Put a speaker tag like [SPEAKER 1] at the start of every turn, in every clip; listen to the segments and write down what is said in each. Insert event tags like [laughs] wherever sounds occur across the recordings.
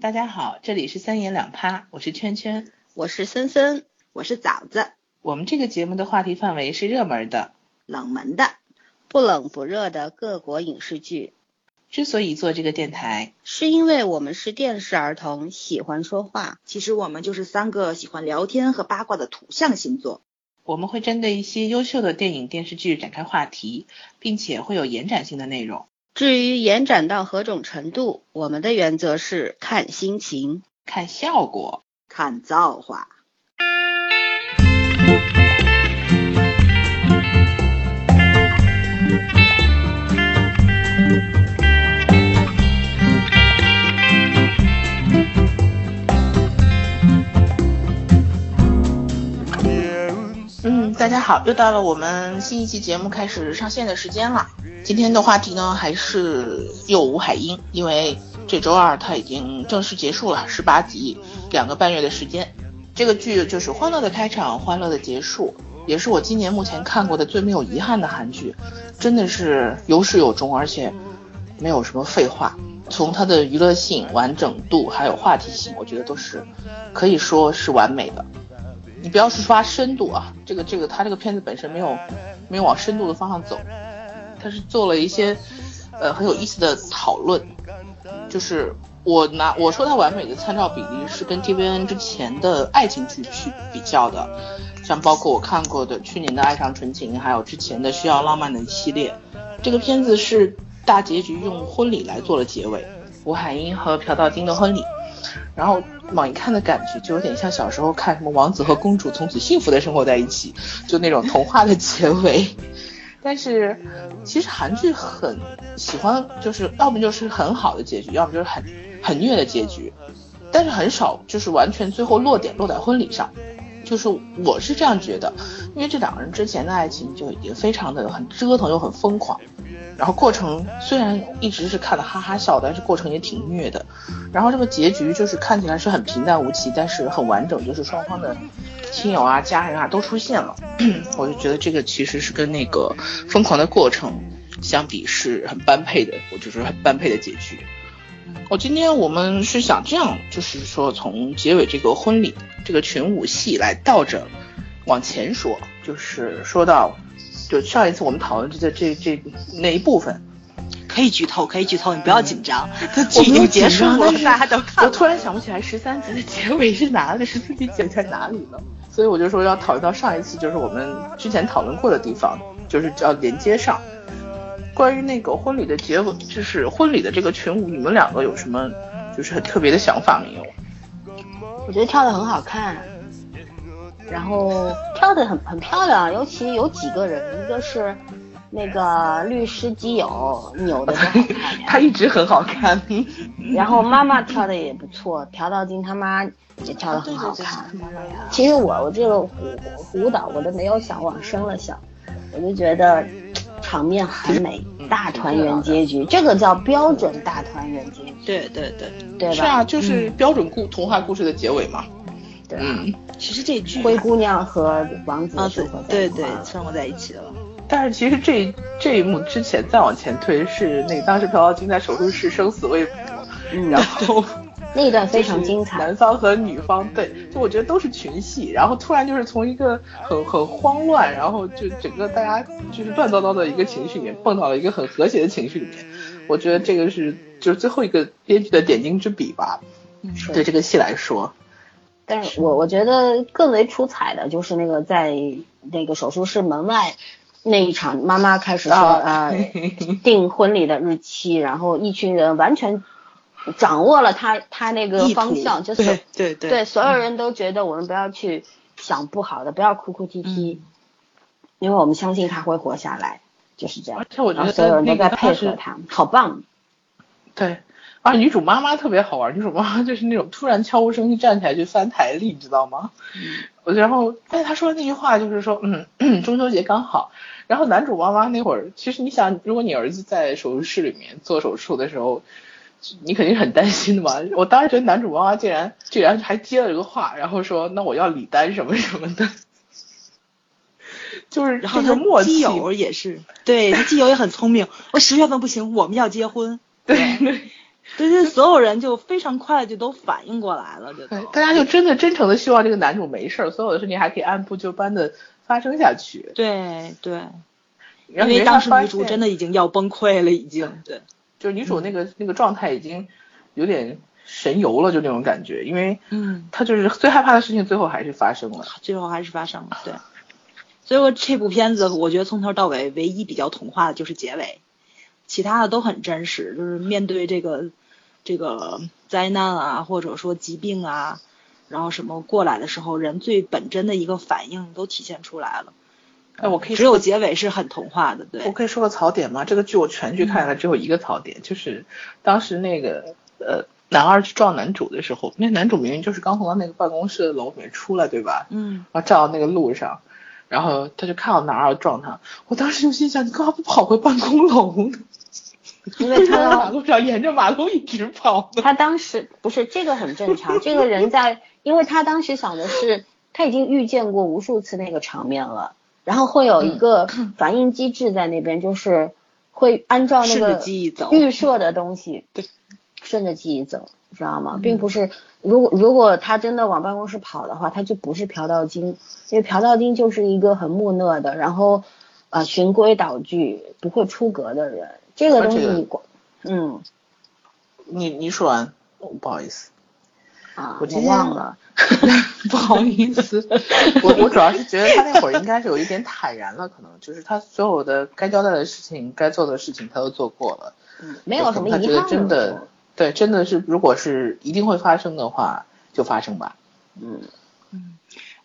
[SPEAKER 1] 大家好，这里是三言两趴，我是圈圈。
[SPEAKER 2] 我是森森，我是枣子，
[SPEAKER 1] 我们这个节目的话题范围是热门的。
[SPEAKER 2] 冷门的、不冷不热的各国影视剧，
[SPEAKER 1] 之所以做这个电台，
[SPEAKER 2] 是因为我们是电视儿童，喜欢说话，
[SPEAKER 3] 其实我们就是三个喜欢聊天和八卦的土象星座。
[SPEAKER 1] 我们会针对一些优秀的电影、电视剧展开话题，并且会有延展性的内容。
[SPEAKER 2] 至于延展到何种程度，我们的原则是看心情。
[SPEAKER 1] 看效果，
[SPEAKER 3] 看造化，
[SPEAKER 1] 嗯，大家好，又到了我们新一期节目开始上线的时间了。今天的话题呢，还是又吴海英，因为这周二它已经正式结束了十八集，两个半月的时间。这个剧就是欢乐的开场，欢乐的结束，也是我今年目前看过的最没有遗憾的韩剧，真的是有始有终，而且没有什么废话。从它的娱乐性、完整度还有话题性，我觉得都是可以说是完美的。你不要是说它深度啊，这个这个，它这个片子本身没有没有往深度的方向走，它是做了一些呃很有意思的讨论。就是我拿我说它完美的参照比例是跟 TVN 之前的爱情剧去比较的，像包括我看过的去年的《爱上纯情》，还有之前的《需要浪漫》的一系列。这个片子是大结局用婚礼来做了结尾，吴海英和朴道金的婚礼。然后往一看的感觉，就有点像小时候看什么王子和公主从此幸福的生活在一起，就那种童话的结尾。 [laughs] 但是其实韩剧很喜欢，就是要么就是很好的结局，要么就是很很虐的结局，但是很少就是完全最后落点落在婚礼上。就是我是这样觉得，因为这两个人之前的爱情就已经非常的很折腾又很疯狂，然后过程虽然一直是看的哈哈笑，但是过程也挺虐的。然后这个结局就是看起来是很平淡无奇，但是很完整，就是双方的亲友啊、家人啊都出现了。 [clears throat] 我就觉得这个其实是跟那个《疯狂的过程》相比是很般配的，我就是很般配的结局。我、今天我们是想这样，就是说从结尾这个婚礼这个群舞戏来倒着往前说，就是说到就上一次我们讨论这这这那一部分，
[SPEAKER 3] 可以剧透，可以剧透，你不要紧张，这
[SPEAKER 1] 我
[SPEAKER 3] 剧已
[SPEAKER 1] 没有
[SPEAKER 3] 经结束
[SPEAKER 1] 紧张
[SPEAKER 3] 了
[SPEAKER 1] 但，是
[SPEAKER 3] 大家都看
[SPEAKER 1] 我
[SPEAKER 3] 了。
[SPEAKER 1] 突然想不起来十三集的结尾是哪里，十四集结尾在哪里了。所以我就说要讨论到上一次，就是我们之前讨论过的地方，就是要连接上。关于那个婚礼的结尾，就是婚礼的这个群舞，你们两个有什么就是很特别的想法没有？
[SPEAKER 2] 我觉得跳的很好看，然后跳的很很漂亮，尤其有几个人，一个是那个律师基友扭的都好
[SPEAKER 1] [laughs]
[SPEAKER 2] 看呀，
[SPEAKER 1] 它一直很好看。
[SPEAKER 2] 然后妈妈跳的也不错，朴道金他妈也跳啊的很好
[SPEAKER 1] 啊
[SPEAKER 2] 看。其实我我这个舞舞蹈我都没有想往深了想，我就觉得场面很美
[SPEAKER 1] 嗯，
[SPEAKER 2] 大团圆结局，这个叫标准大团圆结局，
[SPEAKER 3] 对对对，嗯
[SPEAKER 2] 对
[SPEAKER 1] 是
[SPEAKER 2] 吧？
[SPEAKER 1] 啊，就是标准故童话故事的结尾嘛。
[SPEAKER 2] 对吧？
[SPEAKER 1] 嗯，
[SPEAKER 3] 啊其实这剧
[SPEAKER 2] 灰姑娘和王子
[SPEAKER 3] 啊，
[SPEAKER 2] 生
[SPEAKER 3] 对
[SPEAKER 2] 活在一
[SPEAKER 3] 对
[SPEAKER 2] 块
[SPEAKER 3] 对
[SPEAKER 2] 儿，
[SPEAKER 3] 生活在一起了。
[SPEAKER 1] 但是其实这一这一幕之前再往前推是那个当时朴道金在手术室生死未卜，
[SPEAKER 2] 嗯
[SPEAKER 1] 然
[SPEAKER 3] [laughs]
[SPEAKER 1] 后
[SPEAKER 2] 那一段非常精彩
[SPEAKER 1] 男。方和女方对，就我觉得都是群戏，然后突然就是从一个很很慌乱，然后就整个大家就是乱糟糟的一个情绪里面，蹦到了一个很和谐的情绪里面。我觉得这个是就是最后一个编剧的点睛之笔吧，
[SPEAKER 3] 嗯
[SPEAKER 2] 是
[SPEAKER 1] 对这个戏来说，
[SPEAKER 2] 但是我我觉得更为出彩的就是那个在那个手术室门外那一场，妈妈开始说
[SPEAKER 1] 啊 [laughs]
[SPEAKER 2] 啊、定婚礼的日期，然后一群人完全掌握了他他那个
[SPEAKER 3] 意图
[SPEAKER 2] 方向，就是
[SPEAKER 3] 对对对
[SPEAKER 2] 对所有
[SPEAKER 1] 嗯
[SPEAKER 2] 人都觉得我们不要去想不好的，不要哭哭啼啼，因为我们相信他会活下来，就是这
[SPEAKER 1] 嗯
[SPEAKER 2] 样
[SPEAKER 1] 而。且我觉
[SPEAKER 2] 然
[SPEAKER 1] 得
[SPEAKER 2] 后所有人
[SPEAKER 1] 那个
[SPEAKER 2] 都在配
[SPEAKER 1] 当时
[SPEAKER 2] 合他，
[SPEAKER 1] [laughs]
[SPEAKER 2] 好棒！
[SPEAKER 1] 对，啊，女主妈妈特别好玩，女主妈妈就是那种突然悄无声息站起来去翻台历，你知道吗？
[SPEAKER 3] 嗯
[SPEAKER 1] 我然后，但她说那句话就是说，嗯， [clears throat] 中秋节刚好。然后男主妈妈那会儿，其实你想，如果你儿子在手术室里面做手术的时候，你肯定是很担心的嘛。我当时觉得男主妈妈竟然竟然还接了这个话，然后说那我要李丹什么什么的，就是
[SPEAKER 3] 然后
[SPEAKER 1] 这
[SPEAKER 3] 他
[SPEAKER 1] 个默
[SPEAKER 3] 基
[SPEAKER 1] 契。[laughs]
[SPEAKER 3] 友也是，对他基友也很聪明。我十月份不行，我们要结婚。
[SPEAKER 1] 对对，
[SPEAKER 3] 对对，所有人就非常快就都反应过来了，就
[SPEAKER 1] 对，哎大家就真的真诚的希望这个男主没事儿，所有的事情还可以按部就班的发生下去。
[SPEAKER 3] 对对，
[SPEAKER 1] 然
[SPEAKER 3] 因
[SPEAKER 1] 后
[SPEAKER 3] 为
[SPEAKER 1] 没
[SPEAKER 3] 当
[SPEAKER 1] 法
[SPEAKER 3] 时
[SPEAKER 1] 发
[SPEAKER 3] 女主
[SPEAKER 1] 现
[SPEAKER 3] 真的已经要崩溃了，已经对，
[SPEAKER 1] 就是女主那个、那个状态已经有点神游了，就那种感觉，因为
[SPEAKER 3] 嗯，
[SPEAKER 1] 她就是最害怕的事情最后还是发生了。
[SPEAKER 3] 最后还是发生了，对。所以说这部片子，我觉得从头到尾唯一比较童话的就是结尾，其他的都很真实，就是面对这个这个灾难啊，或者说疾病啊，然后什么过来的时候，人最本真的一个反应都体现出来了。
[SPEAKER 1] 哎，我可以
[SPEAKER 3] 只
[SPEAKER 1] 说
[SPEAKER 3] 有结尾是很童话的，对
[SPEAKER 1] 我。可以说个槽点吗？这个剧我全剧看下来只有一个槽点，就是当时那个呃男二去撞男主的时候，那男主明明就是刚从他那个办公室的楼里面出来，对吧？
[SPEAKER 3] 嗯，
[SPEAKER 1] 然后啊站到那个路上，然后他就看到男二撞他，我当时就心想，你干嘛不跑回办公楼呢？ [laughs]
[SPEAKER 2] 因为
[SPEAKER 1] 在
[SPEAKER 2] 他
[SPEAKER 1] 马路上沿着马路一直跑呢。
[SPEAKER 2] 他当时不是这个很正常，这个人在，因为他当时想的是他已经预见过无数次那个场面了，然后会有一个反应机制在那边，就是会按照那
[SPEAKER 3] 顺着
[SPEAKER 2] 个
[SPEAKER 3] 记忆走
[SPEAKER 2] 预设的东西，
[SPEAKER 1] 对，
[SPEAKER 2] 顺着记忆走，知道吗？并不是，如果如果他真的往办公室跑的话，他就不是朴道金，因为朴道金就是一个很木讷的，然后呃循规蹈矩、不会出格的人，这个
[SPEAKER 1] 而
[SPEAKER 2] 东西
[SPEAKER 1] 且
[SPEAKER 2] 你管，嗯
[SPEAKER 1] 你你说完，我不好意思，
[SPEAKER 2] 啊，
[SPEAKER 1] 我今天
[SPEAKER 2] 忘了。
[SPEAKER 1] [laughs] 不好意思， [laughs] 我我主要是觉得他那会儿应该是有一点坦然了，可能就是他所有的该交代的事情、该做的事情他都做过了，
[SPEAKER 2] 没有什么遗
[SPEAKER 1] 他
[SPEAKER 2] 憾
[SPEAKER 1] 觉得真
[SPEAKER 2] 了
[SPEAKER 1] 的，对，真的是如果是一定会发生的话，就发生吧。
[SPEAKER 2] 嗯，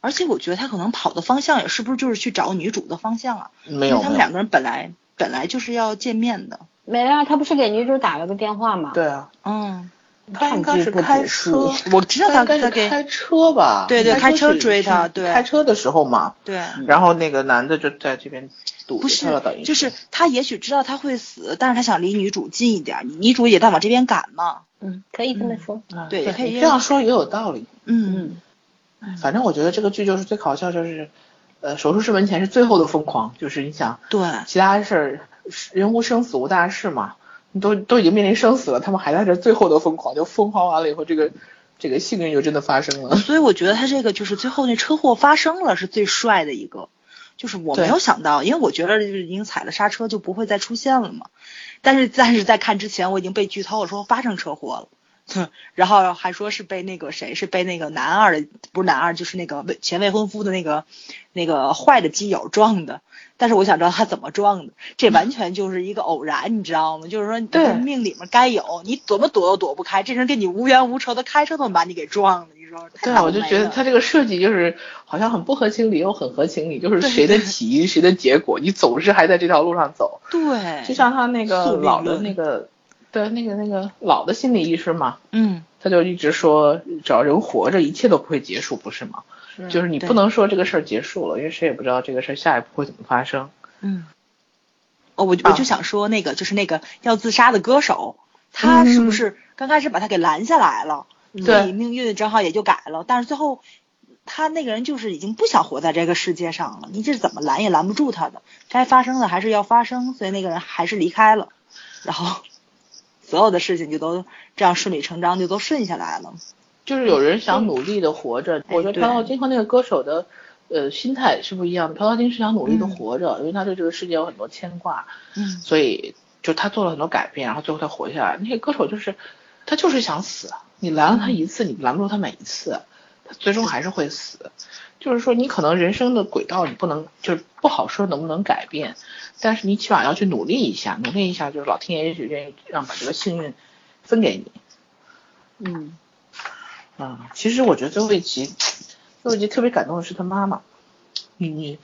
[SPEAKER 3] 而且我觉得他可能跑的方向也是不是就是去找女主的方向啊？
[SPEAKER 1] 没
[SPEAKER 3] 因
[SPEAKER 1] 有，
[SPEAKER 3] 为
[SPEAKER 1] 没
[SPEAKER 3] 他们
[SPEAKER 1] 有
[SPEAKER 3] 两个人本来本来就是要见面的。
[SPEAKER 2] 没啊，他不是给女主打了个电话吗？，
[SPEAKER 1] 对啊，
[SPEAKER 3] 嗯，
[SPEAKER 1] 他应该是开车，
[SPEAKER 3] [laughs] 我知道
[SPEAKER 1] 他
[SPEAKER 3] 他
[SPEAKER 1] 应该
[SPEAKER 3] 他
[SPEAKER 1] 是
[SPEAKER 3] 给
[SPEAKER 1] 开车吧？
[SPEAKER 3] 对对
[SPEAKER 1] 应该
[SPEAKER 3] 开
[SPEAKER 1] 就
[SPEAKER 3] 车
[SPEAKER 1] 是
[SPEAKER 3] 追他
[SPEAKER 1] 是
[SPEAKER 3] 对
[SPEAKER 1] 开车的时候嘛，
[SPEAKER 3] 对，
[SPEAKER 1] 然后那个男的就在这边堵
[SPEAKER 3] 不
[SPEAKER 1] 着他了，
[SPEAKER 3] 是
[SPEAKER 1] 等于
[SPEAKER 3] 就是他也许知道他会死，但是他想离女主近一点，女主也在往这边赶嘛。
[SPEAKER 2] 嗯，可以这么说。
[SPEAKER 1] 啊
[SPEAKER 3] 对
[SPEAKER 1] 对，
[SPEAKER 3] 可以
[SPEAKER 1] 你
[SPEAKER 3] 因
[SPEAKER 1] 这
[SPEAKER 3] 为
[SPEAKER 1] 样说也有道理。
[SPEAKER 3] 嗯
[SPEAKER 2] 嗯，
[SPEAKER 1] 反正我觉得这个剧就是最搞笑，就是呃，手术室门前是最后的疯狂，就是你想
[SPEAKER 3] 对，
[SPEAKER 1] 其他事儿人无生死无大事嘛，你都都已经面临生死了，他们还在这最后的疯狂，就疯狂完了以后，这个这个幸运就真的发生了。
[SPEAKER 3] 所以我觉得他这个就是最后那车祸发生了是最帅的一个，就是我没有
[SPEAKER 1] 对
[SPEAKER 3] 想到，因为我觉得就是已经踩了刹车就不会再出现了嘛。但是但是在看之前我已经被剧透了，说发生车祸了。 [laughs] 哼，然后还说是被那个谁，是被那个男二的，不是男二，就是那个未前未婚夫的那个那个坏的基友撞的。但是我想知道他怎么撞的，这完全就是一个偶然，你知道吗？就是说你
[SPEAKER 1] 对
[SPEAKER 3] 这命里面该有，你怎么躲都躲不开，这人跟你无缘无仇的开车都能把你给撞了，你说？太
[SPEAKER 1] 对啊，
[SPEAKER 3] 倒
[SPEAKER 1] 我就
[SPEAKER 3] 霉
[SPEAKER 1] 觉得
[SPEAKER 3] 了
[SPEAKER 1] 他这个设计就是好像很不合情理，又很合情理，就是
[SPEAKER 3] 对
[SPEAKER 1] 谁的起因谁的结果，你总是还在这条路上走。
[SPEAKER 3] 对，
[SPEAKER 1] 就像他那
[SPEAKER 3] 宿
[SPEAKER 1] 个
[SPEAKER 3] 命
[SPEAKER 1] 老的
[SPEAKER 3] 论
[SPEAKER 1] 那个，对，那个那个老的心理医师嘛，
[SPEAKER 3] 嗯，
[SPEAKER 1] 他就一直说，只要人活着，一切都不会结束，不是吗？就是你
[SPEAKER 3] 嗯对
[SPEAKER 1] 不能说这个事儿结束了，因为谁也不知道这个事儿下一步会怎么发生。
[SPEAKER 3] 嗯，哦，我就我
[SPEAKER 1] 啊
[SPEAKER 3] 就想说那个就是那个要自杀的歌手，他是不是刚开始把他给拦下来了？所以
[SPEAKER 1] 嗯对
[SPEAKER 3] 命运正好也就改了，但是最后他那个人就是已经不想活在这个世界上了，你这怎么拦也拦不住他的，该发生的还是要发生，所以那个人还是离开了，然后所有的事情就都这样顺理成章就都顺下来了。
[SPEAKER 1] 就是有人想努力的活着，我觉得
[SPEAKER 3] 嗯哎对
[SPEAKER 1] 朴道金和那个歌手的呃心态是不一样的。朴道金是想努力的
[SPEAKER 3] 嗯
[SPEAKER 1] 活着，因为他对这个世界有很多牵挂，
[SPEAKER 3] 嗯，
[SPEAKER 1] 所以就他做了很多改变，然后最后他活下来。那些歌手就是他就是想死，你拦了他一次，你拦不住他每一次，他最终还是会死。就是说，你可能人生的轨道你不能就是不好说能不能改变，但是你起码要去努力一下，努力一下就是老天爷也许愿意让把这个幸运分给你。
[SPEAKER 2] 嗯，
[SPEAKER 1] 啊，其实我觉得最后一集，最后一集特别感动的是他妈妈，女女，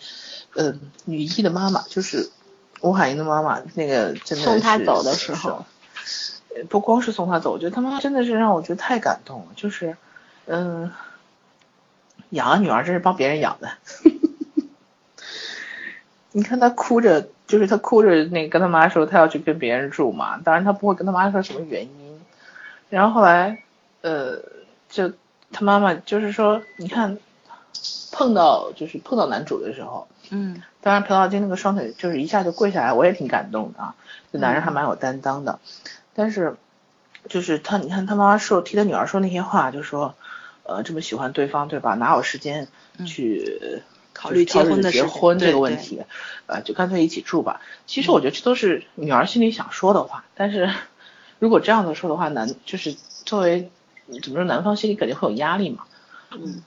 [SPEAKER 1] 呃，女一的妈妈，就是吴海英的妈妈，那个真的
[SPEAKER 2] 送她
[SPEAKER 1] 是
[SPEAKER 2] 走的时候，
[SPEAKER 1] 呃不光是送她走，我觉得他妈妈真的是让我觉得太感动了，就是，嗯、养啊女儿真是帮别人养的，
[SPEAKER 2] [laughs]
[SPEAKER 1] 你看她哭着，就是她哭着那个跟她妈说她要去跟别人住嘛，当然她不会跟她妈说什么原因，然后后来，呃，就她妈妈就是说，你看碰到就是碰到男主的时候，
[SPEAKER 3] 嗯，
[SPEAKER 1] 当然，朴道金那个双腿嗯就是一下就跪下来，我也挺感动的啊。这男人还蛮有担当的，但是就是他，你看他妈妈说替他女儿说那些话，就说，呃，这么喜欢对方，对吧？哪有时间去、
[SPEAKER 3] 嗯、考虑结婚的
[SPEAKER 1] 结婚这个问题？
[SPEAKER 3] 对对
[SPEAKER 1] 呃，就干脆一起住吧。其实我觉得这都是女儿心里想说的话，嗯、但是如果这样子说的话，男就是作为怎么说，男方心里肯定会有压力嘛。
[SPEAKER 2] 嗯，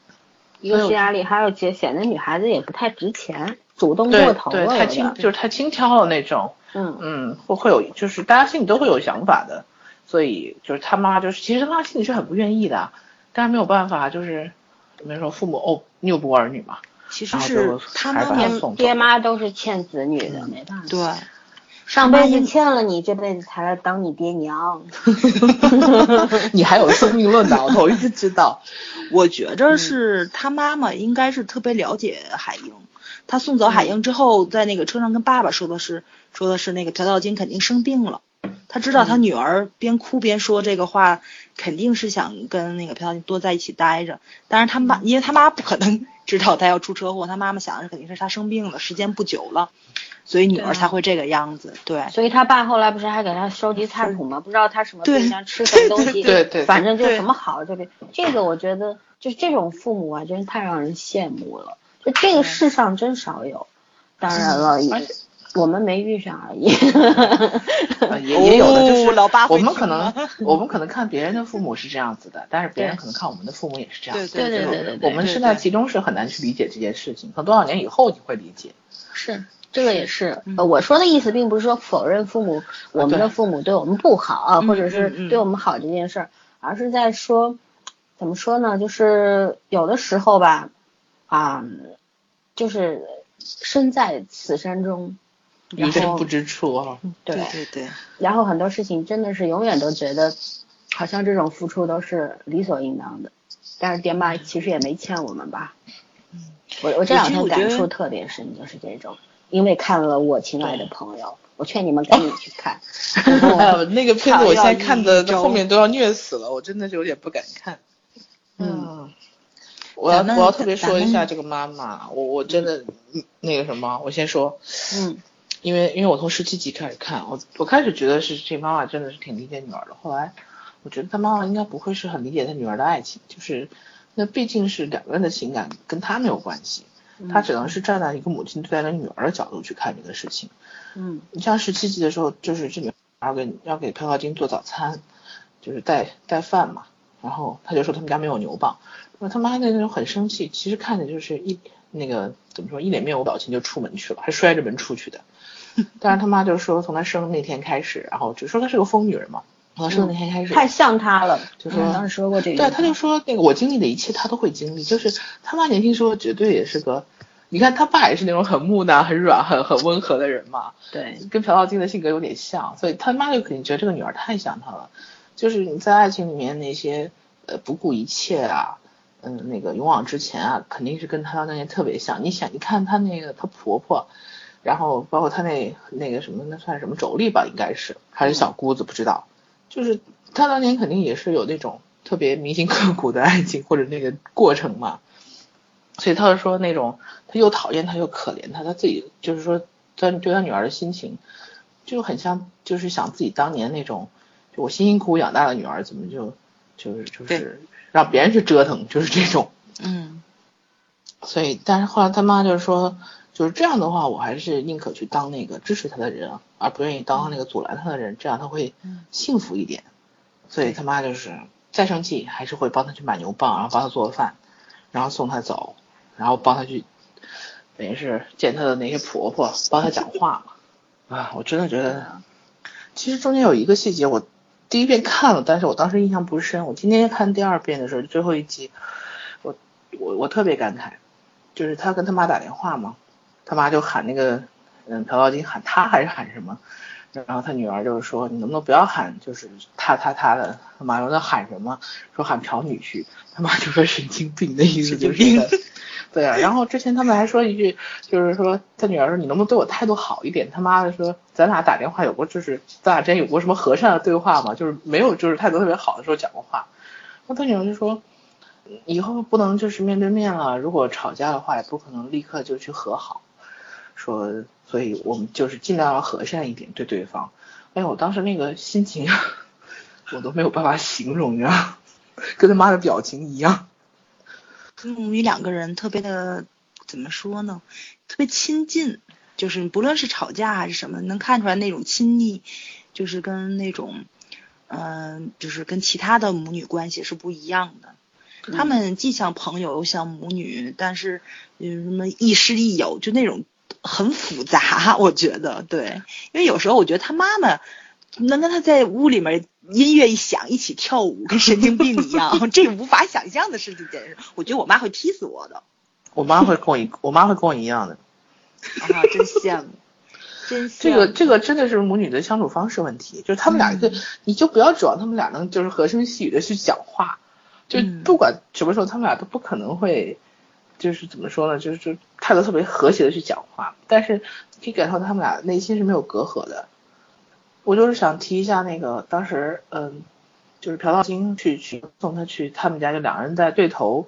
[SPEAKER 2] 一个是压力，还有节显得女孩子也不太值钱，主动过头
[SPEAKER 1] 了，对，太轻就是太轻佻了那种。
[SPEAKER 2] 嗯
[SPEAKER 1] 嗯，会会有，就是大家心里都会有想法的。所以就是他妈，就是其实他妈心里是很不愿意的，但是没有办法，就是怎么说，父母哦拗不过儿女嘛。
[SPEAKER 3] 其实是
[SPEAKER 1] 他
[SPEAKER 2] 们爹妈都是欠子女的，
[SPEAKER 3] 嗯、
[SPEAKER 2] 没办法。
[SPEAKER 3] 对，
[SPEAKER 2] 上辈子欠了你，这辈子才来当你爹娘。
[SPEAKER 1] [laughs] 你还有生命论呢，我头一次知道。
[SPEAKER 3] 我觉着是他妈妈应该是特别了解海英。他送走海英之后，在那个车上跟爸爸说的是，说的是那个朴道金肯定生病了。他知道他女儿边哭边说这个话，肯定是想跟那个朴道金多在一起待着。但是他妈，因为他妈不可能 [laughs] 知道他要出车祸，他妈妈想的是肯定是他生病了，时间不久了，所以女儿才会这个样子。啊对,啊、
[SPEAKER 2] 对，所以他爸后来不是还给他收集菜谱吗？不知道他什么病，想吃什么东西，
[SPEAKER 1] 对对对，
[SPEAKER 2] 反正就什么好就给。这个我觉得就是这种父母啊，真是太让人羡慕了。就这个世上真少有，当然了也。嗯我们没遇上而已，
[SPEAKER 1] 呃也也有的就是
[SPEAKER 3] 老爸
[SPEAKER 1] 我们可能我们可能看别人的父母是这样子的，但是别人可能看我们的父母也是这样。
[SPEAKER 3] 对
[SPEAKER 2] 对对对
[SPEAKER 1] 对。我们身在其中是很难去理解这件事情，可能多少年以后你会理解。
[SPEAKER 2] 是，这个也是。
[SPEAKER 1] 嗯
[SPEAKER 2] 呃，我说的意思并不是说否认父
[SPEAKER 1] 啊
[SPEAKER 2] 母，我们的父母对我们不好啊，或者
[SPEAKER 1] 嗯
[SPEAKER 2] 是对我们好这件事儿，而是在说，怎么说呢？就是有的时候吧，啊，就是身在此山中。
[SPEAKER 1] 一身不知处啊！
[SPEAKER 2] 对
[SPEAKER 3] 对对，
[SPEAKER 2] 然后很多事情真的是永远都觉得，好像这种付出都是理所应当的。但是爹妈其实也没欠我们吧？
[SPEAKER 1] 嗯
[SPEAKER 2] 我我这两天感触特别深，就是这种，因为看了我亲爱的朋友，我劝你们赶紧去看。
[SPEAKER 1] [laughs] 哎那个片子我现在看的后面都要虐死了，我真的是有点不敢看。
[SPEAKER 2] 嗯，
[SPEAKER 1] 我要我要特别说一下这个妈妈，我我真的那个什么，我先说，
[SPEAKER 2] 嗯。
[SPEAKER 1] 因为因为我从十七集开始看，我我开始觉得是这妈妈真的是挺理解女儿的，后来我觉得她妈妈应该不会是很理解她女儿的爱情，就是那毕竟是两个人的情感跟她没有关系，她只能是站在一个母亲对待她女儿的角度去看这个事情。
[SPEAKER 2] 嗯，
[SPEAKER 1] 你像十七集的时候，就是这女儿给要给朴孝金做早餐，就是带带饭嘛，然后她就说他们家没有牛蒡，然后他妈那时候很生气，其实看着就是一那个怎么说一脸面无表情就出门去了，还摔着门出去的。但是他妈就说，从她生那天开始，然后就说她是个疯女人嘛。从她生那天开始，
[SPEAKER 2] 嗯太像她了，
[SPEAKER 1] 嗯就说
[SPEAKER 2] 当时说过这个。
[SPEAKER 1] 对，他就说那个我经历的一切，她都会经历。就是他妈年轻时候绝对也是个，你看他爸也是那种很木讷、很软、很很温和的人嘛。
[SPEAKER 2] 对，
[SPEAKER 1] 跟朴道金的性格有点像，所以他妈就肯定觉得这个女儿太像他了。就是你在爱情里面那些呃不顾一切啊，嗯，那个勇往直前啊，肯定是跟他那些特别像。你想，你看她那个她婆婆。然后包括她那那个什么，那算什么妯娌吧，应该是还是小姑子，不知道。就是她当年肯定也是有那种特别铭心刻骨的爱情或者那个过程嘛，所以她就说那种她又讨厌她又可怜她，她自己就是说她对她女儿的心情就很像，就是想自己当年那种，就我辛辛苦苦养大的女儿怎么就就是就是让别人去折腾，就是这种。
[SPEAKER 3] 嗯。
[SPEAKER 1] 所以，但是后来他妈就是说。就是这样的话，我还是宁可去当那个支持他的人，而不愿意当那个阻拦他的人，这样他会幸福一点。所以他妈就是再生气，还是会帮他去买牛蒡，然后帮他做饭，然后送他走，然后帮他去，等于是见他的那些婆婆，帮他讲话嘛。啊，我真的觉得，其实中间有一个细节，我第一遍看了，但是我当时印象不深。我今天看第二遍的时候，最后一集，我我我特别感慨，就是他跟他妈打电话嘛。他妈就喊那个，嗯，朴道金喊他还是喊什么？然后他女儿就是说，你能不能不要喊，就是他他他的？他妈说那喊什么？说喊朴女婿。他妈就说神经病的意思就是。 [laughs] 对啊，然后之前他们还说一句，就是说他女儿说你能不能对我态度好一点？他妈的说咱俩打电话有过就是咱俩之间有过什么和善的对话吗？就是没有就是态度特别好的时候讲过话。然后他女儿就说。以后不能就是面对面了，如果吵架的话，也不可能立刻就去和好。说，所以我们就是尽量要和善一点对对方。哎，我当时那个心情 [laughs] 我都没有办法形容呀，跟他妈的表情一样。
[SPEAKER 3] 孙母女两个人特别的怎么说呢？特别亲近，就是不论是吵架还是什么，能看出来那种亲昵，就是跟那种，嗯、就是跟其他的母女关系是不一样的。他们既像朋友又像母女，但是嗯什么亦师亦友，就那种很复杂，我觉得对，因为有时候我觉得他妈妈能跟他在屋里面音乐一响一起跳舞，跟神经病一样， [laughs] 这无法想象的事情简直，我觉得我妈会踢死我的
[SPEAKER 1] 我妈会跟我一，我妈会跟我一样的。
[SPEAKER 3] 啊，真羡慕，真羡
[SPEAKER 1] 这
[SPEAKER 3] 慕
[SPEAKER 1] 个这个真的是母女的相处方式问题，就是他们俩就、你就不要指望他们俩能就是和声细语的去讲话，就
[SPEAKER 3] 嗯
[SPEAKER 1] 不管什么时候他们俩都不可能会，就是怎么说呢，就是就态度特别和谐的去讲话，但是可以感受到他们俩内心是没有隔阂的。我就是想提一下那个当时嗯，就是朴道金去去送他去他们家，就两人在对头。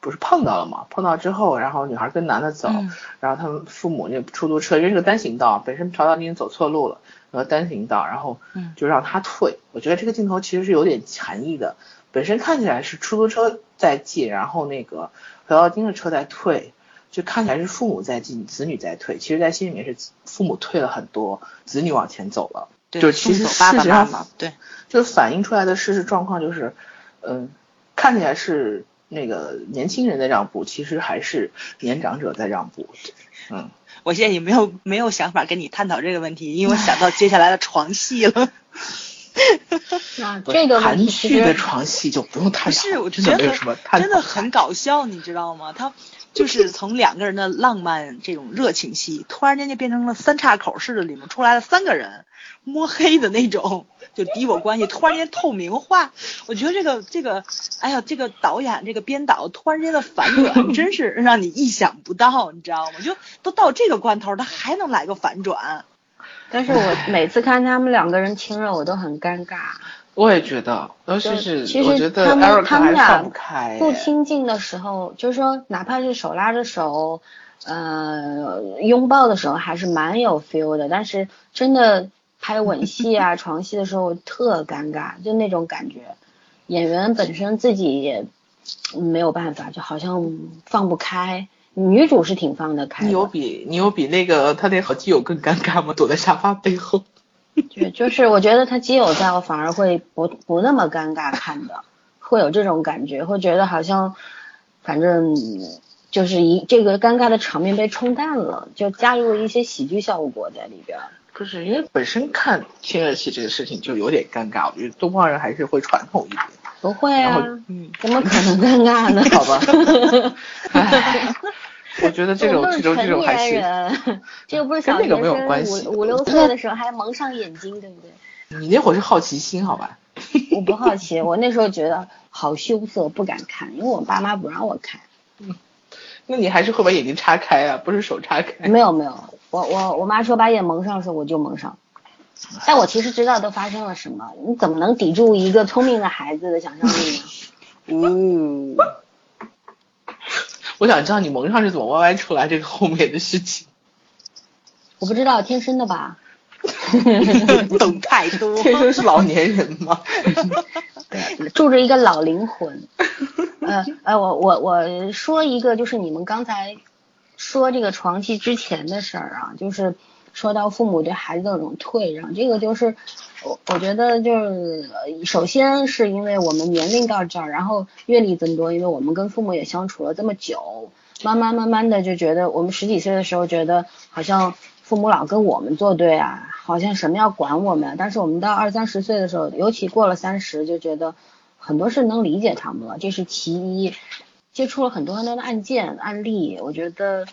[SPEAKER 1] 不是碰到了嘛？碰到之后，然后女孩跟男的走，
[SPEAKER 3] 嗯
[SPEAKER 1] 然后他们父母那出租车，因为是个单行道，本身朴道金走错路了，然后单行道，然后
[SPEAKER 3] 嗯
[SPEAKER 1] 就让他退。我觉得这个镜头其实是有点含义的，本身看起来是出租车在进，然后那个朴道金的车在退，就看起来是父母在进，子女在退。其实，在心里面是父母退了很多，子女往前走了。
[SPEAKER 3] 对
[SPEAKER 1] 就其实
[SPEAKER 3] 送走爸爸
[SPEAKER 1] 事实上
[SPEAKER 3] 妈妈对，
[SPEAKER 1] 就是反映出来的事实状况就是，嗯，看起来是那个年轻人在让步，其实还是年长者在让步。嗯，
[SPEAKER 3] 我现在也没有没有想法跟你探讨这个问题，因为我想到接下来的床戏了。
[SPEAKER 2] 那这个问
[SPEAKER 1] 韩
[SPEAKER 2] 题其
[SPEAKER 1] 剧的
[SPEAKER 2] 实
[SPEAKER 1] 床戏就不用探讨
[SPEAKER 3] 不
[SPEAKER 1] 了，
[SPEAKER 3] 是，我觉
[SPEAKER 1] 真的没有
[SPEAKER 3] 得
[SPEAKER 1] 什么探讨
[SPEAKER 3] 真的很搞笑，你知道吗？他就是从两个人的浪漫这种热情戏，突然间就变成了三岔口似的，里面出来了三个人摸黑的那种，就敌我关系突然间透明化。我觉得这个这个，哎呀，这个导演这个编导突然间的反转，真是让你意想不到，你知道吗？就都到这个关头，他还能来个反转，
[SPEAKER 2] 但是我每次看他们两个人亲热，我都很尴尬。
[SPEAKER 1] 我也觉得，尤其
[SPEAKER 2] 就是其
[SPEAKER 1] 我觉
[SPEAKER 2] 实
[SPEAKER 1] 得
[SPEAKER 2] 他们
[SPEAKER 1] Eric
[SPEAKER 2] 他们
[SPEAKER 1] 还
[SPEAKER 2] 俩
[SPEAKER 1] 放不开，
[SPEAKER 2] 不亲近的时候，就是说哪怕是手拉着手，呃，拥抱的时候还是蛮有 feel 的。但是真的拍吻戏啊、床戏的时候特尴尬，就那种感觉，演员本身自己也没有办法，就好像放不开。女主是挺放得开
[SPEAKER 1] 你有
[SPEAKER 2] 的，
[SPEAKER 1] 比你有比那个他那好基友更尴尬吗？躲在沙发背后。
[SPEAKER 2] 就就是我觉得她基友在，我反而会不不那么尴尬看的，会有这种感觉，会觉得好像反正就是一这个尴尬的场面被冲淡了，就加入了一些喜剧效果在里边儿。
[SPEAKER 1] 不是因为本身看亲热戏这个事情就有点尴尬，我觉得东方人还是会传统一点。
[SPEAKER 2] 不会啊
[SPEAKER 1] 然后，
[SPEAKER 3] 嗯，
[SPEAKER 2] 怎么可能尴尬呢？
[SPEAKER 1] [laughs] 好吧，唉，我觉得这种
[SPEAKER 2] 我们
[SPEAKER 1] 这种这种还 [laughs]
[SPEAKER 2] 成
[SPEAKER 1] 是
[SPEAKER 2] 年人，这又不是
[SPEAKER 1] 跟
[SPEAKER 2] 小
[SPEAKER 1] 那
[SPEAKER 2] 学
[SPEAKER 1] 个没有关
[SPEAKER 2] 生
[SPEAKER 1] 系
[SPEAKER 2] 五五六岁的时候还蒙上眼睛，对不对？
[SPEAKER 1] 你那会儿是好奇心，好吧？
[SPEAKER 2] 我不好奇，我那时候觉得好羞涩，不敢看，因为我爸妈不让我看。
[SPEAKER 1] 那你还是会把眼睛叉开啊，不是手叉开。
[SPEAKER 2] 没有没有，我我我妈说把眼蒙上的时候我就蒙上，但我其实知道都发生了什么，你怎么能抵住一个聪明的孩子的想象力呢？
[SPEAKER 3] 哦，
[SPEAKER 1] [laughs] 我想知道你蒙上是怎么歪歪出来这个后面的事 [laughs] 情，
[SPEAKER 2] 我不知道，天生的吧？
[SPEAKER 3] 懂太多。
[SPEAKER 1] 天生是老年人吗？
[SPEAKER 2] 对， [laughs] 住着一个老灵魂。呃呃，我我我说一个，就是你们刚才说这个床戏之前的事儿啊，就是说到父母对孩子的这种退让，这个就是我我觉得就是呃首先是因为我们年龄到这儿，然后阅历增多，因为我们跟父母也相处了这么久，慢慢慢慢的就觉得我们十几岁的时候觉得好像父母老跟我们作对啊，好像什么要管我们啊，但是我们到二三十岁的时候，尤其过了三十，就觉得很多事能理解他们了，这是其一。接触了很多很多的案件案例，我觉得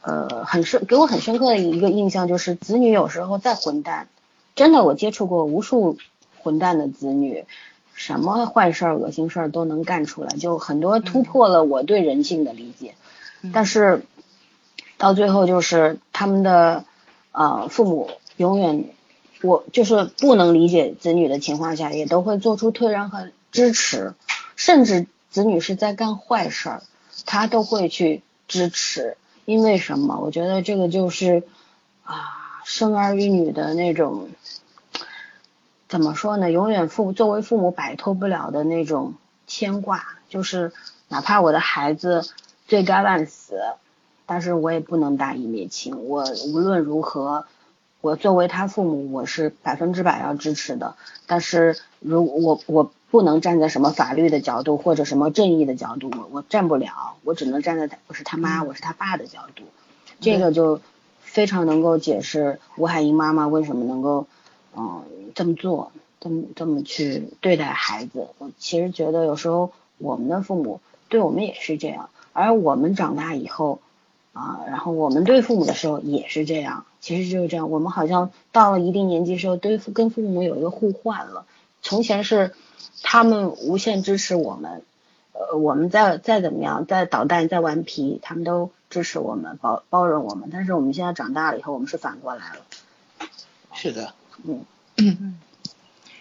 [SPEAKER 2] 呃很深，给我很深刻的一个印象就是子女有时候再混蛋，真的我接触过无数混蛋的子女，什么坏事儿、恶心事儿都能干出来，就很多突破了我对人性的理解。但是到最后就是他们的呃父母永远我就是不能理解子女的情况下，也都会做出退让和支持，甚至子女是在干坏事儿，他都会去支持。因为什么？我觉得这个就是啊，生儿育女的那种怎么说呢？永远父作为父母摆脱不了的那种牵挂，就是哪怕我的孩子罪该万死，但是我也不能大义灭亲。我无论如何，我作为他父母，我是百分之百要支持的。但是如我我不能站在什么法律的角度或者什么正义的角度，我我站不了，我只能站在他我是他妈，我是他爸的角度。这个就非常能够解释吴海英妈妈为什么能够。嗯，这么做，这么这么去对待孩子，我其实觉得有时候我们的父母对我们也是这样，而我们长大以后啊，然后我们对父母的时候也是这样，其实就是这样，我们好像到了一定年纪时候，对跟父母有一个互换了，从前是他们无限支持我们，呃，我们再再怎么样，再捣蛋再顽皮，他们都支持我们，包包容我们，但是我们现在长大了以后，我们是反过来了，
[SPEAKER 1] 是的。
[SPEAKER 2] 嗯
[SPEAKER 3] 嗯，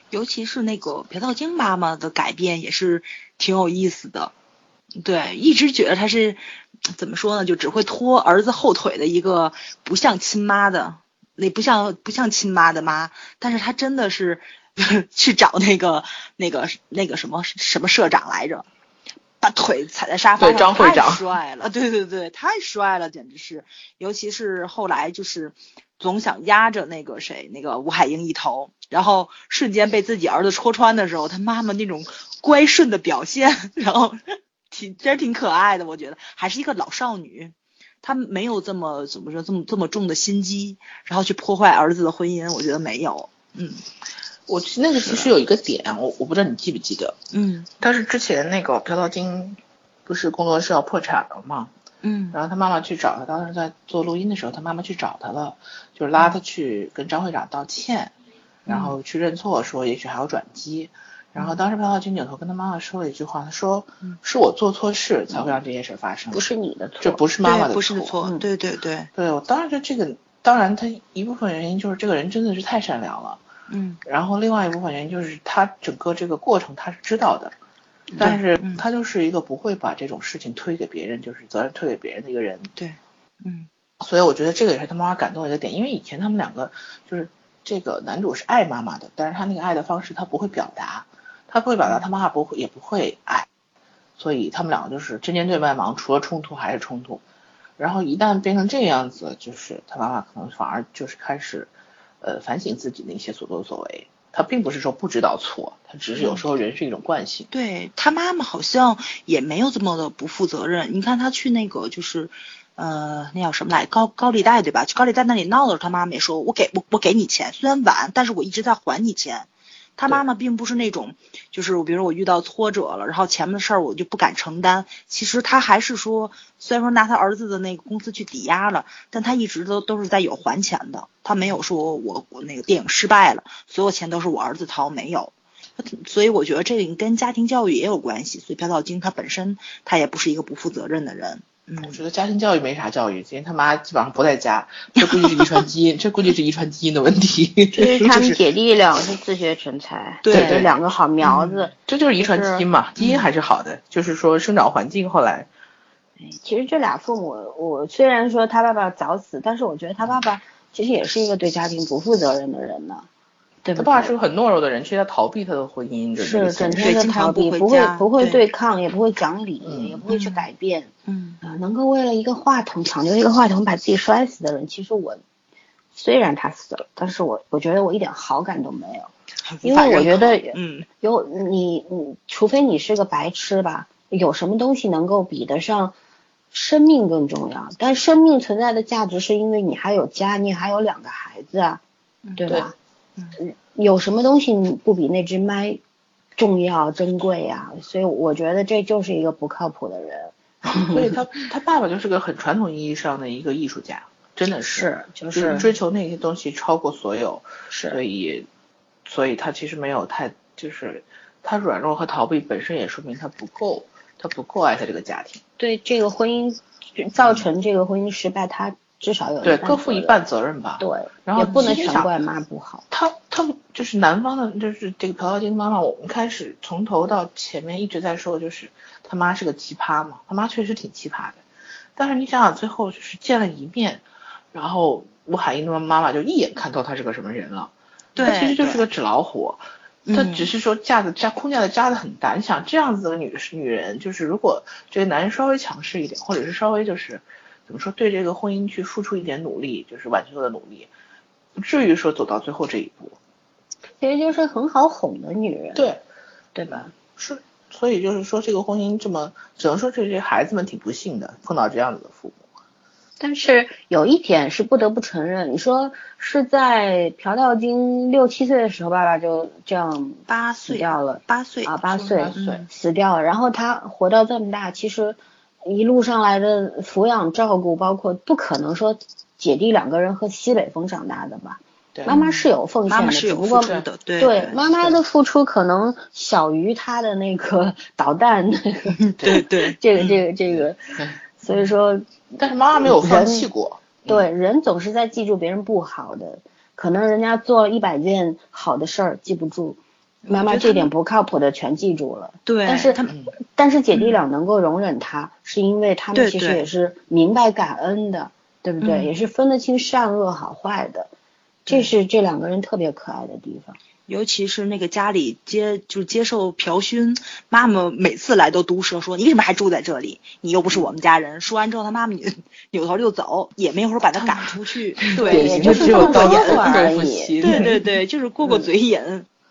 [SPEAKER 3] 尤其是那个朴道晶妈妈的改变也是挺有意思的。对，一直觉得她是怎么说呢，就只会拖儿子后腿的一个不像亲妈的，那不像不像亲妈的妈，但是她真的是 [laughs] 去找那个那个那个什么什么社长来着。把腿踩在沙发
[SPEAKER 1] 对张
[SPEAKER 3] 上，
[SPEAKER 1] 会
[SPEAKER 3] 太
[SPEAKER 1] 长
[SPEAKER 3] 帅了，对对对，太帅了，简直是，尤其是后来就是总想压着那个谁，那个吴海英一头，然后瞬间被自己儿子戳穿的时候，他妈妈那种乖顺的表现， [laughs] 然后挺真是挺可爱的，我觉得还是一个老少女，她没有这么怎么说这么这么重的心机，然后去破坏儿子的婚姻，我觉得没有，嗯
[SPEAKER 1] 我那个其实有一个点，啊我我不知道你记不记得，
[SPEAKER 3] 嗯
[SPEAKER 1] 但是之前那个朴道金不是工作室要破产了吗？
[SPEAKER 3] 嗯
[SPEAKER 1] 然后他妈妈去找他，当时在做录音的时候，他妈妈去找他了，就是拉他去跟张会长道歉，然后去认错，说也许还有转机。然后当时潘浩军扭头跟他妈妈说了一句话，他说
[SPEAKER 3] 嗯：“
[SPEAKER 1] 是我做错事才会让这件事发生，
[SPEAKER 2] 不是你的错，
[SPEAKER 1] 这不是妈妈
[SPEAKER 3] 对
[SPEAKER 1] 的
[SPEAKER 3] 不是错，
[SPEAKER 2] 嗯
[SPEAKER 3] 对对对，
[SPEAKER 1] 对我当然觉得这个，当然他一部分原因就是这个人真的是太善良了，
[SPEAKER 3] 嗯
[SPEAKER 1] 然后另外一部分原因就是他整个这个过程他是知道的，但是
[SPEAKER 3] 嗯
[SPEAKER 1] 他就是一个不会把这种事情推给别人，就是责任推给别人的一个人。
[SPEAKER 3] 对，嗯
[SPEAKER 1] 所以我觉得这个也是他妈妈感动的一个点，因为以前他们两个就是这个男主是爱妈妈的，但是他那个爱的方式他不会表达，他不会表达，他妈妈不会也不会爱，所以他们两个就是针尖对麦芒，除了冲突还是冲突。然后一旦变成这个样子，就是他妈妈可能反而就是开始呃反省自己的一些所作所为，他并不是说不知道错，他只是有时候人是一种惯性。
[SPEAKER 3] 对他妈妈好像也没有这么的不负责任。你看他去那个就是，呃，那叫什么来高高利贷对吧？去高利贷那里闹的时候，他妈妈也说，我给我我给你钱，虽然晚，但是我一直在还你钱。他妈妈并不是那种，就是我比如说我遇到挫折了，然后前面的事儿我就不敢承担。其实他还是说，虽然说拿他儿子的那个公司去抵押了，但他一直都都是在有还钱的，他没有说我我那个电影失败了，所有钱都是我儿子掏，没有。所以我觉得这个跟家庭教育也有关系。所以朴道金他本身他也不是一个不负责任的人，
[SPEAKER 1] 我
[SPEAKER 3] 嗯，
[SPEAKER 1] 觉得家庭教育没啥教育，今天他妈基本上不在家，这估计是遗传基因，这估计是遗传基因的问
[SPEAKER 2] [laughs]
[SPEAKER 1] 题。
[SPEAKER 2] 其实他
[SPEAKER 1] 就
[SPEAKER 2] 们
[SPEAKER 1] 是
[SPEAKER 2] 姐弟俩是自学成才，
[SPEAKER 3] 对嗯
[SPEAKER 2] 这两个好苗子。
[SPEAKER 1] 这就是遗传基因嘛，
[SPEAKER 2] 嗯
[SPEAKER 1] 基因还是好的，就是说生长环境后来
[SPEAKER 2] 其实这俩父母，我虽然说他爸爸早死，但是我觉得他爸爸其实也是一个对家庭不负责任的人呢，对
[SPEAKER 1] 他
[SPEAKER 2] 不
[SPEAKER 1] 爸是
[SPEAKER 2] 对？
[SPEAKER 1] 个很懦弱的人，其实他逃避他的婚姻的这个
[SPEAKER 2] 是
[SPEAKER 1] 现
[SPEAKER 2] 整
[SPEAKER 1] 实
[SPEAKER 2] 天的
[SPEAKER 3] 经常
[SPEAKER 2] 逃避，
[SPEAKER 3] 不回
[SPEAKER 2] 不会
[SPEAKER 3] 家
[SPEAKER 2] 不会
[SPEAKER 3] 对
[SPEAKER 2] 对抗，也不会讲理，
[SPEAKER 1] 嗯
[SPEAKER 2] 也不会去改变。
[SPEAKER 3] 嗯
[SPEAKER 2] 啊，能够为了一个话筒抢救一个话筒把自己摔死的人，其实我虽然他死了，但是我我觉得我一点好感都没有，因为我觉得
[SPEAKER 3] 嗯
[SPEAKER 2] 有你你，除非你是个白痴吧，有什么东西能够比得上生命更重要？但生命存在的价值是因为你还有家，你还有两个孩子啊，对吧？
[SPEAKER 3] 嗯
[SPEAKER 2] 嗯有什么东西不比那只麦重要珍贵呀、所以我觉得这就是一个不靠谱的人。
[SPEAKER 1] 所以他他爸爸就是个很传统意义上的一个艺术家，真的是，
[SPEAKER 2] 是，就
[SPEAKER 1] 就是
[SPEAKER 2] 是
[SPEAKER 1] 追求那些东西超过所有，所
[SPEAKER 2] 是
[SPEAKER 1] 以所以他其实没有太就是他软弱和逃避本身也说明他不够，他不够爱他这个家庭，
[SPEAKER 2] 对这个婚姻造成这个婚姻失败，他至少有一
[SPEAKER 1] 对，
[SPEAKER 2] 半
[SPEAKER 1] 各负一
[SPEAKER 2] 责任，
[SPEAKER 1] 半责任吧。
[SPEAKER 2] 对，
[SPEAKER 1] 然后
[SPEAKER 2] 也不能
[SPEAKER 1] 其实
[SPEAKER 2] 全
[SPEAKER 1] 想
[SPEAKER 2] 怪妈不好，
[SPEAKER 1] 他他就是南方的，就是这个朴道金妈妈，我们开始从头到前面一直在说，就是他妈是个奇葩嘛，他妈确实挺奇葩的。但是你想想，最后就是见了一面，然后吴海英的妈妈就一眼看透他是个什么人了，
[SPEAKER 3] 对
[SPEAKER 1] 它其实就是个纸老虎。
[SPEAKER 3] 对
[SPEAKER 1] 她
[SPEAKER 3] 嗯
[SPEAKER 1] 只是说架子扎空架子扎的很大，你想这样子的女女人，就是如果这个男人稍微强势一点，或者是稍微就是怎么说对这个婚姻去付出一点努力，就是挽救的努力，不至于说走到最后这一步。
[SPEAKER 2] 其实就是很好哄的女人，
[SPEAKER 1] 对，
[SPEAKER 2] 对吧？
[SPEAKER 1] 是，所以就是说这个婚姻这么，只能说这些孩子们挺不幸的，碰到这样子的父母。
[SPEAKER 2] 但是有一点是不得不承认，你说是在朴道金六七岁的时候，爸爸就这样
[SPEAKER 3] 八
[SPEAKER 2] 死
[SPEAKER 3] 岁
[SPEAKER 2] 掉了，
[SPEAKER 3] 八岁嗯
[SPEAKER 2] 啊，八
[SPEAKER 1] 是
[SPEAKER 2] 岁
[SPEAKER 1] 八岁
[SPEAKER 2] 死掉了。然后他活到这么大，其实一路上来的抚养照顾，包括不可能说姐弟两个人喝西北风长大的吧？
[SPEAKER 1] 对，
[SPEAKER 2] 妈妈是有奉
[SPEAKER 3] 妈
[SPEAKER 2] 献的，
[SPEAKER 3] 妈是
[SPEAKER 2] 只
[SPEAKER 3] 有
[SPEAKER 2] 不
[SPEAKER 3] 付
[SPEAKER 2] 过
[SPEAKER 3] 出的，对
[SPEAKER 2] 对妈妈的付出可能小于她的那个 [laughs] 导弹那个
[SPEAKER 3] [laughs] 对对，
[SPEAKER 2] [laughs] 这个
[SPEAKER 3] 嗯
[SPEAKER 2] 这个这个， [laughs] 所以说
[SPEAKER 1] 但是妈妈没有放弃过。
[SPEAKER 2] 对，人总是在记住别人不好的，可能人家做了一百件好的事儿记不住，妈
[SPEAKER 3] 我觉
[SPEAKER 2] 妈
[SPEAKER 3] 得
[SPEAKER 2] 这
[SPEAKER 3] 他
[SPEAKER 2] 点不靠谱的全记住了。
[SPEAKER 3] 对
[SPEAKER 2] 但是
[SPEAKER 3] 他
[SPEAKER 1] 嗯
[SPEAKER 2] 但是姐弟俩能够容忍他，是因为他们
[SPEAKER 3] 对
[SPEAKER 2] 其实
[SPEAKER 3] 对
[SPEAKER 2] 也是明白感恩的，对不对？
[SPEAKER 3] 嗯
[SPEAKER 2] 也是分得清善恶好坏的，这是这两个人特别可爱的地方。
[SPEAKER 3] 尤其是那个家里接就是接受朴勋，妈妈每次来都毒舌说你为什么还住在这里？你又不是我们家人。说完之后，他妈妈扭扭头就走，也没有说把他赶出去。
[SPEAKER 2] 典
[SPEAKER 3] 对，
[SPEAKER 2] 型
[SPEAKER 3] 就
[SPEAKER 2] 的
[SPEAKER 3] 是
[SPEAKER 2] 啊只有
[SPEAKER 3] 过过
[SPEAKER 2] 刀
[SPEAKER 3] 瘾
[SPEAKER 2] 尖。上而已
[SPEAKER 3] 对对对，就是过过
[SPEAKER 2] 嗯
[SPEAKER 3] 嘴瘾，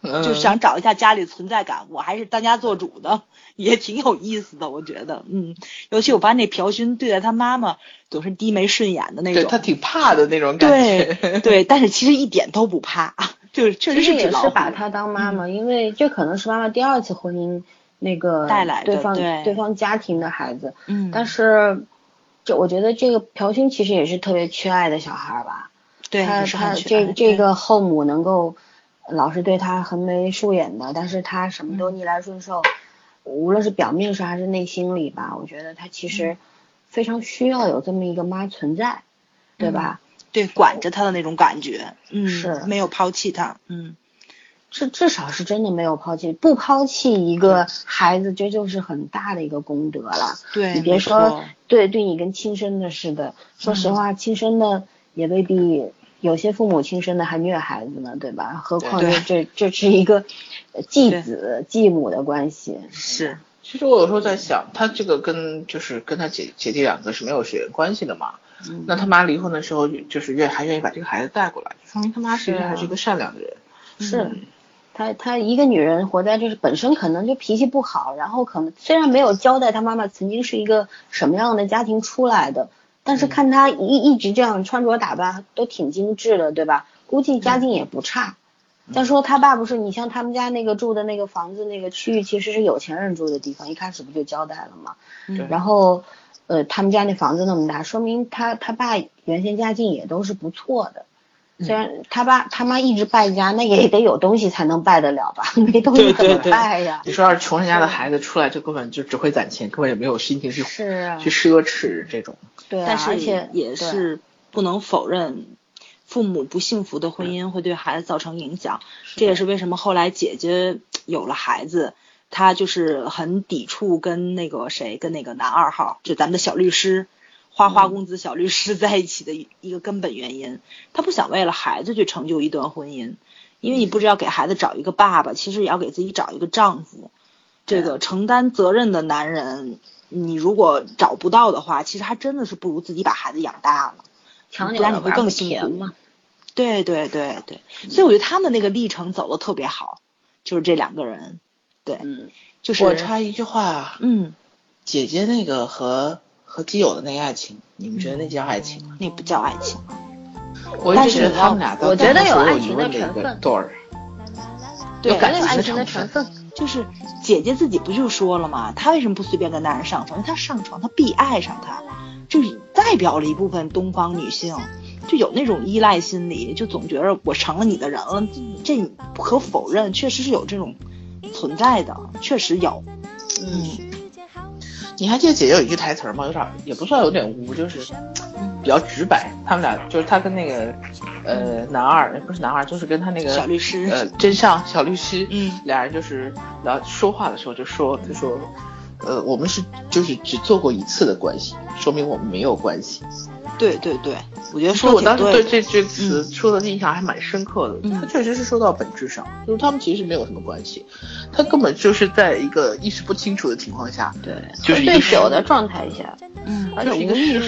[SPEAKER 1] 嗯
[SPEAKER 3] 就想找一下家里存在感。我还是当家做主的， [laughs] 也挺有意思的，我觉得。嗯，尤其我发现那朴勋对待他妈妈总是低眉顺眼的那
[SPEAKER 1] 对
[SPEAKER 3] 种
[SPEAKER 1] 他。挺怕的那种感觉。
[SPEAKER 3] 对对，但是其实一点都不怕， [laughs] 就是确
[SPEAKER 2] 其
[SPEAKER 3] 实
[SPEAKER 2] 实
[SPEAKER 3] 只
[SPEAKER 2] 也
[SPEAKER 3] 老
[SPEAKER 2] 是
[SPEAKER 3] 虎。嗯
[SPEAKER 2] 把她当妈妈，因为这可能是妈妈第二次婚姻那个
[SPEAKER 3] 带来的
[SPEAKER 2] 对方
[SPEAKER 3] 对
[SPEAKER 2] 方家庭的孩子，
[SPEAKER 3] 嗯，
[SPEAKER 2] 但是。这我觉得这个朴勋其实也是特别缺爱的小孩儿吧，
[SPEAKER 3] 对
[SPEAKER 2] 他
[SPEAKER 3] 也是
[SPEAKER 2] 他
[SPEAKER 3] 很缺爱嗯
[SPEAKER 2] 这这
[SPEAKER 3] 对
[SPEAKER 2] 个后母能够老是对他横眉竖眼的，但是他什么
[SPEAKER 3] 嗯
[SPEAKER 2] 都逆来顺受，无论是表面上还是内心里吧，我觉得他其
[SPEAKER 3] 嗯
[SPEAKER 2] 实非常需要有这么一个妈存在，对吧？
[SPEAKER 3] 对管着他的那种感觉，嗯，
[SPEAKER 2] 是
[SPEAKER 3] 没有抛弃他，嗯，
[SPEAKER 2] 至至少是真的没有抛弃，不抛弃一个孩子，这就是很大的一个功德了。
[SPEAKER 3] 对，
[SPEAKER 2] 你别
[SPEAKER 3] 没
[SPEAKER 2] 说
[SPEAKER 3] 错，嗯
[SPEAKER 2] 对对你跟亲生的似的，说实话，亲生的也未必有些父母亲生的还虐孩子呢，对吧？何况
[SPEAKER 3] 对
[SPEAKER 2] 这这这是一个呃继子继母的关系，
[SPEAKER 3] 是，
[SPEAKER 1] 其实我有时候在想，他这个跟就是跟他姐姐弟两个是没有血缘关系的嘛。
[SPEAKER 2] 嗯
[SPEAKER 1] 那他妈离婚的时候，就是愿还愿意把这个孩子带过来，就说明他妈其实
[SPEAKER 2] 是啊
[SPEAKER 1] 还是一个善良的人。
[SPEAKER 2] 是。她她一个女人活在这是本身可能就脾气不好，然后可能虽然没有交代她妈妈曾经是一个什么样的家庭出来的，但是看她一一直这样穿着打扮都挺精致的，对吧？估计家境也不差。再说她爸不是你像他们家那个住的那个房子那个区域其实是有钱人住的地方，一开始不就交代了吗？
[SPEAKER 1] 对
[SPEAKER 2] 嗯然后呃他们家那房子那么大，说明他他爸原先家境也都是不错的。虽然
[SPEAKER 1] 嗯
[SPEAKER 2] 他爸他妈一直败家，那也得有东西才能败得了吧？ [laughs] 没东西怎么败呀？
[SPEAKER 1] 你说要是穷人家的孩子出来，就根本就只会攒钱，根本也没有心情去
[SPEAKER 2] 是啊
[SPEAKER 1] 去奢侈这种。
[SPEAKER 2] 对啊，
[SPEAKER 3] 但是
[SPEAKER 2] 而且
[SPEAKER 3] 也是不能否认，父母不幸福的婚姻会对孩子造成影响，这也是为什么后来姐姐有了孩子。她就是很抵触跟那个谁，跟那个男二号，就咱们的小律师，花花
[SPEAKER 2] 嗯
[SPEAKER 3] 公子小律师 [laughs] 在一起的一一个根本原因，她不想为了孩子去成就一段婚姻，因为你不只要给孩子找一个爸爸，其实也要给自己找一个丈夫。这个承担责任的男人，你如果找不到的话，其实还真的是不如自己把孩子养大了。
[SPEAKER 2] 强
[SPEAKER 3] 不
[SPEAKER 2] 扭
[SPEAKER 3] 然
[SPEAKER 2] 的
[SPEAKER 3] 你会
[SPEAKER 2] 娃
[SPEAKER 3] 更
[SPEAKER 2] 不
[SPEAKER 3] 辛
[SPEAKER 2] 甜
[SPEAKER 3] 苦
[SPEAKER 2] 嘛。
[SPEAKER 3] 对对对对，所以我觉得他们那个历程走的特别好，就是这两个人，对，
[SPEAKER 2] 嗯，
[SPEAKER 3] 就是
[SPEAKER 1] 我插一句话，
[SPEAKER 3] 嗯，
[SPEAKER 1] 姐姐那个和和基友的那个爱情，你们觉得那叫爱情吗？
[SPEAKER 2] 嗯
[SPEAKER 3] 嗯那不叫爱情，
[SPEAKER 1] 我一直觉得他们俩都
[SPEAKER 2] 我觉得有爱情的
[SPEAKER 1] 的一
[SPEAKER 2] 成
[SPEAKER 1] 个
[SPEAKER 2] 分
[SPEAKER 1] 对儿，
[SPEAKER 3] 对
[SPEAKER 1] 有感
[SPEAKER 2] 那
[SPEAKER 1] 情
[SPEAKER 2] 个爱
[SPEAKER 1] 的
[SPEAKER 2] 情的成
[SPEAKER 1] 成
[SPEAKER 2] 分。
[SPEAKER 3] 就是姐姐自己不就说了嘛，她为什么不随便跟男人上床？因为她上床，她必爱上他，就是代表了一部分东方女性，就有那种依赖心理，就总觉着我成了你的人了，这你不可否认，确实是有这种存在的，确实有，
[SPEAKER 2] 嗯，
[SPEAKER 1] 你还记得姐姐有一句台词儿吗？有点儿也不算有点污，就是比较直白。他们俩就是他跟那个呃男二，不是男二，就是跟他那个
[SPEAKER 3] 小律师
[SPEAKER 1] 呃真相小律师，
[SPEAKER 3] 嗯
[SPEAKER 1] 俩人就是聊说话的时候就说就说，呃，我们是就是只做过一次的关系，说明我们没有关系。
[SPEAKER 3] 对对对，我觉得
[SPEAKER 1] 所
[SPEAKER 3] 说
[SPEAKER 1] 以
[SPEAKER 3] 得
[SPEAKER 1] 我当时
[SPEAKER 3] 挺
[SPEAKER 1] 对
[SPEAKER 3] 的
[SPEAKER 1] 这句词说的印象还蛮深刻的，
[SPEAKER 3] 嗯
[SPEAKER 1] 它确实是说到本质上，就是他们其实没有什么关系，他根本就是在一个意识不清楚的情况下，
[SPEAKER 3] 对，
[SPEAKER 1] 就是一个
[SPEAKER 2] 醉
[SPEAKER 1] 失
[SPEAKER 2] 酒的状态下，
[SPEAKER 3] 嗯
[SPEAKER 2] 而
[SPEAKER 1] 就是
[SPEAKER 2] 且无
[SPEAKER 1] 一个
[SPEAKER 2] 意
[SPEAKER 1] 失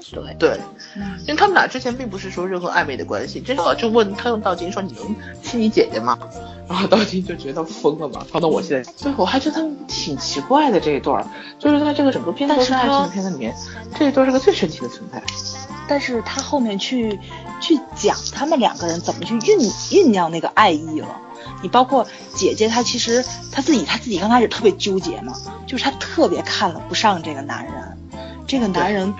[SPEAKER 2] 识
[SPEAKER 1] 误，
[SPEAKER 2] 对，
[SPEAKER 1] 对，
[SPEAKER 3] 嗯
[SPEAKER 1] 因为他们俩之前并不是说任何暧昧的关系，这个就问他用道金说你能是你姐姐吗？然后道金就觉得疯了嘛，放到我现在，对我还觉得他们挺奇怪的这一段儿，就是在这个整个片子都是爱情片子里面，这一段是个最神奇的存在。
[SPEAKER 3] 但是他后面去去讲他们两个人怎么去酝酝酿那个爱意了。你包括姐姐，她其实她自己，她自己刚开始特别纠结嘛，就是她特别看了不上这个男人，这个男人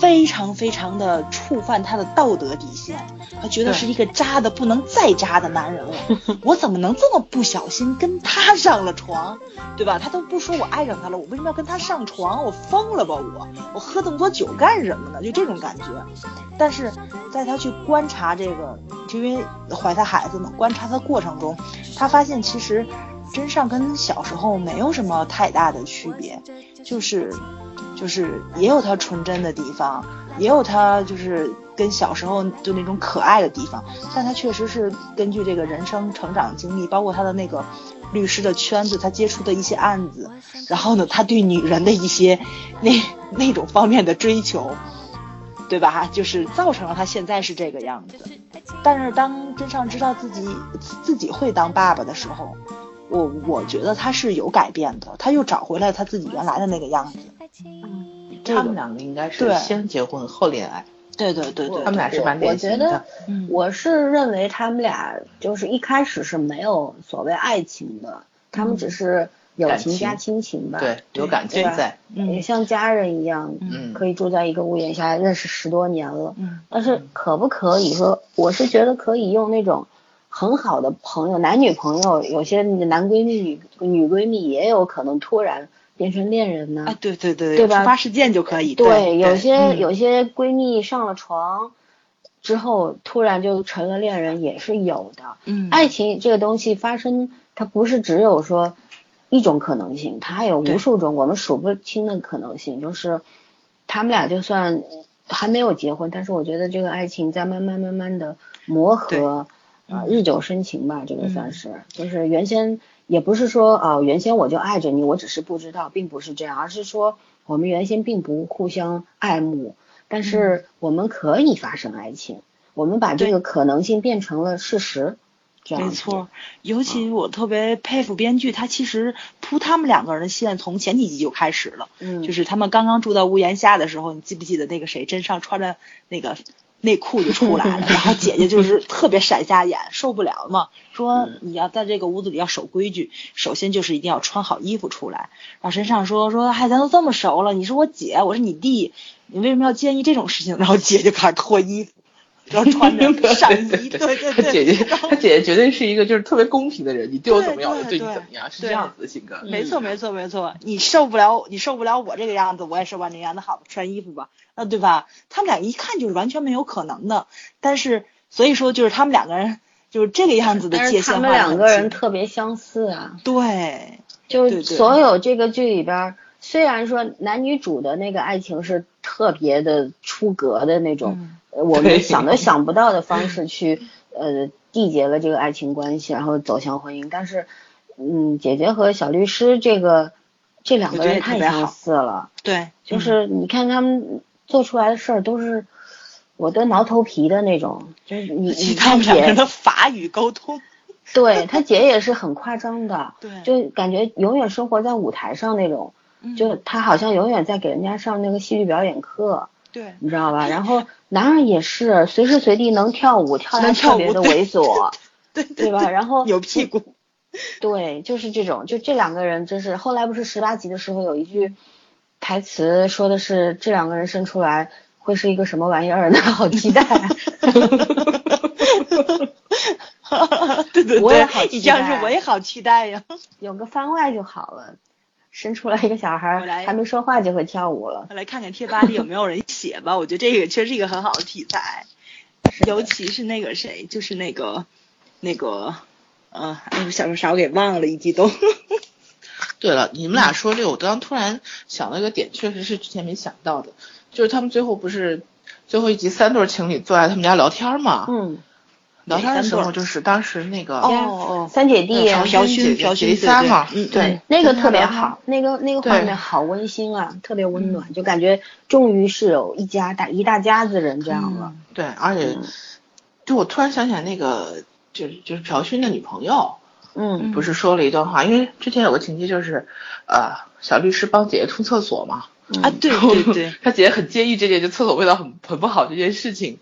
[SPEAKER 3] 非常非常的触犯她的道德底线，她觉得
[SPEAKER 1] 对
[SPEAKER 3] 是一个渣的不能再渣的男人了，我怎么能这么不小心跟他上了床，对吧？他都不说我爱上他了，我为什么要跟他上床？我疯了吧我？我喝这么多酒干什么呢？就这种感觉。但是在他去观察这个，就因为怀他孩子嘛，观察他过程中，他发现其实真上跟小时候没有什么太大的区别，就是就是也有他纯真的地方，也有他就是跟小时候就那种可爱的地方，但他确实是根据这个人生成长经历，包括他的那个律师的圈子，他接触的一些案子，然后呢，他对女人的一些那 [laughs] 那种方面的追求，对吧？就是造成了他现在是这个样子。但是当真上知道自己自自己会当爸爸的时候，我我觉得他是有改变的，他又找回来他自己原来的那个样子。这
[SPEAKER 1] 嗯他
[SPEAKER 3] 个
[SPEAKER 1] 们两个应该是
[SPEAKER 3] 对
[SPEAKER 1] 先结婚后恋爱，
[SPEAKER 3] 对对对对，
[SPEAKER 1] 他们俩是蛮典型
[SPEAKER 2] 我觉得
[SPEAKER 1] 的。
[SPEAKER 3] 嗯
[SPEAKER 2] 我是认为他们俩就是一开始是没有所谓爱情的，他们只是友
[SPEAKER 1] 嗯感
[SPEAKER 2] 情
[SPEAKER 1] 情
[SPEAKER 2] 加亲情吧，
[SPEAKER 1] 对，有感情
[SPEAKER 2] 对吧
[SPEAKER 1] 在，
[SPEAKER 2] 也
[SPEAKER 3] 嗯
[SPEAKER 2] 像家人一样，
[SPEAKER 1] 嗯
[SPEAKER 2] 可以住在一个屋檐下，认识十多年了。
[SPEAKER 3] 嗯
[SPEAKER 2] 但是可不可以说，我是觉得可以用那种很好的朋友，男女朋友，有些男闺蜜、女女闺蜜也有可能突然变成恋人呢。
[SPEAKER 3] 啊，对对对
[SPEAKER 2] 对吧
[SPEAKER 3] 突发事件就可以。
[SPEAKER 2] 对，有些、
[SPEAKER 3] 嗯
[SPEAKER 2] 有些闺蜜上了床之后，突然就成了恋人，也是有的。
[SPEAKER 3] 嗯
[SPEAKER 2] 爱情这个东西发生，它不是只有说一种可能性，它有
[SPEAKER 3] 对
[SPEAKER 2] 无数种我们数不清的可能性。就是他们俩就算还没有结婚，但是我觉得这个爱情在慢慢慢慢的磨
[SPEAKER 3] 对
[SPEAKER 2] 合，啊、
[SPEAKER 3] 嗯
[SPEAKER 2] 日久生情吧，这个
[SPEAKER 3] 嗯
[SPEAKER 2] 算是。就是原先也不是说啊、原先我就爱着你，我只是不知道，并不是这样，而是说我们原先并不互相爱慕，但
[SPEAKER 3] 嗯
[SPEAKER 2] 是我们可以发生爱情，我们把这
[SPEAKER 3] 对
[SPEAKER 2] 个可能性变成了事实。这样
[SPEAKER 3] 没
[SPEAKER 2] 子
[SPEAKER 3] 错，，尤
[SPEAKER 2] 啊
[SPEAKER 3] 其我特别佩服编剧，他其实铺他们两个人的线从前几集就开始了，
[SPEAKER 2] 嗯，
[SPEAKER 3] 就是他们刚刚住到屋檐下的时候，你记不记得那个谁真上穿着那个内裤就出来 [laughs] 了，然后姐姐就是特别闪瞎眼，受不了嘛，说你要在这个屋子里要守规矩，首先就是一定要穿好衣服出来。然后身上说说，嗨、咱都这么熟了，你是我姐，我是你弟，你为什么要介意这种事情？然后姐就开始脱衣服，然后穿着上衣，对 [laughs] 对
[SPEAKER 1] 他姐
[SPEAKER 3] 对，
[SPEAKER 1] 姐，他姐姐绝对是一个就是特别公平的人，你对我怎么样，我就
[SPEAKER 3] 对对
[SPEAKER 1] 对你怎么样，是这样子的性
[SPEAKER 2] 嗯
[SPEAKER 1] 格。嗯
[SPEAKER 3] 没错，没错，没错。你受不了，你受不了我这个样子，我也受不了你这样子。好，穿衣服吧，啊，对吧？他们俩一看就是完全没有可能的。但是，所以说就是他们两个人就是这个样子的
[SPEAKER 2] 但
[SPEAKER 3] 界
[SPEAKER 2] 是他
[SPEAKER 3] 限画
[SPEAKER 2] 们
[SPEAKER 3] 得
[SPEAKER 2] 两
[SPEAKER 3] 很
[SPEAKER 2] 个
[SPEAKER 3] 清
[SPEAKER 2] 人特别相似啊，
[SPEAKER 3] 对，
[SPEAKER 2] 就
[SPEAKER 3] 对
[SPEAKER 2] 是
[SPEAKER 3] 对
[SPEAKER 2] 所有这个剧里边儿，虽然说男女主的那个爱情是特别的出格的那种，
[SPEAKER 3] 嗯
[SPEAKER 2] 呃我
[SPEAKER 1] 对
[SPEAKER 2] 们想都想不到的方
[SPEAKER 3] [laughs]
[SPEAKER 2] 式去呃缔结了这个爱情关系，然后走向婚姻，但是嗯，姐姐和小律师这个这两
[SPEAKER 3] 我
[SPEAKER 2] 个
[SPEAKER 3] 觉得
[SPEAKER 2] 人
[SPEAKER 3] 特
[SPEAKER 2] 太
[SPEAKER 3] 别好
[SPEAKER 2] 相似了，
[SPEAKER 3] 对，
[SPEAKER 2] 就
[SPEAKER 3] 嗯
[SPEAKER 2] 是你看他们做出来的事儿都是我都挠头皮的那种，就是你
[SPEAKER 3] 其
[SPEAKER 2] 你
[SPEAKER 3] 嗯他
[SPEAKER 2] 看
[SPEAKER 3] 们两个
[SPEAKER 2] 姐
[SPEAKER 3] 人的法语沟通，
[SPEAKER 2] 对他姐也是很夸张的，
[SPEAKER 3] 对
[SPEAKER 2] 就感觉永远生活在舞台上那种，
[SPEAKER 3] 嗯
[SPEAKER 2] 就他好像永远在给人家上那个戏剧表演课，
[SPEAKER 3] 对，
[SPEAKER 2] 你知道吧？然后男二也是随时随地能跳舞，跳
[SPEAKER 3] 能
[SPEAKER 2] 的
[SPEAKER 3] 跳
[SPEAKER 2] 特别
[SPEAKER 3] 舞
[SPEAKER 2] 的
[SPEAKER 3] 对
[SPEAKER 2] 猥琐，
[SPEAKER 3] 对
[SPEAKER 2] 对吧？然后
[SPEAKER 3] 有屁股， [laughs]
[SPEAKER 2] 对，就是这种，就这两个人真是，后来不是十八集的时候有一句台词说的是这两个人生出来会是一个什么玩意儿呢？ [laughs] 好期待。啊
[SPEAKER 3] 对对
[SPEAKER 2] 我也
[SPEAKER 3] 对
[SPEAKER 2] 好
[SPEAKER 3] 你
[SPEAKER 2] 期
[SPEAKER 3] 这样
[SPEAKER 2] 待
[SPEAKER 3] 是我也好期待呀。
[SPEAKER 2] 有个番外就好了，生出来一个小孩
[SPEAKER 3] 我来
[SPEAKER 2] 儿还没说话就会跳舞了。
[SPEAKER 3] 我来看看贴吧里有没有人写吧，我觉得这个确实是一个很好的题材，尤其是那个谁，就是那个那个，呃，哎，我小时候啥我给忘了，一激动。
[SPEAKER 1] 对了，你们俩说这个，我刚刚突然想到一个点，确实是之前没想到的，就是他们最后不是最后一集三对情侣坐在他们家聊天嘛，
[SPEAKER 2] 嗯，
[SPEAKER 1] 聊天的时
[SPEAKER 3] 三对
[SPEAKER 1] 候就是当时那个
[SPEAKER 3] 哦哦，
[SPEAKER 2] 三姐弟
[SPEAKER 1] 乔姐
[SPEAKER 3] 朴勋
[SPEAKER 1] 姐
[SPEAKER 3] 朴
[SPEAKER 1] 姐
[SPEAKER 3] 勋
[SPEAKER 1] 姐仨嘛
[SPEAKER 3] 对对嗯
[SPEAKER 1] 对
[SPEAKER 2] 嗯那个特别
[SPEAKER 1] 跟他聊
[SPEAKER 2] 好，那个那个画
[SPEAKER 1] 对
[SPEAKER 2] 面好温馨啊，特别温
[SPEAKER 3] 嗯
[SPEAKER 2] 暖，就感觉终于是有一家大一大家子人这样了。
[SPEAKER 1] 对，而且
[SPEAKER 2] 嗯
[SPEAKER 1] 就我突然想起来那个就是就是朴勋的女朋友，
[SPEAKER 2] 嗯
[SPEAKER 1] 不是说了一段话，因为之前有个情节就是，呃，小律师帮姐姐冲厕所嘛，
[SPEAKER 3] 啊，对
[SPEAKER 1] [laughs]
[SPEAKER 3] [laughs] 对对，
[SPEAKER 1] 他姐姐很介意这件就厕所味道很很不好这件事情，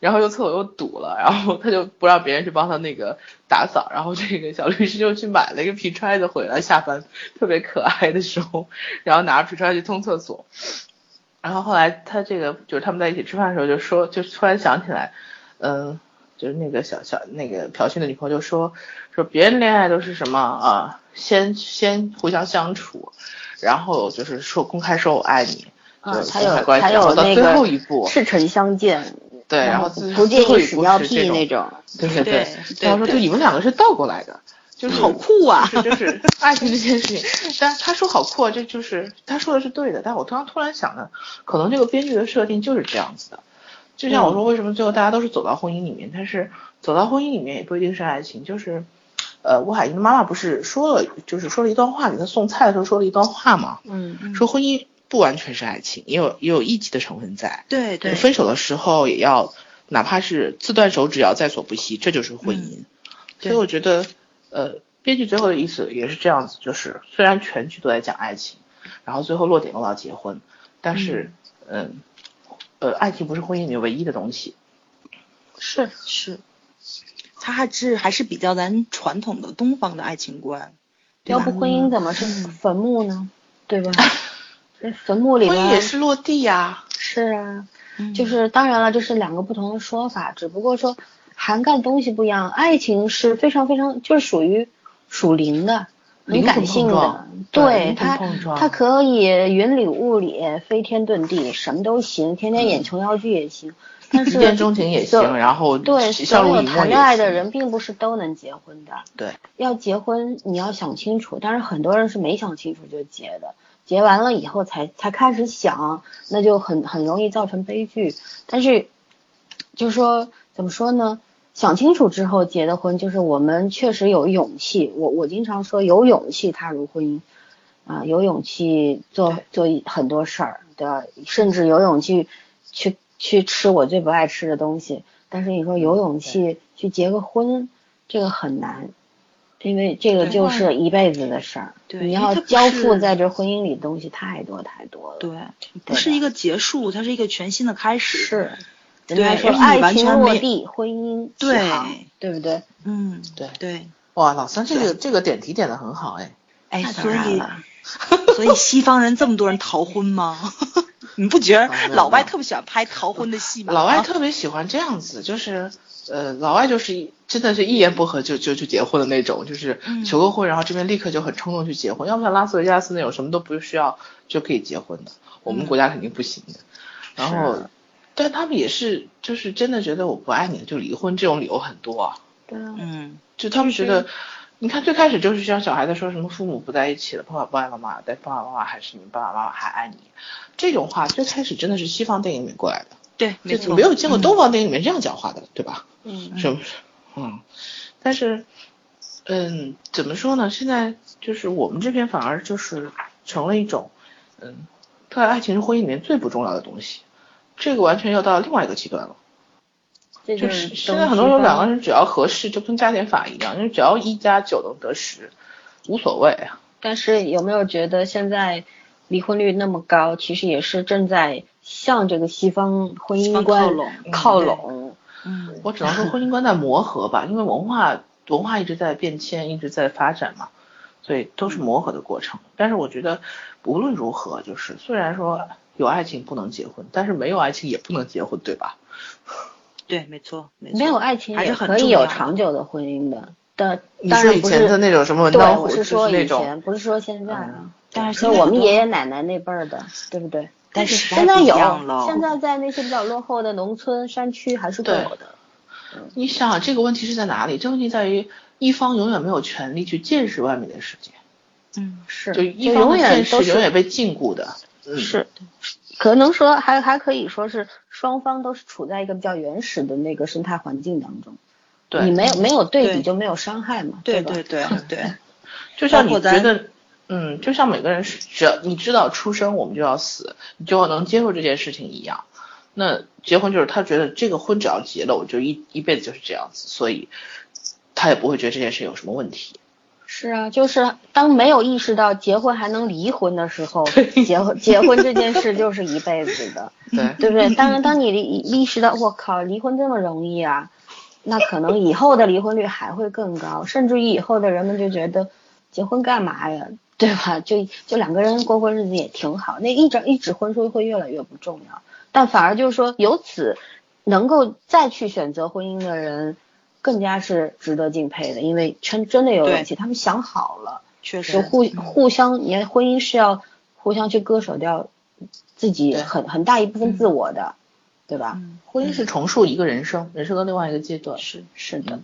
[SPEAKER 1] 然后又厕所又堵了，然后他就不让别人去帮他那个打扫，然后这个小律师就去买了一个皮揣子回来，下班特别可爱的时候， [laughs] 然后拿着皮揣子去冲厕所，然后后来他这个就是他们在一起吃饭的时候就说，就突然想起来，嗯、就是那个小小那个朴勋的女朋友就说说别人恋爱都是什么啊、先先互相相处，然后就是说公开说我爱你，
[SPEAKER 2] 啊，
[SPEAKER 1] 就是
[SPEAKER 2] 才
[SPEAKER 1] 公开
[SPEAKER 2] 有
[SPEAKER 1] 关系，
[SPEAKER 2] 才
[SPEAKER 1] 然后
[SPEAKER 2] 有
[SPEAKER 1] 到
[SPEAKER 2] 那
[SPEAKER 1] 最后
[SPEAKER 2] 个
[SPEAKER 1] 一步，
[SPEAKER 2] 赤诚相见，
[SPEAKER 1] 对，然后
[SPEAKER 2] 后
[SPEAKER 1] 最
[SPEAKER 2] 不介
[SPEAKER 1] 最后
[SPEAKER 2] 意
[SPEAKER 1] 一
[SPEAKER 2] 屎
[SPEAKER 1] 步
[SPEAKER 2] 尿
[SPEAKER 1] 是
[SPEAKER 2] 屁
[SPEAKER 1] 这
[SPEAKER 2] 那
[SPEAKER 1] 种，
[SPEAKER 2] 种。
[SPEAKER 1] 对对
[SPEAKER 3] 对对
[SPEAKER 1] 然后说
[SPEAKER 3] 对
[SPEAKER 1] 就你们两个是倒过来的，就是
[SPEAKER 3] 好酷啊！
[SPEAKER 1] 就是
[SPEAKER 3] [laughs]
[SPEAKER 1] 就是爱情这件事情。但他说好酷啊，这就是他说的是对的。但我刚刚突然想的，可能这个编剧的设定就是这样子的。就像我
[SPEAKER 3] 嗯
[SPEAKER 1] 说，为什么最后大家都是走到婚姻里面，但是走到婚姻里面也不一定是爱情，就是。呃，吴海英的妈妈不是说了，就是说了一段话，给她送菜的时候说了一段话嘛，
[SPEAKER 2] 嗯
[SPEAKER 1] 说婚姻不完全是爱情，也有也有义气的成分在。
[SPEAKER 3] 对对，
[SPEAKER 1] 分手的时候也要，哪怕是自断手指也要在所不惜，这就是婚姻。所以我觉得，呃，编剧最后的意思也是这样子，就是虽然全剧都在讲爱情，然后最后落点落到结婚，但是，嗯，呃，爱情不是婚姻里面唯一的东西。
[SPEAKER 3] 是是，他还是还是比较咱传统的东方的爱情观，对
[SPEAKER 2] 要
[SPEAKER 3] 吧
[SPEAKER 2] 不婚姻怎么是坟墓呢？对
[SPEAKER 1] [laughs]
[SPEAKER 2] 吧？那坟墓里
[SPEAKER 1] 婚姻也
[SPEAKER 2] 面
[SPEAKER 1] 是落地呀、
[SPEAKER 2] 是啊，
[SPEAKER 3] 嗯
[SPEAKER 2] 就是当然了，这是两个不同的说法，只不过说涵盖的东西不一样。爱情是非常非常就是属于属灵的，很
[SPEAKER 1] 灵魂
[SPEAKER 2] 感性
[SPEAKER 1] 碰
[SPEAKER 2] 的
[SPEAKER 1] 撞，对
[SPEAKER 2] 对
[SPEAKER 1] 灵魂
[SPEAKER 2] 它
[SPEAKER 1] 碰撞
[SPEAKER 2] 它可以云里雾里、飞天遁地，什么都行，天天演琼瑶剧也行。但
[SPEAKER 1] 嗯一
[SPEAKER 2] 是
[SPEAKER 1] 见钟情也行，
[SPEAKER 2] 对
[SPEAKER 1] 然后
[SPEAKER 2] 对
[SPEAKER 1] 相
[SPEAKER 2] 所
[SPEAKER 1] 濡
[SPEAKER 2] 有
[SPEAKER 1] 以沫
[SPEAKER 2] 谈
[SPEAKER 1] 也
[SPEAKER 2] 恋爱的
[SPEAKER 1] 行
[SPEAKER 2] 人并不是都能结婚的，
[SPEAKER 1] 对，
[SPEAKER 2] 要结婚你要想清楚，但是很多人是没想清楚就结的，结完了以后才才开始想，那就很很容易造成悲剧。但是就说怎么说呢？想清楚之后结的婚，就是我们确实有勇气。我我经常说，有勇气踏入婚姻，啊、有勇气做做一很多事儿，对吧？甚至有勇气去去吃我最不爱吃的东西。但是你说有勇气去结个婚，这个很难，因为这个
[SPEAKER 3] 对
[SPEAKER 2] 就是一辈子的事儿。
[SPEAKER 3] 对
[SPEAKER 2] 你
[SPEAKER 3] 因为
[SPEAKER 2] 要
[SPEAKER 3] 它不
[SPEAKER 2] 交
[SPEAKER 3] 是
[SPEAKER 2] 付在这婚姻里的东西太多太多了。，
[SPEAKER 3] 对，不
[SPEAKER 2] 对
[SPEAKER 3] 是
[SPEAKER 2] 的
[SPEAKER 3] 一个结束，它是一个全新的开始。，
[SPEAKER 2] 是。人
[SPEAKER 3] 对
[SPEAKER 2] 家说
[SPEAKER 3] 而且你
[SPEAKER 2] 爱
[SPEAKER 3] 完
[SPEAKER 2] 情
[SPEAKER 3] 全
[SPEAKER 2] 落
[SPEAKER 3] 没
[SPEAKER 2] 地，婚姻起
[SPEAKER 3] 对
[SPEAKER 2] 航，对不对？
[SPEAKER 3] 嗯，
[SPEAKER 1] 对
[SPEAKER 3] 对，
[SPEAKER 1] 哇，老三这个这个点题点的很好哎，
[SPEAKER 3] 哎，
[SPEAKER 2] 那当
[SPEAKER 3] 所
[SPEAKER 2] 然
[SPEAKER 3] 以
[SPEAKER 2] [laughs] 了
[SPEAKER 3] 所以西方人这么多人逃婚吗？ [laughs] 你不觉
[SPEAKER 1] 没有
[SPEAKER 3] 得
[SPEAKER 1] 没有
[SPEAKER 3] 老外特别喜欢拍逃婚的戏吗？啊
[SPEAKER 1] 老外特别喜欢这样子，就是呃，老外就是一真的是一言不合就就就结婚的那种，就是
[SPEAKER 3] 嗯
[SPEAKER 1] 求个婚，然后这边立刻就很冲动去结婚，要不像拉斯维加斯那种什么都不需要就可以结婚的，我们国家肯定不行的。然后，但他们也是就是真的觉得我不爱你了就离婚，这种理由很多啊，
[SPEAKER 2] 对啊，
[SPEAKER 3] 嗯，
[SPEAKER 1] 就他们觉得。你看，最开始就是像小孩子说什么父母不在一起了，爸爸不爱妈妈，但爸爸妈妈还是你，爸爸妈妈还爱你，这种话最开始真的是西方电影里面过来的。
[SPEAKER 3] 对，没
[SPEAKER 1] 就
[SPEAKER 3] 错，
[SPEAKER 1] 你没有见过东方电影里面这样讲话的，对吧？
[SPEAKER 2] 嗯，
[SPEAKER 1] 是不是？嗯，但是，嗯，怎么说呢？现在就是我们这边反而就是成了一种，嗯，特爱爱情是婚姻里面最不重要的东西，这个完全要到另外一个极端了。
[SPEAKER 2] 这
[SPEAKER 1] 就
[SPEAKER 2] 就是
[SPEAKER 1] 是现在很多时候两个人只要合适，就跟加减法一样，因为只要一加九能得十，无所谓。
[SPEAKER 2] 但是有没有觉得现在离婚率那么高，其实也是正在向这个西方婚
[SPEAKER 3] 西
[SPEAKER 2] 姻
[SPEAKER 3] 方
[SPEAKER 2] 观
[SPEAKER 3] 靠拢嗯
[SPEAKER 2] 靠
[SPEAKER 3] 对
[SPEAKER 2] 拢
[SPEAKER 3] 嗯，
[SPEAKER 1] 我只能说婚姻观在磨合吧，因为文化文化一直在变迁，一直在发展嘛，所以都是磨合的过程。但是我觉得无论如何，就是虽然说有爱情不能结婚，但是没有爱情也不能结婚，对吧？
[SPEAKER 3] 对，没错，没啊错，
[SPEAKER 2] 没有爱情
[SPEAKER 3] 还是
[SPEAKER 2] 也
[SPEAKER 3] 很
[SPEAKER 2] 可以
[SPEAKER 3] 重
[SPEAKER 2] 有
[SPEAKER 3] 要的
[SPEAKER 2] 长久的婚姻的。但
[SPEAKER 1] 你
[SPEAKER 2] 当
[SPEAKER 1] 说
[SPEAKER 2] 然
[SPEAKER 1] 以
[SPEAKER 2] 不
[SPEAKER 1] 前
[SPEAKER 2] 是
[SPEAKER 1] 的那种什么文
[SPEAKER 2] 对
[SPEAKER 1] 当，户
[SPEAKER 2] 我
[SPEAKER 1] 就是
[SPEAKER 2] 说
[SPEAKER 1] 那
[SPEAKER 2] 以
[SPEAKER 1] 种
[SPEAKER 2] 前，不是说现在啊
[SPEAKER 1] 嗯。
[SPEAKER 3] 但是
[SPEAKER 2] 就
[SPEAKER 3] 现在
[SPEAKER 2] 我们
[SPEAKER 3] 很多
[SPEAKER 2] 爷爷奶奶那辈儿的，对不对？
[SPEAKER 3] 但是时代
[SPEAKER 2] 现在
[SPEAKER 3] 不一
[SPEAKER 2] 有
[SPEAKER 3] 样了，
[SPEAKER 2] 现在在那些比较落后的农村、山区还是会
[SPEAKER 1] 对
[SPEAKER 2] 有的。
[SPEAKER 1] 你想想这个问题是在哪里？这个问题在于一方永远没有权利去见识外面的世界。
[SPEAKER 3] 嗯，
[SPEAKER 2] 是，
[SPEAKER 1] 就
[SPEAKER 2] 就
[SPEAKER 1] 一方
[SPEAKER 2] 永
[SPEAKER 1] 面
[SPEAKER 2] 远都
[SPEAKER 1] 是
[SPEAKER 2] 是
[SPEAKER 1] 永远被禁锢的，嗯，
[SPEAKER 2] 是，可能说还还可以说是双方都是处在一个比较原始的那个生态环境当中，
[SPEAKER 1] 对，
[SPEAKER 2] 你没有没有对比
[SPEAKER 3] 对
[SPEAKER 2] 就没有伤害嘛，
[SPEAKER 3] 对
[SPEAKER 2] 吧？
[SPEAKER 3] 对对
[SPEAKER 2] [laughs]
[SPEAKER 3] 对，
[SPEAKER 1] 就像
[SPEAKER 3] 包
[SPEAKER 1] 你
[SPEAKER 3] 括
[SPEAKER 1] 觉
[SPEAKER 3] 咱
[SPEAKER 1] 得，嗯，就像每个人是只要你知道出生我们就要死，你就要能接受这件事情一样。那结婚就是他觉得这个婚只要结了，我就一一辈子就是这样子，所以他也不会觉得这件事有什么问题。
[SPEAKER 2] 是啊，就是当没有意识到结婚还能离婚的时候，结婚结婚这件事就是一辈子的，
[SPEAKER 1] 对，
[SPEAKER 2] 对不对？当然，当你离意识到我靠，离婚这么容易啊，那可能以后的离婚率还会更高，甚至于以后的人们就觉得结婚干嘛呀，对吧？就就两个人过过日子也挺好，那一整一纸婚书会越来越不重要，但反而就是说，由此能够再去选择婚姻的人，更加是值得敬佩的，因为真真的有勇气，他们想好了。
[SPEAKER 3] 确
[SPEAKER 2] 就
[SPEAKER 3] 实，
[SPEAKER 2] 互互相，你看婚姻是要互相去割舍掉自己
[SPEAKER 1] 对
[SPEAKER 2] 很很大一部分自我的，对吧？
[SPEAKER 3] 嗯，
[SPEAKER 1] 婚姻是重塑一个人生，人生的另外一个阶段。
[SPEAKER 3] 是。
[SPEAKER 2] 是的，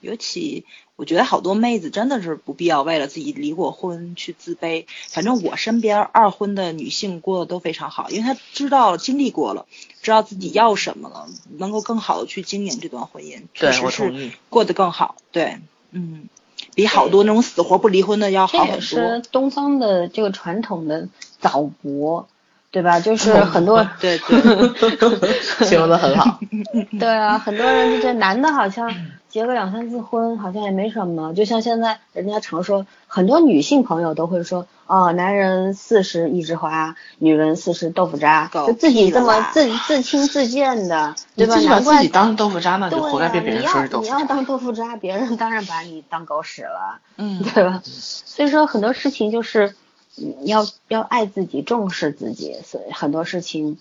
[SPEAKER 3] 尤其我觉得好多妹子真的是不必要为了自己离过婚去自卑。反正我身边二婚的女性过得都非常好，因为她知道了经历过了，知道自己要什么了，能够更好的去经营这段婚姻，确
[SPEAKER 1] 对
[SPEAKER 3] 实
[SPEAKER 1] 我同意
[SPEAKER 3] 是过得更好。对，嗯，比好多那种死活不离婚的要
[SPEAKER 2] 这
[SPEAKER 3] 好
[SPEAKER 2] 也
[SPEAKER 3] 很
[SPEAKER 2] 是
[SPEAKER 3] 多。
[SPEAKER 2] 东方的这个传统的早搏，对吧？就是很 [laughs] 多
[SPEAKER 3] 对对
[SPEAKER 1] 形容的很好，
[SPEAKER 2] 对啊，很多人就觉得男的好 [laughs] 像结个两三次婚好像也没什么，就像现在人家常说，很多女性朋友都会说，哦，男人四十一枝花，女人四十豆腐渣，
[SPEAKER 3] 狗
[SPEAKER 2] 就自己
[SPEAKER 3] 屁了
[SPEAKER 2] 这么
[SPEAKER 3] 吧
[SPEAKER 2] 自自轻自贱的，对吧？
[SPEAKER 1] 你自己把
[SPEAKER 2] 难
[SPEAKER 1] 自
[SPEAKER 2] 怪
[SPEAKER 1] 己当成豆腐渣，那 [laughs]
[SPEAKER 2] 对
[SPEAKER 1] 就活该被别人说是豆腐
[SPEAKER 2] 啊、你要你要
[SPEAKER 1] 渣。
[SPEAKER 2] 当豆腐渣，别人当然把你当狗屎了，
[SPEAKER 3] 嗯，
[SPEAKER 2] 对吧？ [laughs] 所以说很多事情就是嗯要要爱自己，重视自己，所以很多事情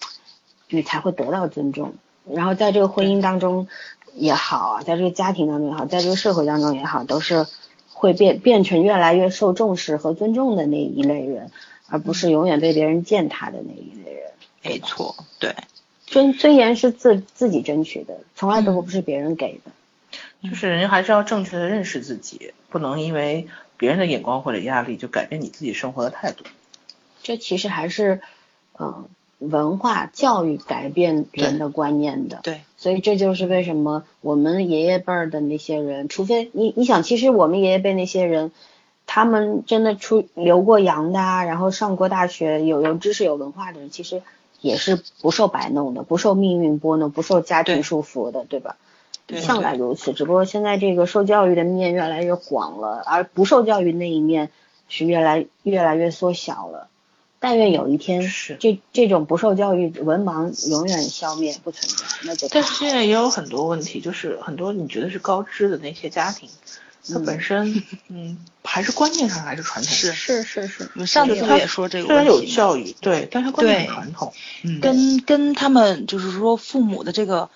[SPEAKER 2] 你才会得到尊重。然后在这个婚姻当中也好啊，在这个家庭当中也好，在这个社会当中也好，都是会变变成越来越受重视和尊重的那一类人，而不是永远被别人践踏的那一类人。
[SPEAKER 3] 没错，对，
[SPEAKER 2] 尊尊严是自自己争取的，从来
[SPEAKER 1] 嗯
[SPEAKER 2] 都不是别人给的。
[SPEAKER 1] 就是人还是要正确的认识自己，不能因为别人的眼光或者压力就改变你自己生活的态度。
[SPEAKER 2] 这其实还是，嗯、文化教育改变人的观念的。
[SPEAKER 3] 对，
[SPEAKER 2] 所以这就是为什么我们爷爷辈儿的那些人，除非你你想，其实我们爷爷辈那些人，他们真的出留过洋的啊，然后上过大学，有有知识有文化的人，其实也是不受摆弄的，不受命运拨弄，不受家庭
[SPEAKER 3] 对
[SPEAKER 2] 束缚的，对吧？
[SPEAKER 3] 对
[SPEAKER 2] 向来如此，只不过现在这个受教育的面越来越广了，而不受教育那一面是越来越来越缩小了。但愿有一天，
[SPEAKER 1] 是
[SPEAKER 2] 这这种不受教育文盲永远消灭不存在，那就
[SPEAKER 1] 但是现在也有很多问题，就是很多你觉得是高知的那些家庭，它本 [laughs] 身嗯还是观念上还是嗯传统，
[SPEAKER 3] 是
[SPEAKER 2] 是是是，
[SPEAKER 3] 我们上次
[SPEAKER 2] 对
[SPEAKER 3] 不也说这个
[SPEAKER 1] 虽然
[SPEAKER 3] 问
[SPEAKER 1] 有
[SPEAKER 3] 题吗？
[SPEAKER 1] 教育对，但是观念很
[SPEAKER 3] 对
[SPEAKER 1] 传统，嗯，
[SPEAKER 3] 跟跟他们就是说父母的这个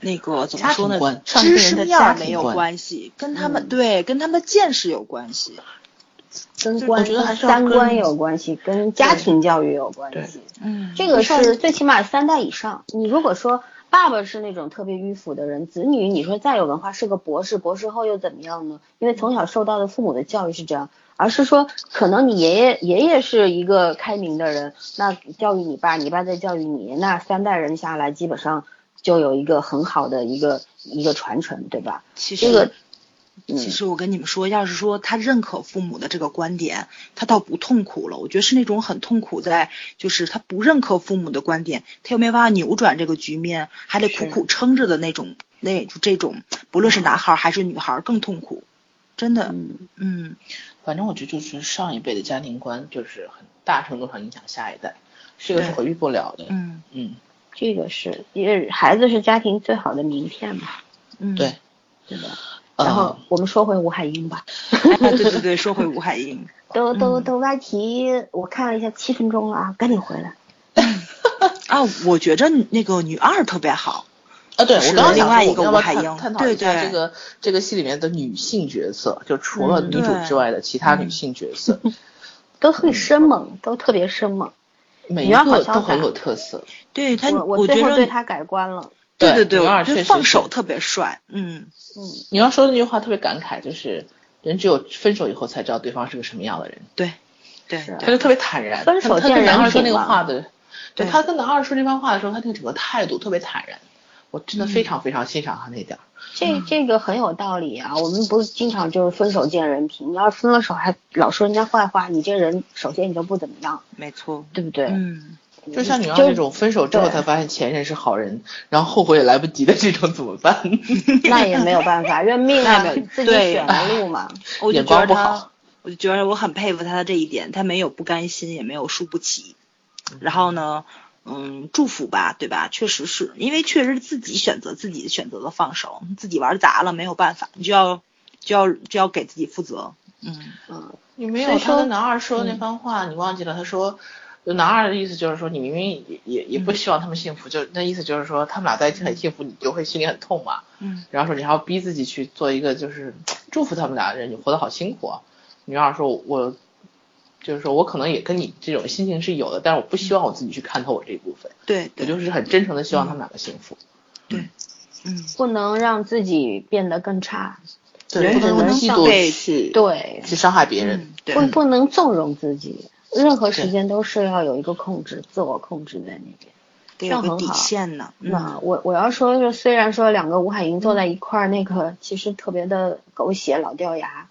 [SPEAKER 3] 那个怎么说
[SPEAKER 1] 家庭观
[SPEAKER 3] 呢？
[SPEAKER 1] 上一辈
[SPEAKER 3] 知
[SPEAKER 1] 人
[SPEAKER 3] 识
[SPEAKER 1] 的
[SPEAKER 3] 面
[SPEAKER 1] 家
[SPEAKER 3] 儿
[SPEAKER 1] 庭
[SPEAKER 3] 没有
[SPEAKER 1] 观
[SPEAKER 3] 关系，跟他们、
[SPEAKER 2] 嗯
[SPEAKER 3] 对跟他们的见识有关系。
[SPEAKER 2] 跟
[SPEAKER 1] 就我
[SPEAKER 2] 观
[SPEAKER 1] 觉得还
[SPEAKER 2] 跟
[SPEAKER 1] 是要
[SPEAKER 2] 三
[SPEAKER 1] 跟
[SPEAKER 2] 观有关系，跟家庭教育有关系。
[SPEAKER 3] 嗯
[SPEAKER 2] 这个是最起码三代以上。你如果说爸爸是那种特别迂腐的人，子女你说再有文化是个博士，博士后又怎么样呢？因为从小受到的父母的教育是这样，而是说可能你爷爷爷爷是一个开明的人，那教育你爸，你爸再教育你，那三代人下来基本上就有一个很好的一个一个传承，对吧？
[SPEAKER 3] 其实
[SPEAKER 2] 这个，嗯
[SPEAKER 3] 其实我跟你们说，要是说他认可父母的这个观点，他倒不痛苦了。我觉得是那种很痛苦在，就是他不认可父母的观点，他又没办法扭转这个局面，还得苦
[SPEAKER 1] 是
[SPEAKER 3] 苦撑着的那种，那就这种，不论是男孩儿还是女孩儿更痛苦，真的，
[SPEAKER 2] 嗯，
[SPEAKER 3] 嗯，
[SPEAKER 1] 反正我觉得就是上一辈的家庭观就是很大程度上影响下一代，这个是
[SPEAKER 3] 对
[SPEAKER 1] 回避不了的，
[SPEAKER 3] 嗯
[SPEAKER 1] 嗯，
[SPEAKER 2] 这个是，因为孩子是家庭最好的名片嘛，
[SPEAKER 3] 嗯，
[SPEAKER 1] 对，
[SPEAKER 2] 对吧？
[SPEAKER 1] 呃
[SPEAKER 2] 然后我们说回吴海英吧。
[SPEAKER 3] 哎，对对对，说回吴海英，
[SPEAKER 2] 都都
[SPEAKER 3] 嗯
[SPEAKER 2] 都歪题，我看了一下，七分钟了啊，赶紧回来。
[SPEAKER 3] 啊，我觉着那个女二特别好，
[SPEAKER 1] 啊，对，
[SPEAKER 3] 是
[SPEAKER 1] 我刚刚
[SPEAKER 3] 另
[SPEAKER 1] 想
[SPEAKER 3] 外
[SPEAKER 1] 说
[SPEAKER 3] 一个
[SPEAKER 1] 我
[SPEAKER 3] 吴
[SPEAKER 1] 们
[SPEAKER 3] 海
[SPEAKER 1] 要不要
[SPEAKER 3] 英
[SPEAKER 1] 探探讨
[SPEAKER 3] 对
[SPEAKER 1] 一下
[SPEAKER 3] 对
[SPEAKER 1] 这个这个戏里面的女性角色，就除了
[SPEAKER 2] 嗯
[SPEAKER 1] 女主
[SPEAKER 3] 对嗯
[SPEAKER 1] 之外的其他女性角
[SPEAKER 3] [laughs]
[SPEAKER 1] 色，
[SPEAKER 2] 都很生猛，都特别生猛。
[SPEAKER 1] 每一
[SPEAKER 2] 女二好
[SPEAKER 1] 个
[SPEAKER 2] 潇洒
[SPEAKER 1] 都很有特色。
[SPEAKER 3] 对她，
[SPEAKER 2] 我
[SPEAKER 3] 我
[SPEAKER 2] 最
[SPEAKER 3] 觉
[SPEAKER 2] 后对
[SPEAKER 3] 着，
[SPEAKER 2] 他改观了。
[SPEAKER 3] 对对对，
[SPEAKER 1] 女二
[SPEAKER 3] 我
[SPEAKER 1] 确
[SPEAKER 3] 觉
[SPEAKER 1] 实
[SPEAKER 3] 得放
[SPEAKER 1] 是
[SPEAKER 3] 手特别帅，嗯，
[SPEAKER 2] 嗯，
[SPEAKER 1] 你要说那句话特别感慨，就是人只有分手以后才知道对方是个什么样的人，
[SPEAKER 3] 对，对，
[SPEAKER 2] 是啊
[SPEAKER 1] 他就特别坦然。
[SPEAKER 2] 分手
[SPEAKER 1] 他他跟
[SPEAKER 2] 见人
[SPEAKER 1] 男二说
[SPEAKER 2] 品
[SPEAKER 1] 那个
[SPEAKER 2] 嘛
[SPEAKER 1] 话的，对
[SPEAKER 3] 对
[SPEAKER 1] 他跟男二说这番话的时候，他那个整个态度特别坦然，我真
[SPEAKER 3] 嗯
[SPEAKER 1] 的非常非常欣赏他那点儿。
[SPEAKER 2] 这这个很有道理啊，我们不是经常就是分手见人品，你要是分了手还老说人家坏话，你这人首先你就不怎么样，
[SPEAKER 3] 没错，
[SPEAKER 2] 对不对？
[SPEAKER 3] 嗯，
[SPEAKER 1] 就像女二这种分手之后
[SPEAKER 2] 对
[SPEAKER 1] 才发现前任是好人，然后后悔也来不及的这种怎么办？
[SPEAKER 2] 那也没有办
[SPEAKER 3] [laughs]
[SPEAKER 2] 法，认命啊，自己选的路嘛。
[SPEAKER 3] 我就
[SPEAKER 1] 眼
[SPEAKER 3] 觉
[SPEAKER 1] 光
[SPEAKER 3] 得
[SPEAKER 1] 不
[SPEAKER 3] 他
[SPEAKER 1] 好，
[SPEAKER 3] 我就觉得我很佩服他的这一点，他没有不甘心，也没有输不起。然后呢，嗯，祝福吧，对吧？确实是因为确实自己选择自己选择的放手，自己玩砸了没有办法，你就要就要就要给自己负责。嗯，
[SPEAKER 2] 嗯，
[SPEAKER 1] 你没
[SPEAKER 2] 所
[SPEAKER 1] 有
[SPEAKER 2] 以
[SPEAKER 1] 他
[SPEAKER 2] 说
[SPEAKER 1] 跟男二说的嗯那番话，你忘记了？他说，就男二的意思就是说，你明明也也也不希望他们幸福，就那意思就是说，他们俩在一起很幸福，你就会心里很痛嘛。
[SPEAKER 3] 嗯。
[SPEAKER 1] 然后说你还要逼自己去做一个，就是祝福他们俩人，你活得好辛苦啊。女二说，我就是说我可能也跟你这种心情是有的，但是我不希望我自己去看透我这一部分，
[SPEAKER 3] 对
[SPEAKER 1] 我
[SPEAKER 3] 对
[SPEAKER 1] 就是很真诚的希望他们两个幸福。
[SPEAKER 3] 嗯，
[SPEAKER 2] 不能让自己变得更差，
[SPEAKER 1] 对，
[SPEAKER 2] 人
[SPEAKER 1] 不能
[SPEAKER 2] 只
[SPEAKER 1] 用
[SPEAKER 2] 能
[SPEAKER 1] 嫉
[SPEAKER 2] 像
[SPEAKER 1] 妒
[SPEAKER 3] 被
[SPEAKER 1] 去
[SPEAKER 2] 对，
[SPEAKER 1] 去伤害别人
[SPEAKER 3] 嗯。对
[SPEAKER 2] 不不能纵容自己，任何时间都是要有一个控制，自我控制在那边。这
[SPEAKER 3] 得有
[SPEAKER 2] 样
[SPEAKER 3] 个
[SPEAKER 2] 很
[SPEAKER 3] 底
[SPEAKER 2] 好
[SPEAKER 3] 线呢。
[SPEAKER 2] 那
[SPEAKER 3] 嗯，
[SPEAKER 2] 我我要说，就是虽然说两个吴海英坐在一块儿，那个其实特别的狗血，老掉牙。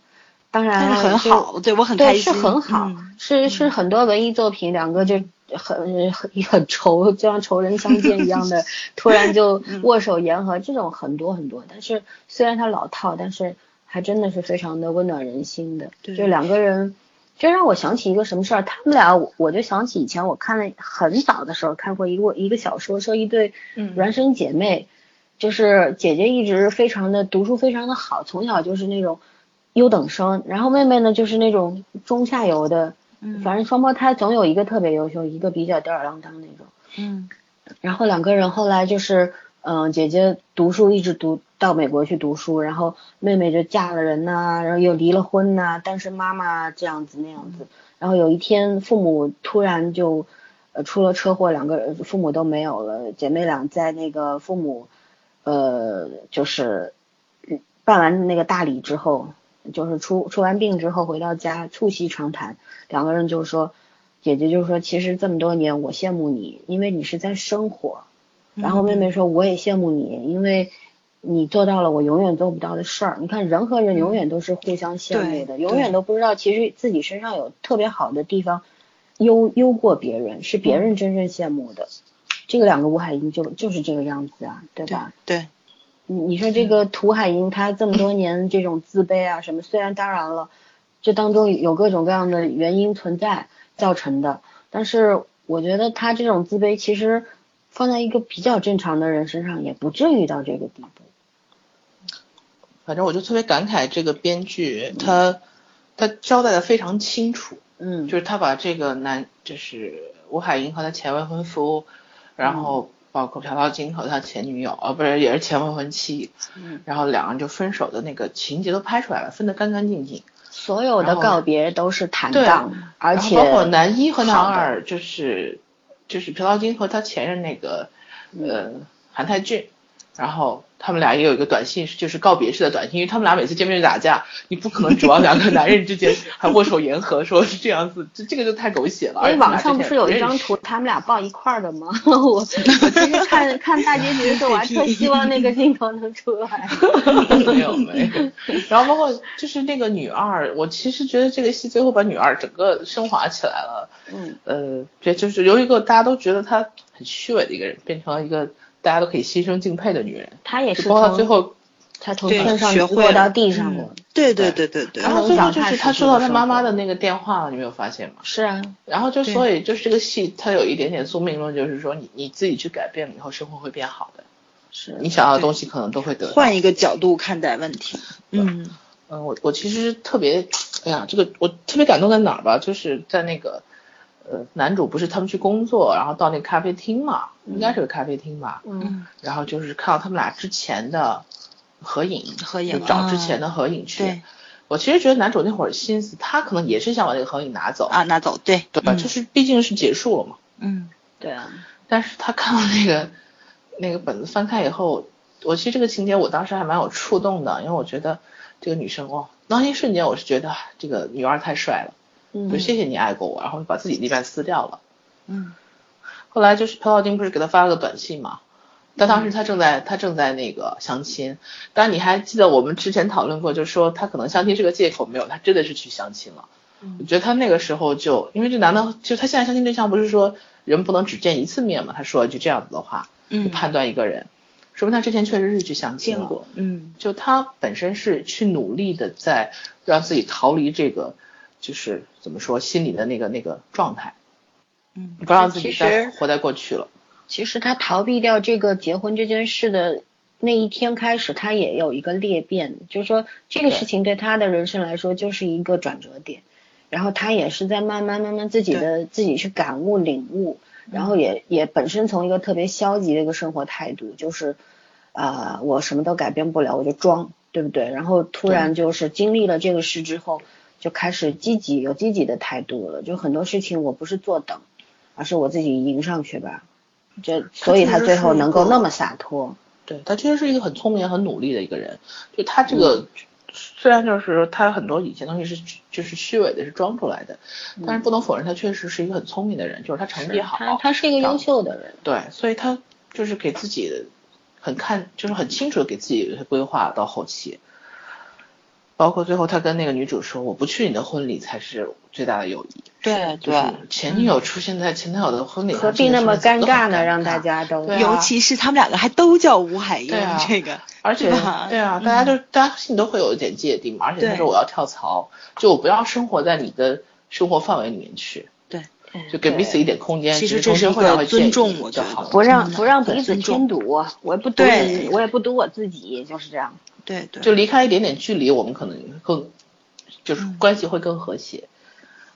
[SPEAKER 2] 当然
[SPEAKER 3] 但
[SPEAKER 2] 了
[SPEAKER 3] 是很
[SPEAKER 2] 就
[SPEAKER 3] 好，对我很开
[SPEAKER 2] 对，
[SPEAKER 3] 心，
[SPEAKER 2] 是很好，
[SPEAKER 3] 嗯
[SPEAKER 2] 是是很多文艺作品，两个就很很很仇，就像仇人相见一样
[SPEAKER 3] [laughs]
[SPEAKER 2] 的，突然就
[SPEAKER 3] 嗯
[SPEAKER 2] 握手言和，这种很多很多。但是虽然它老套，但是还真的是非常的温暖人心的。
[SPEAKER 3] 对
[SPEAKER 2] 就两个人，这让我想起一个什么事儿，他们俩我我就想起以前我看了很早的时候看过一个一个小说，说一对孪生姐妹。就是姐姐一直非常的读书非常的好，从小就是那种优等生，然后妹妹呢就是那种中下游的，反正双胞胎总有一个特别优秀，一个比较吊儿郎当那种。
[SPEAKER 3] 嗯
[SPEAKER 2] 然后两个人后来就是，嗯、姐姐读书一直读到美国去读书，然后妹妹就嫁了人呐、然后又离了婚呐、单身妈妈这样子那样子。然后有一天父母突然就，呃，出了车祸，两个人父母都没有了，姐妹俩在那个父母，呃，就是嗯办完那个大礼之后，就是出出完病之后回到家促膝长谈，两个人就说。姐姐就说，其实这么多年我羡慕你，因为你是在生活。然后妹妹说，我也羡慕你，因为你做到了我永远做不到的事儿。你看，人和人永远都是互相羡慕的，
[SPEAKER 3] 嗯对
[SPEAKER 2] 永远都不知道其实自己身上有特别好的地方，优优过别人，是别
[SPEAKER 3] 嗯
[SPEAKER 2] 人真正羡慕的。这个两个吴海英就就是这个样子啊，对吧？
[SPEAKER 3] 对，
[SPEAKER 2] 你你说这个涂海英，她这么多年这种自卑啊什么，虽然当然了，这当中有各种各样的原因存在造成的，但是我觉得她这种自卑其实放在一个比较正常的人身上，也不至于到这个地步。
[SPEAKER 1] 反正我就特别感慨这个编剧他他交代的非常清楚，
[SPEAKER 2] 嗯，
[SPEAKER 1] 就是他把这个男就是吴海英和他前未婚夫，然后包括朴道金和他前女友啊，不是也是前未婚妻，
[SPEAKER 2] 嗯
[SPEAKER 1] 然后两人就分手的那个情节都拍出来了，分得干干净净。
[SPEAKER 2] 所有的
[SPEAKER 1] 然后
[SPEAKER 2] 告别都是坦
[SPEAKER 1] 对
[SPEAKER 2] 荡，而且
[SPEAKER 1] 然后包括男一和男
[SPEAKER 2] 好的
[SPEAKER 1] 二，就是就是朴道金和他前任那个呃
[SPEAKER 2] 嗯
[SPEAKER 1] 韩泰俊，然后他们俩也有一个短信，就是告别式的短信，因为他们俩每次见面就打架，你不可能指望两个男人之
[SPEAKER 2] [laughs]
[SPEAKER 1] 间还握手言和，说是这样子，这这个就太狗血了。而
[SPEAKER 2] 哎，
[SPEAKER 1] 且他们
[SPEAKER 2] 网
[SPEAKER 1] 俩
[SPEAKER 2] 上
[SPEAKER 1] 之
[SPEAKER 2] 不
[SPEAKER 1] 前
[SPEAKER 2] 是有
[SPEAKER 1] 也
[SPEAKER 2] 一
[SPEAKER 1] 认
[SPEAKER 2] 张
[SPEAKER 1] 识
[SPEAKER 2] 图，他们俩抱一块儿的吗？ [laughs]
[SPEAKER 1] [laughs]
[SPEAKER 2] 我我其实看看大结局的时候，我还特希望那个镜头能出
[SPEAKER 1] [laughs]
[SPEAKER 2] 来。
[SPEAKER 1] 没有没有，然后包括就是那个女二，我其实觉得这个戏最后把女二整个升华起来了。
[SPEAKER 2] 嗯，
[SPEAKER 1] 呃，这就是由一个大家都觉得她很虚伪的一个人，变成了一个大家都可以心生敬佩的女人。
[SPEAKER 2] 他也
[SPEAKER 1] 就是包括她
[SPEAKER 2] 从
[SPEAKER 1] 最后，
[SPEAKER 2] 才从
[SPEAKER 3] 对
[SPEAKER 2] 天上
[SPEAKER 3] 学会
[SPEAKER 2] 落到
[SPEAKER 3] 了
[SPEAKER 2] 地上
[SPEAKER 3] 嗯
[SPEAKER 2] 过。
[SPEAKER 3] 对对对对对
[SPEAKER 1] 然，后
[SPEAKER 2] 能
[SPEAKER 1] 最后
[SPEAKER 2] 长
[SPEAKER 1] 就
[SPEAKER 2] 大
[SPEAKER 1] 是
[SPEAKER 2] 是
[SPEAKER 1] 她
[SPEAKER 2] 这
[SPEAKER 1] 收
[SPEAKER 2] 个
[SPEAKER 1] 到她
[SPEAKER 2] 生
[SPEAKER 1] 妈妈
[SPEAKER 2] 活
[SPEAKER 1] 的那个电话了，你没有发现吗？
[SPEAKER 2] 是啊，
[SPEAKER 1] 然后就
[SPEAKER 3] 对
[SPEAKER 1] 所以就是这个戏，它有一点点宿命论，就是说你你自己去改变了以后，生活会变好的。
[SPEAKER 2] 是
[SPEAKER 3] 嗯
[SPEAKER 1] 你想要的东西可能都会得到。
[SPEAKER 3] 换一个角度看待问题。嗯
[SPEAKER 1] 嗯，我我其实特别，哎呀，这个我特别感动在哪儿吧？就是在那个，呃，男主不是他们去工作，然后到那个咖啡厅嘛，应该是个咖啡厅吧，
[SPEAKER 2] 嗯，
[SPEAKER 1] 然后就是看到他们俩之前的合影，
[SPEAKER 3] 合影
[SPEAKER 1] 就找
[SPEAKER 3] 啊
[SPEAKER 1] 之前的合影去。
[SPEAKER 3] 对
[SPEAKER 1] 我其实觉得男主那会儿心思，他可能也是想把这个合影拿走，
[SPEAKER 3] 啊，拿走对
[SPEAKER 2] 嗯
[SPEAKER 1] 对吧？就是毕竟是结束了嘛，
[SPEAKER 3] 嗯
[SPEAKER 2] 对啊，
[SPEAKER 1] 但是他看到那个那个本子翻开以后，我其实这个情节我当时还蛮有触动的，因为我觉得这个女生哦，那一瞬间我是觉得啊这个女二太帅了，就
[SPEAKER 2] 嗯
[SPEAKER 1] 谢谢你爱过我，然后把自己那半撕掉了。
[SPEAKER 3] 嗯
[SPEAKER 1] 后来就是朴道金不是给他发了个短信嘛，但
[SPEAKER 3] 嗯
[SPEAKER 1] 当时他正在他正在那个相亲，但你还记得我们之前讨论过，就是说他可能相亲是个借口，没有，他真的是去相亲了。
[SPEAKER 3] 嗯
[SPEAKER 1] 我觉得他那个时候就，因为这男的，就他现在相亲对象不是说人不能只见一次面嘛，他说了一句这样子的话，
[SPEAKER 3] 嗯
[SPEAKER 1] 就判断一个人，说明他之前确实是去相亲
[SPEAKER 3] 见
[SPEAKER 1] 了。
[SPEAKER 3] 过，嗯
[SPEAKER 1] 就他本身是去努力的在让自己逃离这个，就是怎么说心里的那个那个状态，
[SPEAKER 3] 嗯
[SPEAKER 1] 不让自己
[SPEAKER 2] 其
[SPEAKER 1] 再
[SPEAKER 2] 实
[SPEAKER 1] 活在过去了。
[SPEAKER 2] 其实他逃避掉这个结婚这件事的那一天开始，他也有一个裂变，就是说这个
[SPEAKER 1] 对
[SPEAKER 2] 事情对他的人生来说就是一个转折点，然后他也是在慢慢慢慢自己的自己去感悟领悟，然
[SPEAKER 1] 嗯
[SPEAKER 2] 后也也本身从一个特别消极的一个生活态度，就是啊、我什么都改变不了，我就装，对不对？然后突然就是经历了这个事之后，就开始积极有积极的态度了，就很多事情我不是坐等，而是我自己迎上去吧。这所以他最后能够那么洒脱，
[SPEAKER 1] 对他确实是一个很聪明、很努力的一个人。就他这个、虽然就是他很多以前东西是就是虚伪的，是装出来的，但是不能否认他确实是一个很聪明的人，就是他成绩好，
[SPEAKER 2] 他他是一个优秀的人，
[SPEAKER 1] 对，所以他就是给自己的很看，就是很清楚的给自己规划到后期，包括最后他跟那个女主说：“我不去你的婚礼才是最大的友谊。”
[SPEAKER 3] 对嗯
[SPEAKER 1] 就是前女友出现在前男友的婚礼上，
[SPEAKER 2] 何必
[SPEAKER 1] 这
[SPEAKER 2] 那
[SPEAKER 1] 件事
[SPEAKER 2] 么
[SPEAKER 1] 情
[SPEAKER 2] 尴
[SPEAKER 1] 都很
[SPEAKER 2] 尬呢？让大家都
[SPEAKER 1] 对啊
[SPEAKER 3] 尤其是他们两个还都叫吴海英
[SPEAKER 1] 对啊，
[SPEAKER 3] 这个
[SPEAKER 1] 而且
[SPEAKER 3] 对吧
[SPEAKER 1] 对啊，大家就大家心里都会有一点芥蒂嘛。而且他
[SPEAKER 3] 对
[SPEAKER 1] 说我要跳槽，就我不要生活在你的生活范围里面去，
[SPEAKER 3] 哎对，
[SPEAKER 1] 就给彼此一点空间。
[SPEAKER 3] 其实
[SPEAKER 1] 只
[SPEAKER 3] 这
[SPEAKER 1] 同
[SPEAKER 3] 是
[SPEAKER 1] 学
[SPEAKER 3] 一
[SPEAKER 1] 会上
[SPEAKER 3] 个
[SPEAKER 1] 会
[SPEAKER 3] 尊
[SPEAKER 1] 建
[SPEAKER 3] 重
[SPEAKER 1] 议，
[SPEAKER 3] 我觉
[SPEAKER 1] 就好
[SPEAKER 3] 得
[SPEAKER 1] 了。
[SPEAKER 2] 不让不让彼
[SPEAKER 3] 很
[SPEAKER 2] 此
[SPEAKER 3] 尊重
[SPEAKER 2] 添堵，我也不堵
[SPEAKER 3] 对
[SPEAKER 2] 你，我也不堵我自己，就是这样。
[SPEAKER 3] 对对，
[SPEAKER 1] 就离开一点点距离，我们可能更就是关系会更和谐。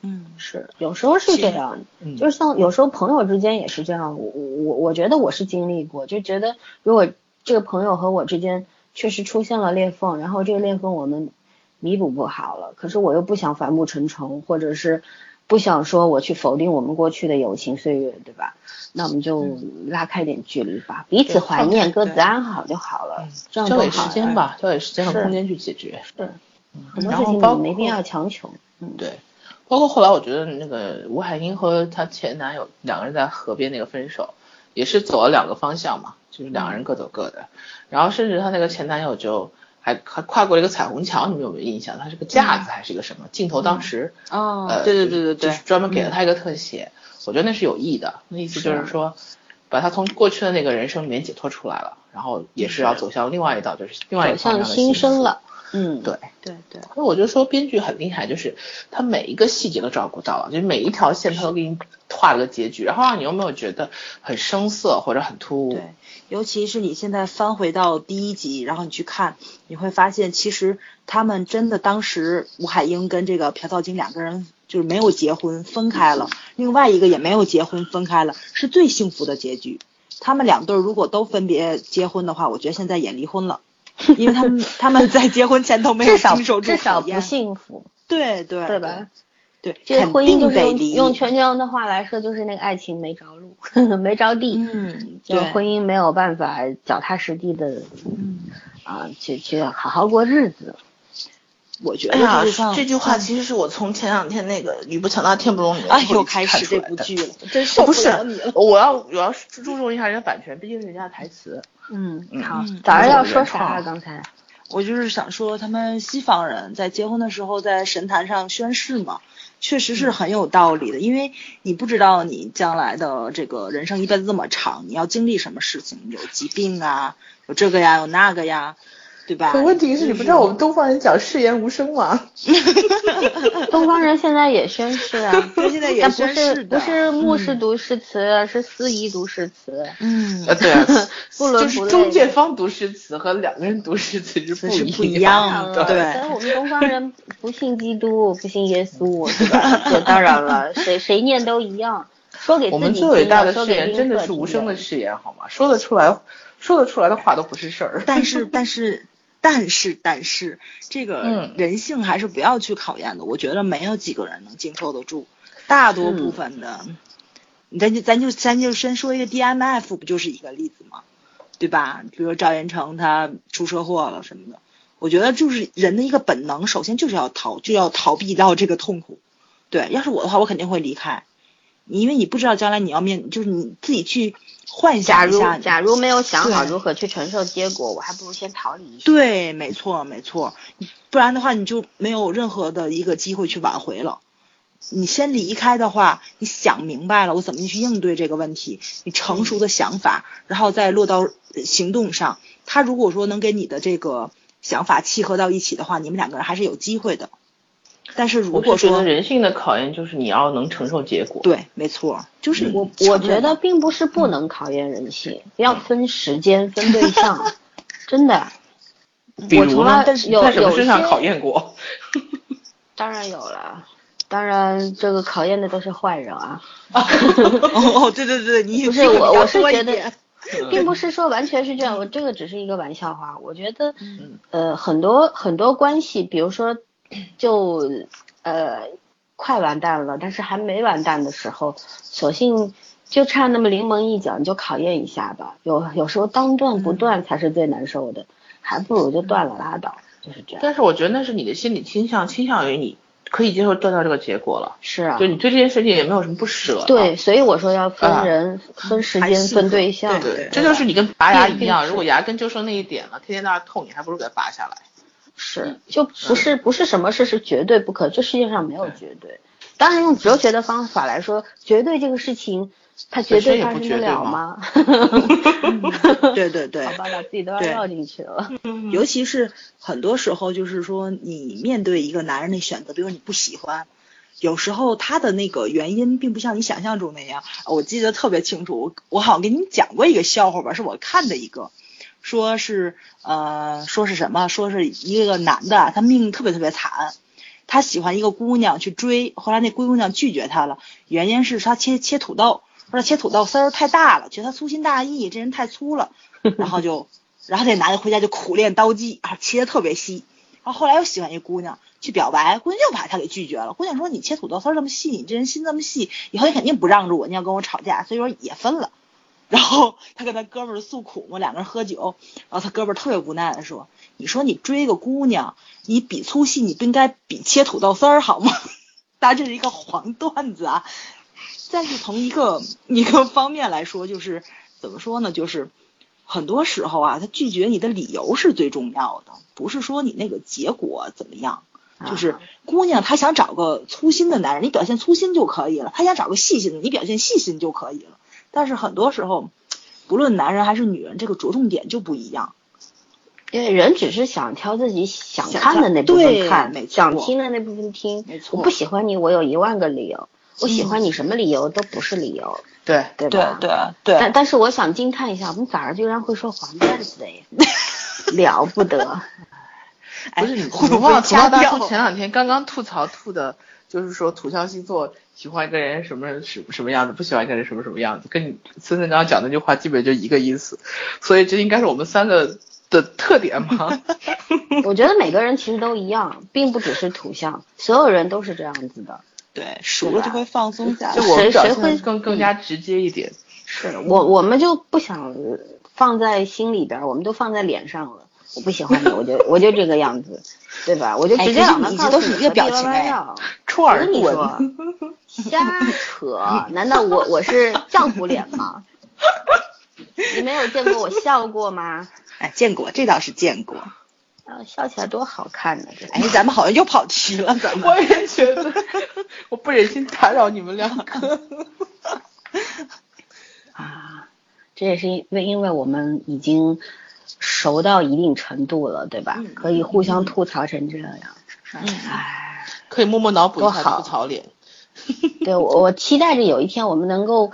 [SPEAKER 3] 嗯
[SPEAKER 2] 是，有时候是这样，
[SPEAKER 1] 嗯
[SPEAKER 2] 就是像有时候朋友之间也是这样。我我我觉得我是经历过，就觉得如果这个朋友和我之间确实出现了裂缝，然后这个裂缝我们弥补不好了，可是我又不想反目成仇，或者是不想说我去否定我们过去的友情岁月，对吧？那我们就嗯拉开点距离吧，彼此怀念，各
[SPEAKER 3] 对
[SPEAKER 2] 自安好就好了，嗯这样
[SPEAKER 1] 交
[SPEAKER 2] 更
[SPEAKER 1] 给
[SPEAKER 2] 好
[SPEAKER 1] 时
[SPEAKER 2] 哎了。
[SPEAKER 1] 间吧，交给时间和
[SPEAKER 2] 是
[SPEAKER 1] 空间去解决。
[SPEAKER 2] 对，很多
[SPEAKER 1] 然后
[SPEAKER 2] 事情
[SPEAKER 1] 包
[SPEAKER 2] 你没必
[SPEAKER 1] 括
[SPEAKER 2] 要强求。嗯，
[SPEAKER 1] 对，包括后来我觉得那个吴海英和她前男友两个人在河边那个分手，也是走了两个方向嘛，就是两个人各走各的。然后甚至她那个前男友就还还跨过了一个彩虹桥，你们有没有印象？它是个架子还是个什么？镜头当时、
[SPEAKER 2] 哦，
[SPEAKER 1] 呃，
[SPEAKER 3] 对对对对对
[SPEAKER 1] 就是专门给了他一个特写，我觉得那是有意的，那意思就是
[SPEAKER 2] 嗯是啊
[SPEAKER 1] 说，把他从过去的那个人生里面解脱出来了，然后也是要走向另外一道，就是另外一
[SPEAKER 2] 走
[SPEAKER 1] 个方向
[SPEAKER 2] 向
[SPEAKER 1] 的
[SPEAKER 2] 新生
[SPEAKER 1] 福
[SPEAKER 2] 了。。嗯，
[SPEAKER 1] 对，
[SPEAKER 3] 对对，
[SPEAKER 1] 所以我就说编剧很厉害，就是他每一个细节都照顾到了，就是每一条线他都给你画了个结局，然后让你又没有觉得很生涩或者很突兀。
[SPEAKER 2] 嗯
[SPEAKER 3] 对，尤其是你现在翻回到第一集，然后你去看，你会发现其实他们真的当时吴海英跟这个朴道金两个人就是没有结婚分开了，
[SPEAKER 2] 嗯
[SPEAKER 3] 另外一个也没有结婚分开了，是最幸福的结局。他们两对儿如果都分别结婚的话，我觉得现在也离
[SPEAKER 2] [laughs]
[SPEAKER 3] 婚了，因为他们他们在结婚前都没有
[SPEAKER 2] 至少
[SPEAKER 3] 经受住
[SPEAKER 2] 至少
[SPEAKER 3] 考
[SPEAKER 2] 不
[SPEAKER 3] 验
[SPEAKER 2] 幸福，
[SPEAKER 3] 对对
[SPEAKER 2] 对吧？
[SPEAKER 3] 对，
[SPEAKER 2] 这
[SPEAKER 3] 肯
[SPEAKER 2] 婚姻
[SPEAKER 3] 定
[SPEAKER 2] 就是
[SPEAKER 3] 得
[SPEAKER 2] 用
[SPEAKER 3] 离。
[SPEAKER 2] 用全江的话来说，就是那个爱情没着陆， [laughs] 没着地，
[SPEAKER 3] 嗯，
[SPEAKER 2] 就
[SPEAKER 3] 对，
[SPEAKER 2] 婚姻没有办法脚踏实地的
[SPEAKER 3] 嗯
[SPEAKER 2] 啊、去去好好过日子。
[SPEAKER 3] 我觉
[SPEAKER 1] 哎
[SPEAKER 3] 得
[SPEAKER 1] 呀
[SPEAKER 3] 就是像，
[SPEAKER 1] 这句话其实是我从前两天那个《女不强大天不容女》
[SPEAKER 3] 哎
[SPEAKER 1] 然后
[SPEAKER 3] 又
[SPEAKER 1] 一起
[SPEAKER 3] 开
[SPEAKER 1] 看
[SPEAKER 3] 始
[SPEAKER 1] 出
[SPEAKER 3] 这
[SPEAKER 1] 来
[SPEAKER 3] 部
[SPEAKER 1] 的
[SPEAKER 3] 剧了，真
[SPEAKER 1] 哦
[SPEAKER 3] 受
[SPEAKER 1] [laughs] 不
[SPEAKER 3] 不
[SPEAKER 1] 是
[SPEAKER 3] 了你了，。
[SPEAKER 1] 我要我要注重一下人家版权，毕竟是人家的台词。
[SPEAKER 2] 嗯，
[SPEAKER 1] 嗯
[SPEAKER 2] 好
[SPEAKER 3] 嗯，
[SPEAKER 2] 早上要说
[SPEAKER 1] 原
[SPEAKER 2] 啥
[SPEAKER 1] 创
[SPEAKER 2] 啊？刚才
[SPEAKER 3] 我就是想说，他们西方人在结婚的时候在神坛上宣誓嘛，确实
[SPEAKER 1] 嗯
[SPEAKER 3] 是很有道理的，因为你不知道你将来的这个人生一辈子这么长，你要经历什么事情，有疾病啊，有这个呀，有那个呀，对吧？，
[SPEAKER 1] 题是你不知道我们东方人讲誓言无声吗？
[SPEAKER 2] 东方人现在也宣誓啊 [laughs]
[SPEAKER 3] 对现在也
[SPEAKER 2] 但不是
[SPEAKER 3] 宣誓
[SPEAKER 2] 不
[SPEAKER 3] 的
[SPEAKER 2] 是牧师读誓词，而是司仪读誓词。
[SPEAKER 3] 嗯
[SPEAKER 1] [laughs] 啊，，
[SPEAKER 3] [laughs]
[SPEAKER 1] 对啊，
[SPEAKER 2] 不伦
[SPEAKER 1] 就
[SPEAKER 2] 不
[SPEAKER 1] 是
[SPEAKER 2] 类
[SPEAKER 1] 中介方读诗词和两个人读诗词是
[SPEAKER 3] 是不一
[SPEAKER 1] 样
[SPEAKER 3] 样
[SPEAKER 2] 当然
[SPEAKER 3] 的，
[SPEAKER 2] 了
[SPEAKER 3] 对
[SPEAKER 2] 但。是我们东方人不信基督，不信耶稣，对吧？
[SPEAKER 1] [laughs]
[SPEAKER 2] 这当然了，谁谁念都一样。说给自己
[SPEAKER 1] 我们最伟大的
[SPEAKER 2] 听
[SPEAKER 1] 誓言真的是无声的。誓言，好吗？说得出来，说得出来的话都不是事儿。
[SPEAKER 3] 但是但是但是但是，这个
[SPEAKER 1] 嗯
[SPEAKER 3] 人性还是不要去考验的。我觉得没有几个人能经受得住，大多部
[SPEAKER 2] 嗯
[SPEAKER 3] 分的，你咱就咱就咱就先说一个 DMF 不就是一个例子吗？对吧？比如赵元成他出车祸了什么的，我觉得就是人的一个本能，首先就是要逃，就要逃避到这个痛苦。对，要是我的话，我肯定会离开，因为你不知道将来你要面，就是你自己去幻
[SPEAKER 2] [laughs] 假
[SPEAKER 3] 想一
[SPEAKER 2] 如
[SPEAKER 3] 下。
[SPEAKER 2] 假如没有想好
[SPEAKER 3] 对
[SPEAKER 2] 如何去承受结果，我还不如先逃离一下。
[SPEAKER 3] 对，没错，没错，不然的话你就没有任何的一个机会去挽回了。你先离开的话，你想明白了我怎么去应对这个问题，你成熟的想法，然后再落到呃行动上。他如果说能跟你的这个想法契合到一起的话，你们两个人还是有机会的。但是如
[SPEAKER 1] 我
[SPEAKER 3] 果
[SPEAKER 1] 是觉得
[SPEAKER 3] 说
[SPEAKER 1] 人性的考验就是你要能承受结果。
[SPEAKER 3] 对，没错，
[SPEAKER 2] [laughs]
[SPEAKER 3] 就是 [laughs]
[SPEAKER 2] 我
[SPEAKER 3] 承
[SPEAKER 2] 我
[SPEAKER 3] 认
[SPEAKER 2] 觉
[SPEAKER 3] 吧
[SPEAKER 2] 得并不是不能考验人性，要分时间、
[SPEAKER 1] [laughs]
[SPEAKER 2] 分对象，真的。
[SPEAKER 1] 比
[SPEAKER 2] 我
[SPEAKER 1] 如
[SPEAKER 2] 从
[SPEAKER 1] 呢
[SPEAKER 2] 来，
[SPEAKER 1] 但是
[SPEAKER 2] 有
[SPEAKER 1] 在什么
[SPEAKER 2] 有
[SPEAKER 1] 身上
[SPEAKER 2] 些
[SPEAKER 1] 考验过？
[SPEAKER 2] 当然有了，当然这个考验的都是坏人啊，
[SPEAKER 3] 哦哦，对对对，你
[SPEAKER 2] 不
[SPEAKER 3] 这
[SPEAKER 2] 是
[SPEAKER 3] 个比
[SPEAKER 2] 我
[SPEAKER 3] 较
[SPEAKER 2] 我是
[SPEAKER 3] 多一
[SPEAKER 2] 觉得
[SPEAKER 3] 点，
[SPEAKER 2] 并不是说完全是这样，我这个只是一个玩笑话。我觉得
[SPEAKER 3] 嗯，
[SPEAKER 2] 呃，很多很多关系，比如说就呃快完蛋了，但是还没完蛋的时候，索性就差那么临门一脚，你就考验一下吧。有有时候当断不断才是最难受的，还不如就断了拉倒，就是这样。
[SPEAKER 1] 但是我觉得那是你的心理倾向，倾向于你可以接受断掉这个结果了，
[SPEAKER 2] 是啊
[SPEAKER 1] 就，你对这件事情也没有什么不舍。
[SPEAKER 2] 对，，所以我说要
[SPEAKER 1] 啊
[SPEAKER 2] 分人、分时
[SPEAKER 3] 还
[SPEAKER 2] 间、
[SPEAKER 3] 是
[SPEAKER 2] 分对象。
[SPEAKER 3] 对
[SPEAKER 1] 这就是你跟拔牙一
[SPEAKER 2] 并
[SPEAKER 1] 样，
[SPEAKER 2] 是
[SPEAKER 1] 如果牙根就剩那一点了，天天在那儿痛，你还不如给它拔下来。
[SPEAKER 2] 是，嗯就不是
[SPEAKER 3] 嗯
[SPEAKER 2] 不是什么事是绝对不可，这世界上没有绝对。当然，用哲学的方法来说，绝对这个事情，它绝对发生得了吗？ [laughs]
[SPEAKER 3] 对对对嗯
[SPEAKER 2] 好，吧，把自己都要绕进去了。
[SPEAKER 3] 尤其是很多时候，就是说你面对一个男人的选择，比如你不喜欢，有时候他的那个原因并不像你想象中那样。呃我记得特别清楚，我我好像给你讲过一个笑话吧，是我看的一个，说是呃说是什么，说是一个男的啊，他命特别特别惨。他喜欢一个姑娘去追，后来那姑娘拒绝他了，原因是他切切土豆，说他切土豆丝儿太大了，觉得他粗心大意，这人太粗了，然后就，然后这男的回家就苦练刀技啊，切的特别细。然后后来又喜欢一姑娘去表白，姑娘又把他给拒绝了。姑娘说：“你切土豆丝儿这么细，你这人心这么细，以后你肯定不让着我，你要跟我吵架。”所以说也分了。然后他跟他哥们儿诉苦嘛，两个人喝酒，然后他哥们儿特别无奈的说：“你说你追个姑娘，你比粗细，你不应该比切土豆丝儿好吗？” [laughs] 当然这是一个黄段子啊，但是从一个一个方面来说，就是怎么说呢，就是很多时候啊，他拒绝你的理由是最重要的，不是说你那个结果怎么样。
[SPEAKER 2] 啊
[SPEAKER 3] 就是姑娘她想找个粗心的男人，你表现粗心就可以了；她想找个细心的，你表现细心就可以了。但是很多时候，不论男人还是女人，这个着重点就不一样。
[SPEAKER 2] 因为人只是想挑自己想
[SPEAKER 3] 想
[SPEAKER 2] 看的
[SPEAKER 3] 看
[SPEAKER 2] 那部
[SPEAKER 3] 对
[SPEAKER 2] 分看
[SPEAKER 3] 没，错
[SPEAKER 2] 想听的那部分听。
[SPEAKER 3] 没错嗯
[SPEAKER 2] 我不喜欢你，我有一万个理由。我喜欢你，什么理由都不是理由，
[SPEAKER 1] 对，
[SPEAKER 2] 对吧？
[SPEAKER 3] 对
[SPEAKER 2] 但但是我想惊叹一下，我们崽儿居然会说黄段子
[SPEAKER 3] [laughs]
[SPEAKER 2] 哎，了不得！
[SPEAKER 3] 哎
[SPEAKER 1] 不 [laughs] 是你，
[SPEAKER 3] 会
[SPEAKER 1] 你
[SPEAKER 3] 不
[SPEAKER 1] 忘
[SPEAKER 3] 会
[SPEAKER 1] 了土豆
[SPEAKER 3] 掐
[SPEAKER 1] 大
[SPEAKER 3] 掉
[SPEAKER 1] 叔？前两天刚刚吐槽吐的，就是说土象星座喜欢一个人什么什什么样子，不喜欢一个人什么什么样子，跟你森森刚刚讲那句话基本就一个意思，所以这应该是我们三个的特点 [laughs] 嘛。
[SPEAKER 2] [laughs] 我觉得每个人其实都一样，并不只是土象， [laughs] 所有人都是这样子的。
[SPEAKER 3] 对，熟了就会放松下
[SPEAKER 1] 就
[SPEAKER 3] 来。
[SPEAKER 1] 我们
[SPEAKER 2] 谁
[SPEAKER 1] 表
[SPEAKER 2] 谁
[SPEAKER 1] 现
[SPEAKER 2] 会
[SPEAKER 1] 得更更加直接一点。
[SPEAKER 2] 是我我们就不想放在心里边儿，我们都放在脸上了。我不喜欢你，我就我就这个样子， [laughs] 对吧？我就
[SPEAKER 3] 哎
[SPEAKER 2] 直接
[SPEAKER 3] 可是
[SPEAKER 2] 让他
[SPEAKER 3] 你
[SPEAKER 2] 告
[SPEAKER 3] 这都
[SPEAKER 2] 诉
[SPEAKER 3] 是
[SPEAKER 2] 你何
[SPEAKER 3] 一个
[SPEAKER 2] 必
[SPEAKER 3] 表
[SPEAKER 2] 弯
[SPEAKER 3] 情
[SPEAKER 2] 弯
[SPEAKER 3] 哎
[SPEAKER 2] 绕
[SPEAKER 1] 出尔
[SPEAKER 2] 我啊跟你
[SPEAKER 1] 反
[SPEAKER 2] 说， [laughs] 瞎扯！难道我我是教父脸 [laughs] 吗？你没有见过我笑过吗？
[SPEAKER 3] 哎，见过，这倒是见过。
[SPEAKER 2] 啊，笑起来多好看呢！这
[SPEAKER 3] 哎，咱们好像又跑题了，咱们。
[SPEAKER 1] 我也觉得， [laughs] 我不忍心打扰你们两个。
[SPEAKER 2] 啊，这也是因为因为我们已经熟到一定程度了，对吧？
[SPEAKER 1] 嗯
[SPEAKER 2] 可以互相吐槽成这样。唉，
[SPEAKER 1] [laughs] 可以默默脑补一下
[SPEAKER 2] 多好
[SPEAKER 1] 吐槽脸。
[SPEAKER 2] 哎对我我期待着有一天我们能够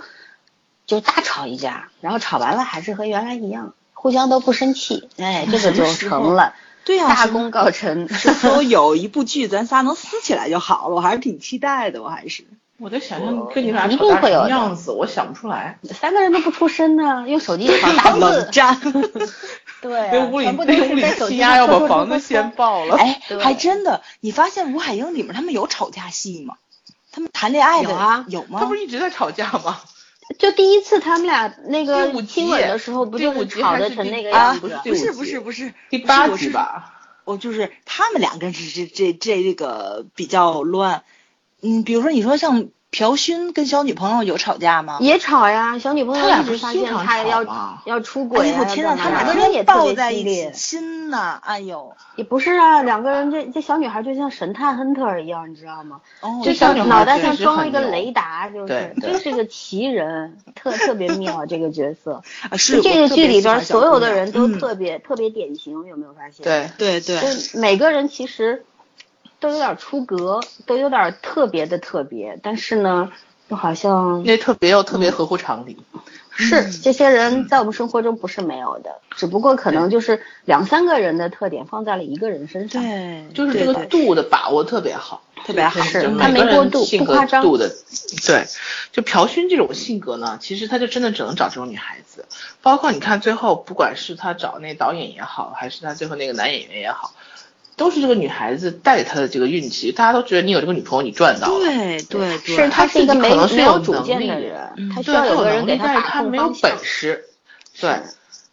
[SPEAKER 2] 就大吵一架，然后吵完了还是和原来一样，互相都不生气，哎，这
[SPEAKER 1] [laughs]
[SPEAKER 2] 个就
[SPEAKER 1] 哦
[SPEAKER 2] 成了，
[SPEAKER 3] 对啊
[SPEAKER 1] 啊
[SPEAKER 3] 呀、
[SPEAKER 2] 大功告成。
[SPEAKER 3] 说有一部剧咱仨能撕起来就好了，我还是挺期待的，我还 [laughs] 是。
[SPEAKER 1] 我在想象
[SPEAKER 2] 我
[SPEAKER 1] 跟你俩吵
[SPEAKER 2] 一定
[SPEAKER 1] 架
[SPEAKER 2] 会
[SPEAKER 1] 什
[SPEAKER 2] 有
[SPEAKER 1] 么
[SPEAKER 2] 的
[SPEAKER 1] 样子，我想不出来。
[SPEAKER 2] 三个人都不出声呢，用手机吵打
[SPEAKER 3] 冷
[SPEAKER 2] 字，
[SPEAKER 3] 战。
[SPEAKER 2] 对、
[SPEAKER 1] 被
[SPEAKER 2] 啊，
[SPEAKER 1] 屋里
[SPEAKER 2] 全部都
[SPEAKER 1] 被屋
[SPEAKER 2] 是
[SPEAKER 1] 里
[SPEAKER 2] 在手
[SPEAKER 1] 欺
[SPEAKER 2] 机
[SPEAKER 1] 压，
[SPEAKER 2] 上
[SPEAKER 1] 要
[SPEAKER 2] 戳
[SPEAKER 1] 把
[SPEAKER 2] 戳戳
[SPEAKER 1] 房子
[SPEAKER 2] 戳
[SPEAKER 1] 掀
[SPEAKER 2] 戳。
[SPEAKER 1] 爆了。
[SPEAKER 3] 哎，
[SPEAKER 2] 对
[SPEAKER 3] 还真的，你发现《吴海英》里面他们有吵架戏吗？他们谈恋爱的
[SPEAKER 2] 有啊
[SPEAKER 3] 有
[SPEAKER 1] 他
[SPEAKER 3] 吗
[SPEAKER 1] 不？是一直在吵架吗？
[SPEAKER 2] 就第一次他们俩那
[SPEAKER 1] 第五
[SPEAKER 2] 个
[SPEAKER 1] 集
[SPEAKER 2] 亲吻的时候，不
[SPEAKER 1] 第
[SPEAKER 2] 就
[SPEAKER 1] 五
[SPEAKER 2] 是
[SPEAKER 1] 集
[SPEAKER 2] 吵
[SPEAKER 1] 还
[SPEAKER 2] 得
[SPEAKER 1] 是
[SPEAKER 2] 成
[SPEAKER 1] 第
[SPEAKER 2] 那个
[SPEAKER 1] 八
[SPEAKER 2] 样
[SPEAKER 1] 不
[SPEAKER 2] 子
[SPEAKER 1] 是？第
[SPEAKER 3] 不
[SPEAKER 1] 五
[SPEAKER 3] 是
[SPEAKER 1] 集
[SPEAKER 3] 不是不是
[SPEAKER 1] 第八
[SPEAKER 3] 不是
[SPEAKER 1] 集吧？
[SPEAKER 3] 我就是他们两个这这这这这个比较乱。嗯，比如说你说像朴勋跟小女朋友有吵架吗？哎
[SPEAKER 2] 也吵呀，小女朋
[SPEAKER 1] 他俩
[SPEAKER 2] 友一
[SPEAKER 1] 不
[SPEAKER 2] 直
[SPEAKER 1] 是
[SPEAKER 2] 发
[SPEAKER 1] 经
[SPEAKER 2] 现
[SPEAKER 1] 常
[SPEAKER 2] 他
[SPEAKER 1] 吵
[SPEAKER 2] 要
[SPEAKER 1] 吗
[SPEAKER 2] 要出
[SPEAKER 3] 哎
[SPEAKER 2] 轨
[SPEAKER 3] 呦
[SPEAKER 2] 呀，
[SPEAKER 3] 我
[SPEAKER 2] 要
[SPEAKER 3] 天呐，
[SPEAKER 2] 干
[SPEAKER 3] 他
[SPEAKER 2] 嘛
[SPEAKER 3] 俩
[SPEAKER 2] 呀
[SPEAKER 3] 天
[SPEAKER 2] 这也
[SPEAKER 3] 天
[SPEAKER 2] 特
[SPEAKER 3] 抱
[SPEAKER 2] 别
[SPEAKER 3] 在
[SPEAKER 2] 激
[SPEAKER 3] 一起
[SPEAKER 2] 烈，
[SPEAKER 3] 亲呐、哎呦，
[SPEAKER 2] 也不是啊，两个人这这小女孩就像神探亨特儿一样，你知道吗？
[SPEAKER 3] 哦，
[SPEAKER 1] 这
[SPEAKER 2] 就
[SPEAKER 1] 小
[SPEAKER 2] 像
[SPEAKER 1] 女孩
[SPEAKER 2] 脑袋
[SPEAKER 1] 确
[SPEAKER 2] 上
[SPEAKER 1] 实
[SPEAKER 2] 装了
[SPEAKER 1] 很
[SPEAKER 2] 一个
[SPEAKER 1] 牛
[SPEAKER 2] 雷达，就
[SPEAKER 1] 对
[SPEAKER 2] 是
[SPEAKER 1] 对
[SPEAKER 2] 就是个奇人，特特别妙这个角色。
[SPEAKER 3] 啊
[SPEAKER 2] 就是这个
[SPEAKER 3] 我特
[SPEAKER 2] 剧
[SPEAKER 3] 别
[SPEAKER 2] 里
[SPEAKER 3] 喜
[SPEAKER 2] 边儿
[SPEAKER 3] 欢小
[SPEAKER 2] 所有
[SPEAKER 3] 姑
[SPEAKER 2] 的
[SPEAKER 3] 娘
[SPEAKER 2] 人都
[SPEAKER 3] 嗯
[SPEAKER 2] 特别特别典型，有没有发现？
[SPEAKER 1] 对，
[SPEAKER 3] 对对
[SPEAKER 2] 就，是每个人其实都有点出格，都有点特别的特别，但是呢，又好像
[SPEAKER 1] 那特别又特
[SPEAKER 2] 嗯
[SPEAKER 1] 别合乎常理。
[SPEAKER 2] 是这些人在我们生活中不是没有的，只不过可能就是两三个人的特点放在了一个人身上。
[SPEAKER 3] 对，
[SPEAKER 1] 就是
[SPEAKER 3] 对
[SPEAKER 1] 这个
[SPEAKER 3] 对
[SPEAKER 1] 度的把握特别好，
[SPEAKER 3] 特别好
[SPEAKER 1] 就是
[SPEAKER 2] 是
[SPEAKER 1] 每
[SPEAKER 2] 他没
[SPEAKER 1] 个人
[SPEAKER 2] 过度
[SPEAKER 1] 性
[SPEAKER 2] 不
[SPEAKER 1] 格
[SPEAKER 2] 夸张
[SPEAKER 1] 度的，对，就朴勋这种性格呢，其实他就真的只能找这种女孩子。包括你看最后，不管是他找那导演也好，还是他最后那个男演员也好，都是这个女孩子带给他的这个运气。大家都觉得你有这个女朋友，你赚到了。
[SPEAKER 3] 对对
[SPEAKER 2] 是
[SPEAKER 3] 对，
[SPEAKER 2] 他
[SPEAKER 1] 他
[SPEAKER 2] 是一
[SPEAKER 1] 自
[SPEAKER 2] 个
[SPEAKER 1] 己
[SPEAKER 2] 没
[SPEAKER 1] 可能是
[SPEAKER 2] 没
[SPEAKER 1] 有
[SPEAKER 2] 有主
[SPEAKER 1] 能
[SPEAKER 2] 见
[SPEAKER 1] 力
[SPEAKER 2] 的
[SPEAKER 1] 的
[SPEAKER 2] 人
[SPEAKER 3] 嗯，
[SPEAKER 2] 他需
[SPEAKER 1] 对，
[SPEAKER 2] 要
[SPEAKER 1] 他
[SPEAKER 2] 有
[SPEAKER 1] 有
[SPEAKER 2] 个人
[SPEAKER 1] 能
[SPEAKER 2] 给
[SPEAKER 1] 力，但是
[SPEAKER 2] 把
[SPEAKER 1] 他
[SPEAKER 2] 控
[SPEAKER 1] 没有
[SPEAKER 2] 方向
[SPEAKER 1] 本。事。对，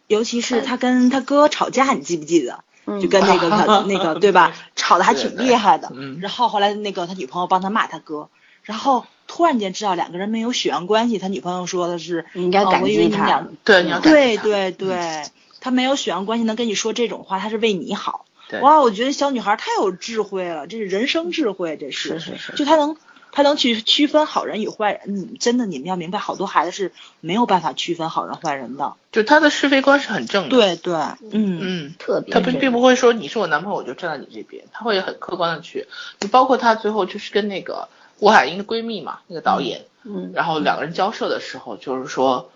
[SPEAKER 3] 尤其是他跟他哥吵架，你记不记得？
[SPEAKER 2] 嗯
[SPEAKER 3] 就跟那个他那个对吧，吵得还挺厉害的
[SPEAKER 1] 对对嗯。
[SPEAKER 3] 然后后来那个他女朋友帮他骂他哥，然后突然间知道两个人没有血缘关系，他女朋友说的是
[SPEAKER 2] 你应该
[SPEAKER 3] 哦
[SPEAKER 2] 感
[SPEAKER 3] 我以为
[SPEAKER 2] 激
[SPEAKER 3] 你们
[SPEAKER 2] 他
[SPEAKER 3] 俩。
[SPEAKER 1] 对，你要感
[SPEAKER 3] 对
[SPEAKER 1] 谢他
[SPEAKER 3] 对对，他没有血缘关系，能跟你说这种话，他是为你好。
[SPEAKER 1] 对
[SPEAKER 3] 哇，我觉得小女孩太有智慧了，这是人生智慧，这
[SPEAKER 1] 是是是
[SPEAKER 3] 就她能她能去区分好人与坏人。嗯，真的，你们要明白，好多孩子是没有办法区分好人坏人的。
[SPEAKER 1] 就他的是非观是很正的。，
[SPEAKER 3] 对对，嗯
[SPEAKER 1] 嗯。
[SPEAKER 2] 特别
[SPEAKER 1] 他并
[SPEAKER 2] 是
[SPEAKER 1] 并不会说你是我男朋友，我就站在你这边，他会很客观的去。就包括他最后就是跟那个吴海英的闺蜜嘛，那个导演，
[SPEAKER 2] 嗯，
[SPEAKER 1] 然后两个人交涉的时候，就是说，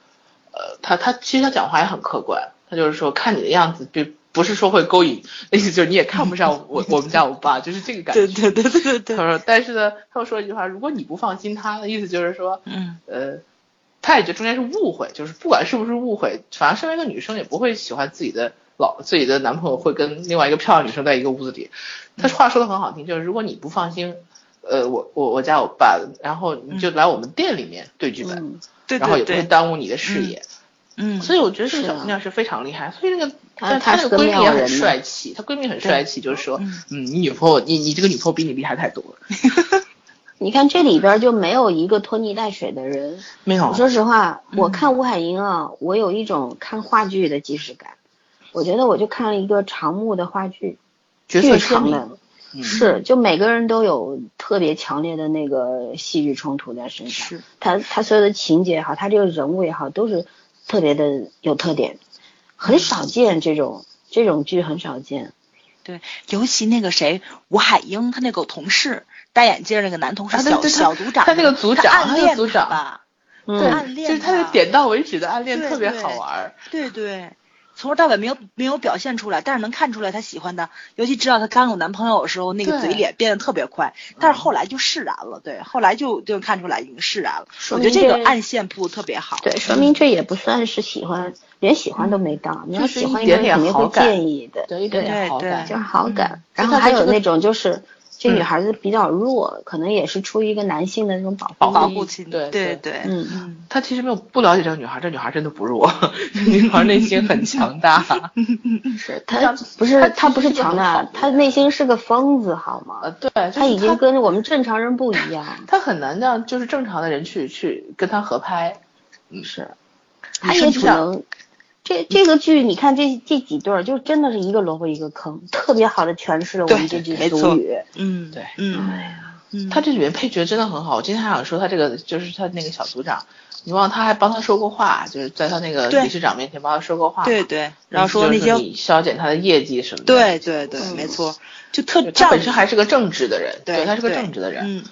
[SPEAKER 1] 呃，他他其实他讲话也很客观，他就是说看你的样子，并不是说会勾引， [laughs] 那意思就是你也看不上我我们家我爸，就是这个感觉。
[SPEAKER 3] 对对对对对对，
[SPEAKER 1] 他说，但是呢，他又说一句话，如果你不放心他，的意思就是说，
[SPEAKER 3] 嗯，
[SPEAKER 1] 呃，他也觉得中间是误会，就是不管是不是误会，反正身为一个女生也不会喜欢自己的老自己的男朋友会跟另外一个漂亮女生在一个屋子里。
[SPEAKER 2] 嗯
[SPEAKER 1] 他话说的很好听，就是如果你不放心，呃，我我我家我爸，然后你就来我们店里面对剧本，
[SPEAKER 2] 嗯
[SPEAKER 3] 对
[SPEAKER 1] 然后也
[SPEAKER 3] 对
[SPEAKER 1] 不会
[SPEAKER 3] 对，
[SPEAKER 1] 耽误你的事业。
[SPEAKER 3] 嗯，
[SPEAKER 1] 所以我觉得这个
[SPEAKER 2] 是
[SPEAKER 1] 小
[SPEAKER 2] 啊
[SPEAKER 1] 姑娘是非常厉害，所以那个
[SPEAKER 2] 她
[SPEAKER 1] 但
[SPEAKER 2] 她
[SPEAKER 1] 那
[SPEAKER 2] 是
[SPEAKER 1] 个
[SPEAKER 2] 个
[SPEAKER 1] 闺蜜
[SPEAKER 2] 妙
[SPEAKER 1] 也
[SPEAKER 2] 人
[SPEAKER 1] 很
[SPEAKER 2] 呢
[SPEAKER 1] 帅气，她闺蜜很帅气，就是说，
[SPEAKER 3] 嗯
[SPEAKER 1] 嗯，你女朋友你你这个女朋友比你厉害太多
[SPEAKER 2] 嗯
[SPEAKER 1] 了，
[SPEAKER 2] 你看这里边儿就没有一个拖泥带水的人。
[SPEAKER 1] 没有
[SPEAKER 2] 我说实话，我
[SPEAKER 3] 嗯
[SPEAKER 2] 看吴海英啊，我有一种看话剧的即视感。我觉得我就看了一个长幕的话剧，
[SPEAKER 1] 角色鲜
[SPEAKER 2] 剧场
[SPEAKER 1] 明，
[SPEAKER 2] 的，
[SPEAKER 1] 嗯
[SPEAKER 2] 是就每个人都有特别强烈的那个戏剧冲突在身上。
[SPEAKER 3] 是
[SPEAKER 2] 他他所有的情节也好，他这个人物也好，都是特别的有特点，
[SPEAKER 1] 嗯
[SPEAKER 2] 很少见这种这种剧很少见。
[SPEAKER 3] 对，尤其那个谁，吴海英，她那个同事，戴眼镜儿那个男同事，
[SPEAKER 1] 啊对
[SPEAKER 3] 小
[SPEAKER 1] 对
[SPEAKER 3] 小
[SPEAKER 1] 他
[SPEAKER 3] 组长，
[SPEAKER 1] 他那个组长他
[SPEAKER 3] 暗
[SPEAKER 1] 那个
[SPEAKER 3] 恋
[SPEAKER 1] 组
[SPEAKER 3] 她
[SPEAKER 1] 长
[SPEAKER 3] 吧，
[SPEAKER 1] 对
[SPEAKER 2] 嗯，
[SPEAKER 3] 暗恋
[SPEAKER 1] 就是他的
[SPEAKER 3] 他
[SPEAKER 1] 点到为止的暗恋
[SPEAKER 3] 对
[SPEAKER 1] 特别
[SPEAKER 3] 对
[SPEAKER 1] 好玩儿，
[SPEAKER 3] 对对，从头到尾没有没有表现出来，但是能看出来她喜欢他，尤其知道她刚有男朋友的时候，那个
[SPEAKER 1] 对嗯
[SPEAKER 3] 嘴脸变得特别快，但是后来就释然了，对，后来就就看出来已经释然了。
[SPEAKER 2] 说
[SPEAKER 3] 我觉得
[SPEAKER 2] 明
[SPEAKER 3] 这个暗线铺得特别好，
[SPEAKER 2] 对，说明这也不算是喜欢，连喜欢都没到。你
[SPEAKER 1] 嗯
[SPEAKER 2] 要
[SPEAKER 1] 就是
[SPEAKER 2] 喜欢
[SPEAKER 1] 一
[SPEAKER 2] 个
[SPEAKER 1] 点点
[SPEAKER 2] 人，肯定
[SPEAKER 1] 好
[SPEAKER 2] 会
[SPEAKER 1] 感
[SPEAKER 2] 建议的，啊
[SPEAKER 1] 有一点点
[SPEAKER 3] 对
[SPEAKER 1] 好感
[SPEAKER 2] 就。是好感。
[SPEAKER 1] 嗯
[SPEAKER 2] 然
[SPEAKER 1] 所以
[SPEAKER 2] 后
[SPEAKER 1] 他
[SPEAKER 2] 还
[SPEAKER 1] 在
[SPEAKER 2] 有
[SPEAKER 1] 这个
[SPEAKER 2] 那种就是这女
[SPEAKER 1] 嗯
[SPEAKER 2] 孩子比较弱，可能也是出于一个男性的那种保护
[SPEAKER 1] 保
[SPEAKER 3] 保
[SPEAKER 2] 欲
[SPEAKER 3] 护期，
[SPEAKER 1] 对对
[SPEAKER 3] 对对，
[SPEAKER 2] 嗯，
[SPEAKER 3] 嗯，
[SPEAKER 1] 他其实没有不了解这个女孩，这女孩真的不弱，这 [laughs] 女孩内心很强大。 [laughs]
[SPEAKER 2] 是
[SPEAKER 1] 她
[SPEAKER 2] 她
[SPEAKER 1] 她
[SPEAKER 2] 不是
[SPEAKER 1] 其
[SPEAKER 2] 她
[SPEAKER 1] 实
[SPEAKER 2] 不
[SPEAKER 1] 是
[SPEAKER 2] 是
[SPEAKER 1] 个
[SPEAKER 2] 强
[SPEAKER 1] 很好
[SPEAKER 2] 大
[SPEAKER 1] 的，
[SPEAKER 2] 她
[SPEAKER 1] 人
[SPEAKER 2] 内心是个疯子，好
[SPEAKER 1] 呃，
[SPEAKER 2] 吗？
[SPEAKER 1] 对，就是
[SPEAKER 2] 她已经
[SPEAKER 1] 他
[SPEAKER 2] 跟我们正常人不
[SPEAKER 1] [laughs]
[SPEAKER 2] 一样，
[SPEAKER 1] 他很难让就是正常的人去去跟他合拍。
[SPEAKER 2] 是，
[SPEAKER 1] 你
[SPEAKER 2] 她
[SPEAKER 1] 是
[SPEAKER 2] 也
[SPEAKER 1] 不
[SPEAKER 2] 只
[SPEAKER 1] 想
[SPEAKER 2] 能。这这个剧，你看这这几对儿，就真的是一个萝卜一个坑，特别好的诠释了我
[SPEAKER 3] 对
[SPEAKER 2] 们这句
[SPEAKER 3] 没
[SPEAKER 2] 俗
[SPEAKER 3] 错
[SPEAKER 2] 语。
[SPEAKER 3] 嗯，
[SPEAKER 1] 对
[SPEAKER 3] 嗯
[SPEAKER 2] 哎呀，
[SPEAKER 3] 嗯，
[SPEAKER 1] 他这里面配角真的很好，我今天还想说他这个就是他那个小组长，你忘了他还帮他说过话，就是在他那个
[SPEAKER 3] 对
[SPEAKER 1] 理事长面前帮他说过话，
[SPEAKER 3] 对，对，然后说那些，
[SPEAKER 1] 削减他的业绩什么的，
[SPEAKER 3] 对对对，没错，就特
[SPEAKER 1] 嗯对，他
[SPEAKER 3] 仗
[SPEAKER 1] 本
[SPEAKER 3] 义
[SPEAKER 1] 身还是个正直的人，
[SPEAKER 3] 对
[SPEAKER 1] 他是个
[SPEAKER 3] 对
[SPEAKER 1] 正直的人，
[SPEAKER 3] 嗯，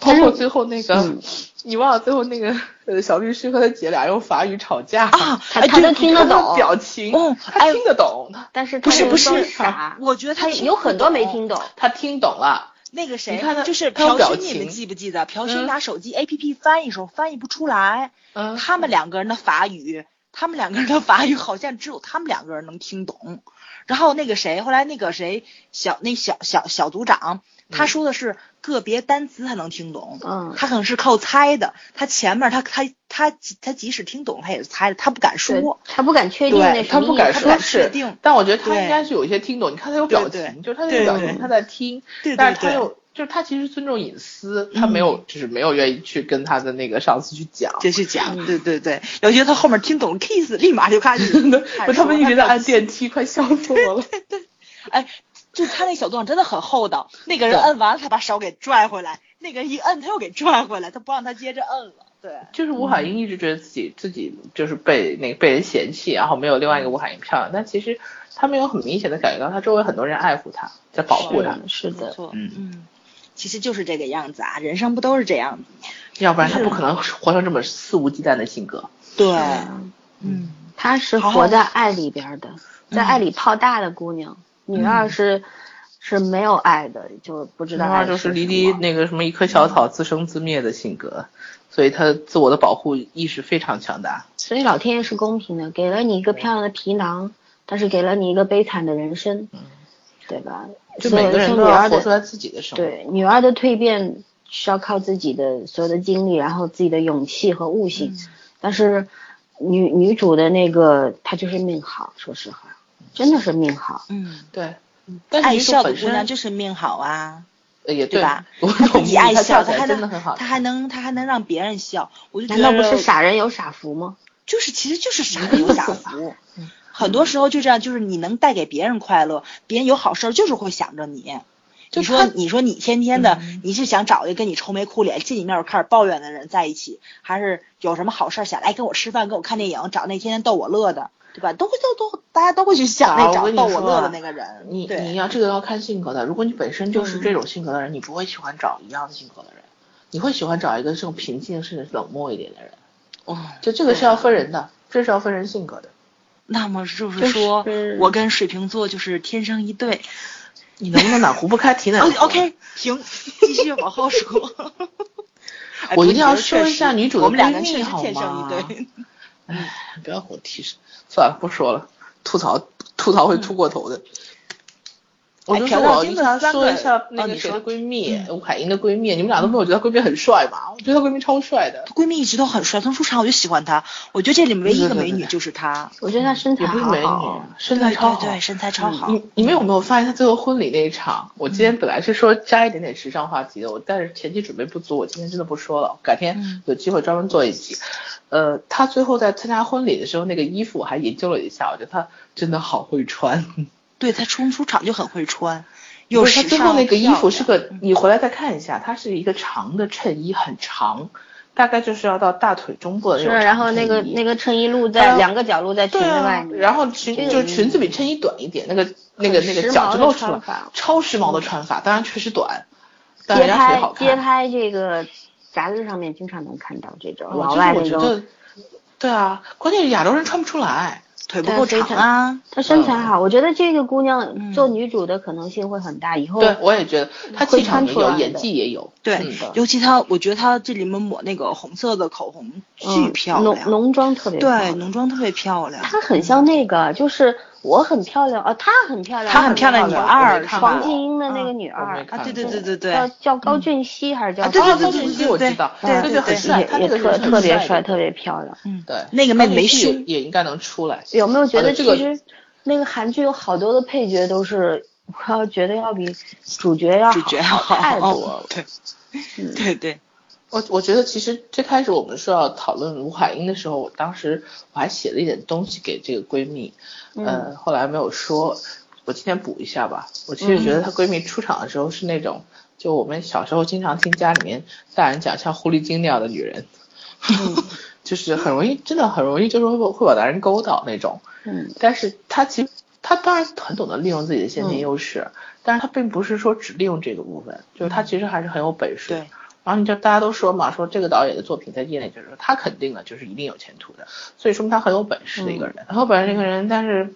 [SPEAKER 1] 包括最后那个
[SPEAKER 2] 嗯，
[SPEAKER 1] 你忘了最后那个呃小律师和他姐俩用法语吵架
[SPEAKER 3] 啊，
[SPEAKER 2] 他
[SPEAKER 3] 哎
[SPEAKER 2] 他
[SPEAKER 3] 对
[SPEAKER 2] 都听得
[SPEAKER 1] 看他
[SPEAKER 2] 懂
[SPEAKER 1] 表情，
[SPEAKER 3] 哦
[SPEAKER 1] 他听得懂，他
[SPEAKER 2] 但是
[SPEAKER 3] 不
[SPEAKER 2] 他
[SPEAKER 3] 是
[SPEAKER 2] 们
[SPEAKER 3] 不
[SPEAKER 2] 都
[SPEAKER 3] 是
[SPEAKER 2] 傻，
[SPEAKER 3] 我觉得他
[SPEAKER 2] 他
[SPEAKER 3] 听
[SPEAKER 2] 有
[SPEAKER 3] 不
[SPEAKER 2] 很多没
[SPEAKER 3] 懂
[SPEAKER 2] 听懂。
[SPEAKER 1] 他听懂了，
[SPEAKER 3] 那个谁，
[SPEAKER 1] 你看他
[SPEAKER 3] 就是
[SPEAKER 1] 他有
[SPEAKER 3] 朴
[SPEAKER 1] 表
[SPEAKER 3] 勋，你
[SPEAKER 1] 情
[SPEAKER 3] 们记不记得？朴
[SPEAKER 1] 嗯
[SPEAKER 3] 勋拿手机 APP 翻译时候翻译不出来，
[SPEAKER 1] 嗯，
[SPEAKER 3] 他们两个人的法语，他们两个人的法语好像只有他们两个人能听懂。然后那个谁，后来那个谁，小那小小小组长
[SPEAKER 1] 嗯
[SPEAKER 3] 他说的是个别单词他能听懂，
[SPEAKER 2] 嗯
[SPEAKER 3] 他可能是靠猜的，他前面他他他他即使听懂他也是猜的，他不敢
[SPEAKER 2] 对
[SPEAKER 3] 说，，
[SPEAKER 2] 他不敢确定
[SPEAKER 3] 对
[SPEAKER 2] 那
[SPEAKER 1] 他
[SPEAKER 2] 什么
[SPEAKER 1] 不
[SPEAKER 2] 意
[SPEAKER 1] 敢
[SPEAKER 2] 思
[SPEAKER 3] 他不
[SPEAKER 1] 说
[SPEAKER 3] 敢确
[SPEAKER 1] 是
[SPEAKER 3] 定，
[SPEAKER 1] 但我觉得他
[SPEAKER 3] 对
[SPEAKER 1] 应该是有一些听懂。你看他有表
[SPEAKER 3] 对对
[SPEAKER 1] 情，就是他
[SPEAKER 3] 对
[SPEAKER 1] 有表
[SPEAKER 3] 对
[SPEAKER 1] 情，他在听，
[SPEAKER 3] 对
[SPEAKER 1] 但
[SPEAKER 3] 对
[SPEAKER 1] 是他
[SPEAKER 3] 对，
[SPEAKER 1] 又就是他其实尊重隐私，他没有就是没有愿意去跟他的那个上司去讲。
[SPEAKER 3] 就去讲，
[SPEAKER 2] 嗯
[SPEAKER 3] 对对对，尤其是他后面听懂 kiss，立马就开始
[SPEAKER 1] [laughs]
[SPEAKER 3] 开
[SPEAKER 1] 不，
[SPEAKER 3] 始
[SPEAKER 1] 他
[SPEAKER 3] 说，
[SPEAKER 1] 们一直在
[SPEAKER 3] 表
[SPEAKER 1] 按电梯，快笑死我了。
[SPEAKER 3] 哎，就是他那小动作真的很厚
[SPEAKER 1] [laughs]
[SPEAKER 3] 道，那个人
[SPEAKER 1] 对
[SPEAKER 3] 摁完了，他把手给拽回来，那个人一摁他又给拽回来，他不让他接着摁了。对，
[SPEAKER 1] 就是吴海
[SPEAKER 3] 嗯
[SPEAKER 1] 英一直觉得自己自己就是被那个被人嫌弃，然后没有另
[SPEAKER 3] 嗯
[SPEAKER 1] 外一个吴海英漂亮，但其实他没有很明显的感觉到他周围很多人爱护他，在保护他，
[SPEAKER 2] 嗯，是
[SPEAKER 3] 没
[SPEAKER 2] 的，
[SPEAKER 3] 错，
[SPEAKER 1] 嗯
[SPEAKER 3] 嗯，其实就是这个样子啊，人生不都是这样子？
[SPEAKER 1] 要不然他不可能活成这么肆无忌惮的性格。
[SPEAKER 3] 对
[SPEAKER 2] 嗯
[SPEAKER 3] 嗯，
[SPEAKER 2] 她是
[SPEAKER 3] 好好
[SPEAKER 2] 活在爱里边的，
[SPEAKER 1] 嗯
[SPEAKER 2] 在爱里泡大的姑娘，女二是是没有爱的，就不知道
[SPEAKER 1] 然
[SPEAKER 2] 爱
[SPEAKER 1] 后
[SPEAKER 2] 是
[SPEAKER 1] 就是
[SPEAKER 2] 什
[SPEAKER 1] 离离
[SPEAKER 3] 啊
[SPEAKER 2] 么
[SPEAKER 1] 那个什么一棵小草自生自灭的性格，所以他自我的保护意识非常强大。
[SPEAKER 2] 所以老天爷是公平的，给了你一个漂亮的皮囊，但是给了你一个悲惨的人生，对吧？
[SPEAKER 1] 嗯就
[SPEAKER 2] 所以
[SPEAKER 1] 每个
[SPEAKER 2] 我
[SPEAKER 1] 人
[SPEAKER 2] 说
[SPEAKER 1] 都
[SPEAKER 2] 女
[SPEAKER 1] 要
[SPEAKER 2] 儿
[SPEAKER 1] 活出
[SPEAKER 2] 的
[SPEAKER 1] 他自己的生活。
[SPEAKER 2] 对女儿的蜕变是要靠自己的所有的经历，然后自己的勇气和悟性，
[SPEAKER 1] 嗯
[SPEAKER 2] 但是女女主的那个她就是命好，说实话，真的是命好。
[SPEAKER 3] 嗯，
[SPEAKER 1] 对，但是
[SPEAKER 3] 爱
[SPEAKER 1] 女主
[SPEAKER 3] 笑的
[SPEAKER 1] 本
[SPEAKER 3] 姑
[SPEAKER 1] 身
[SPEAKER 3] 娘就是命好啊，
[SPEAKER 1] 呃也
[SPEAKER 3] 对吧？
[SPEAKER 1] [laughs] 我
[SPEAKER 3] 她自
[SPEAKER 1] 同
[SPEAKER 3] 己
[SPEAKER 1] 意
[SPEAKER 3] 爱
[SPEAKER 1] 她
[SPEAKER 3] 笑，
[SPEAKER 1] 跳
[SPEAKER 3] 她
[SPEAKER 1] 起来
[SPEAKER 3] 还
[SPEAKER 1] 真的很
[SPEAKER 3] 能，
[SPEAKER 1] 好看，
[SPEAKER 3] 她还能，她还能让别人笑，我就觉
[SPEAKER 2] 难
[SPEAKER 3] 得
[SPEAKER 2] 道不是傻人有傻福吗？
[SPEAKER 3] 就是其实就是傻人有傻福。很多时候就这样，就是你能带给别人快乐，别人有好事儿就是会想着你。
[SPEAKER 1] 就
[SPEAKER 3] 你说
[SPEAKER 1] 他
[SPEAKER 3] 你说你天天的，你是想找一个跟你愁眉苦脸、见你面就开始抱怨的人在一起，还是有什么好事儿想来跟我吃饭、跟我看电影，找那天天逗我乐的，对吧？都会都都大家都会去想
[SPEAKER 1] 啊
[SPEAKER 3] 那
[SPEAKER 1] 我
[SPEAKER 3] 找
[SPEAKER 1] 跟你
[SPEAKER 3] 逗我
[SPEAKER 1] 说啊
[SPEAKER 3] 乐的那个人。
[SPEAKER 1] 你
[SPEAKER 3] 对嗯
[SPEAKER 1] 你要这个要看性格的，如果你本身就是这种性格的人，你不会喜欢找一样的性格的人，你会喜欢找一个这种平静甚至冷漠一点的人。
[SPEAKER 3] 哦，
[SPEAKER 1] 就这个是要分人的，这是要分人性格的。
[SPEAKER 3] 那么就是
[SPEAKER 1] 就是
[SPEAKER 3] 说
[SPEAKER 2] 是
[SPEAKER 3] 我跟水瓶座就是天生一对。
[SPEAKER 1] 你能不能哪壶不开提哪
[SPEAKER 3] [laughs]
[SPEAKER 1] 壶
[SPEAKER 3] O 啊 OK，行，继续往后
[SPEAKER 1] [laughs]
[SPEAKER 3] 说。哎
[SPEAKER 1] 我
[SPEAKER 3] 不
[SPEAKER 1] 一定
[SPEAKER 3] 过
[SPEAKER 1] 要
[SPEAKER 3] 你觉
[SPEAKER 1] 说
[SPEAKER 3] 得确
[SPEAKER 1] 一下
[SPEAKER 3] 实
[SPEAKER 1] 女主的
[SPEAKER 3] 我们两个
[SPEAKER 1] 闺蜜
[SPEAKER 3] 确实
[SPEAKER 1] 好
[SPEAKER 3] 天生一
[SPEAKER 1] 吗
[SPEAKER 3] 对。
[SPEAKER 1] 哎，不要给我提示，算了，不说了，吐槽吐槽会吐过头的。我
[SPEAKER 3] 嗯哎
[SPEAKER 1] 就
[SPEAKER 3] 朴
[SPEAKER 1] 说
[SPEAKER 3] 道
[SPEAKER 1] 我
[SPEAKER 3] 金
[SPEAKER 1] 一
[SPEAKER 3] 的
[SPEAKER 1] 下
[SPEAKER 3] 三
[SPEAKER 1] 说
[SPEAKER 3] 个嗯
[SPEAKER 1] 一下
[SPEAKER 3] 哦
[SPEAKER 1] 那个
[SPEAKER 3] 你
[SPEAKER 1] 谁
[SPEAKER 3] 说
[SPEAKER 1] 的闺蜜，吴海英的闺蜜，你们俩都没有觉得她闺蜜很帅吧？我觉得她闺蜜超帅的，
[SPEAKER 3] 她闺蜜一直都很帅，从出场我就喜欢她。我觉得这里面唯一一个
[SPEAKER 1] 对对
[SPEAKER 3] 美
[SPEAKER 1] 对
[SPEAKER 3] 女就是她，
[SPEAKER 2] 我觉得她身材
[SPEAKER 1] 也不是
[SPEAKER 2] 好
[SPEAKER 1] 美
[SPEAKER 2] 好
[SPEAKER 1] 女
[SPEAKER 2] 哦，，
[SPEAKER 1] 身材超好，
[SPEAKER 3] 对对对，身材超好。嗯
[SPEAKER 1] 你你们有没有发现她最后婚礼那一场？我今天本来是说加一点点时尚话题的，我但是前期准备不足，我今天真的不说了，改
[SPEAKER 3] 嗯
[SPEAKER 1] 天有机会专门做一集。呃，她最后在参加婚礼的时候，那个衣服我还研究了一下，我觉得她真的好会穿。 [laughs]
[SPEAKER 3] 对她冲出场就很会穿，又
[SPEAKER 1] 不是
[SPEAKER 3] 时
[SPEAKER 1] 她
[SPEAKER 3] 尚。
[SPEAKER 1] 最后那个衣服是
[SPEAKER 3] 漂亮嗯
[SPEAKER 1] 个，你回来再看一下，它是一个长的衬衣，很长，大概就是要到大腿中
[SPEAKER 3] 啊
[SPEAKER 1] 部的那
[SPEAKER 2] 是，啊
[SPEAKER 1] 种长衬衣。
[SPEAKER 2] 然后那个那个衬衣露
[SPEAKER 1] 然
[SPEAKER 2] 在
[SPEAKER 1] 后
[SPEAKER 2] 两个角露在裙
[SPEAKER 1] 对
[SPEAKER 2] 子外
[SPEAKER 1] 啊，
[SPEAKER 2] 面，
[SPEAKER 1] 然后裙
[SPEAKER 2] 这个
[SPEAKER 1] 就是裙子比衬衣短一点，那个那个那
[SPEAKER 2] 时
[SPEAKER 1] 个
[SPEAKER 2] 髦
[SPEAKER 1] 脚就
[SPEAKER 2] 的
[SPEAKER 1] 露出来
[SPEAKER 2] 穿法，嗯
[SPEAKER 1] 超时髦的穿法，当然确实短，但
[SPEAKER 2] 街
[SPEAKER 1] 人家腿
[SPEAKER 2] 拍
[SPEAKER 1] 好
[SPEAKER 2] 街
[SPEAKER 1] 看。
[SPEAKER 2] 拍这个杂志上面经常能看到这种
[SPEAKER 1] 我
[SPEAKER 2] 老
[SPEAKER 1] 就
[SPEAKER 2] 外
[SPEAKER 1] 是我
[SPEAKER 2] 那
[SPEAKER 1] 觉
[SPEAKER 2] 种
[SPEAKER 1] 得，，对啊，关键是亚洲人穿不出来。
[SPEAKER 3] 腿不够
[SPEAKER 2] 对
[SPEAKER 3] 长
[SPEAKER 2] 非常
[SPEAKER 3] 啊。
[SPEAKER 2] 她身材好，我觉得这个姑娘
[SPEAKER 3] 嗯
[SPEAKER 2] 做女主的可能性会很大，以后嗯
[SPEAKER 1] 对，我也觉得他
[SPEAKER 2] 会
[SPEAKER 1] 气场
[SPEAKER 2] 穿
[SPEAKER 1] 也
[SPEAKER 2] 出来
[SPEAKER 1] 有，
[SPEAKER 2] 的
[SPEAKER 1] 演技也有。
[SPEAKER 3] 对
[SPEAKER 1] 嗯，
[SPEAKER 3] 尤其她，我觉得她这里面抹那个红色的口红巨
[SPEAKER 2] 嗯
[SPEAKER 3] 漂
[SPEAKER 2] 浓
[SPEAKER 3] 亮，
[SPEAKER 2] 浓妆特别漂
[SPEAKER 3] 对，
[SPEAKER 2] 亮
[SPEAKER 3] 浓妆特别漂亮。
[SPEAKER 2] 她很像那个，就是我很漂亮啊，她很漂
[SPEAKER 1] 嗯
[SPEAKER 2] 亮，
[SPEAKER 3] 她很漂亮，
[SPEAKER 1] 我
[SPEAKER 3] 女
[SPEAKER 1] 没看
[SPEAKER 3] 二是
[SPEAKER 1] 过
[SPEAKER 2] 黄
[SPEAKER 3] 吧？
[SPEAKER 2] 静英的那个女
[SPEAKER 1] 我
[SPEAKER 2] 二
[SPEAKER 1] 没看
[SPEAKER 3] 啊，对对
[SPEAKER 1] 过
[SPEAKER 3] 对对对，嗯
[SPEAKER 2] 叫叫高俊熙还是叫
[SPEAKER 3] 啊
[SPEAKER 2] 什
[SPEAKER 3] 对
[SPEAKER 1] 哦
[SPEAKER 2] 么？
[SPEAKER 3] 对对
[SPEAKER 1] 高
[SPEAKER 3] 对
[SPEAKER 1] 俊熙
[SPEAKER 3] 对
[SPEAKER 1] 我
[SPEAKER 3] 对
[SPEAKER 1] 知道，
[SPEAKER 3] 对
[SPEAKER 1] 对
[SPEAKER 3] 对
[SPEAKER 1] 很
[SPEAKER 3] 对
[SPEAKER 1] 帅，他
[SPEAKER 2] 啊也
[SPEAKER 1] 那
[SPEAKER 2] 也
[SPEAKER 1] 个
[SPEAKER 2] 特
[SPEAKER 1] 是
[SPEAKER 2] 特别
[SPEAKER 1] 帅
[SPEAKER 2] 帅，
[SPEAKER 1] 的，
[SPEAKER 2] 特别漂亮。
[SPEAKER 3] 嗯，
[SPEAKER 1] 对，
[SPEAKER 3] 那个妹
[SPEAKER 1] 高
[SPEAKER 3] 没
[SPEAKER 1] 俊熙也
[SPEAKER 3] 胸
[SPEAKER 1] 也应该能出来。
[SPEAKER 2] 有没有觉
[SPEAKER 1] 好的
[SPEAKER 2] 得
[SPEAKER 1] 这
[SPEAKER 2] 其
[SPEAKER 1] 个
[SPEAKER 2] 实那个韩剧有好多的配角都是，我要觉得要比主角要
[SPEAKER 3] 主角好
[SPEAKER 2] 太多
[SPEAKER 3] 哦
[SPEAKER 2] 了。
[SPEAKER 3] 对
[SPEAKER 2] 嗯
[SPEAKER 3] 对对，
[SPEAKER 1] 我我觉得其实最开始我们说要讨论吴海英的时候，我当时我还写了一点东西给这个闺蜜，呃，后来没有说，我今天补一下吧。我其实觉得她闺蜜出场的时候是那种，就我们小时候经常听家里面大人讲像狐狸精那样的女人， [laughs] 就是很容易，真的很容易，就是会会把男人勾到那种。
[SPEAKER 2] 嗯
[SPEAKER 1] 但是她其实她当然很懂得利用自己的先天优势，但是她并不是说只利用这个部分，就是她其实还是很有本事。
[SPEAKER 3] 对。
[SPEAKER 1] 然后你就大家都说嘛，说这个导演的作品在业内就是说他肯定的就是一定有前途的，所以说明他很有本事的一个人。很有本事的一个人，但是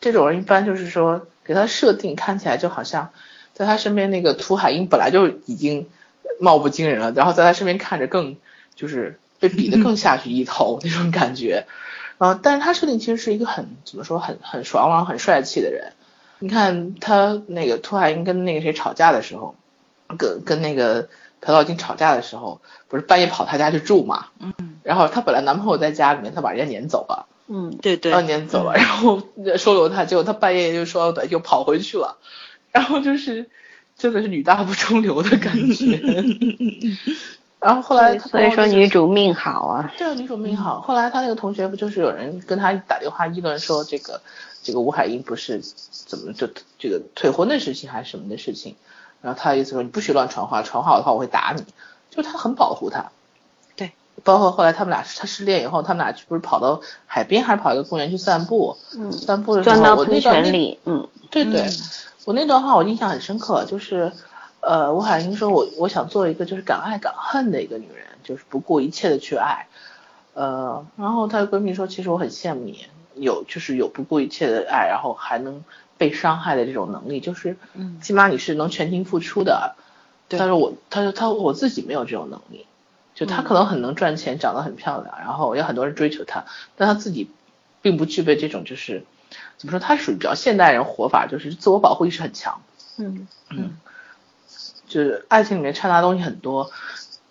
[SPEAKER 1] 这种人一般就是说给他设定看起来就好像在他身边那个涂海英本来就已经貌不惊人了，然后在他身边看着更就是被比得更下去一头那种感觉。然后，但是他设定其实是一个很怎么说，很很爽朗、很帅气的人。你看他那个涂海英跟那个谁吵架的时候，跟跟那个朴道金吵架的时候，不是半夜跑他家去住嘛？
[SPEAKER 3] 嗯，
[SPEAKER 1] 然后她本来男朋友在家里面，她把人家撵走了，
[SPEAKER 2] 嗯，
[SPEAKER 3] 对对
[SPEAKER 1] 然，后撵走了，然后 [laughs] 收留她，结果她半夜就说对，又跑回去了，然后就是真的是女大不中留的感
[SPEAKER 3] [laughs]
[SPEAKER 1] 觉。然后后来她
[SPEAKER 2] 所以说
[SPEAKER 1] 朋友就
[SPEAKER 2] 女主命好啊，
[SPEAKER 1] 这个女主命好。后来她那个同学不就是有人跟她打电话议论说这个这个吴海英不是怎么就这个退婚的事情还是什么的事情，然后她的意思说你不许乱传话，传话的话我会打你，就是她很保护她。
[SPEAKER 3] 对，
[SPEAKER 1] 包括后来他们俩她失恋以后，他们俩去不是跑到海边还是跑到一个公园去散步，
[SPEAKER 2] 嗯，
[SPEAKER 1] 散步的时
[SPEAKER 2] 钻
[SPEAKER 1] 候
[SPEAKER 2] 到
[SPEAKER 1] 我
[SPEAKER 2] 喷
[SPEAKER 1] 那段
[SPEAKER 2] 泉
[SPEAKER 1] 那
[SPEAKER 2] 里，嗯，
[SPEAKER 1] 对对，
[SPEAKER 3] 嗯
[SPEAKER 1] 我那段话我印象很深刻，就是，呃，吴海英说我我想做一个就是敢爱敢恨的一个女人，就是不顾一切的去爱，呃，然后她的闺蜜说，其实我很羡慕你，有就是有不顾一切的爱，然后还能被伤害的这种能力，就是，
[SPEAKER 3] 嗯
[SPEAKER 1] 起码你是能全情付出的，
[SPEAKER 3] 对
[SPEAKER 1] 但是我她说她我自己没有这种能力，就
[SPEAKER 2] 嗯
[SPEAKER 1] 她可能很能赚钱，长得很漂亮，然后有很多人追求她，但她自己并不具备这种就是怎么说，她属于比较现代人活法，就是自我保护意识很强，
[SPEAKER 2] 嗯，
[SPEAKER 1] 就是爱情里面掺杂的东西很多，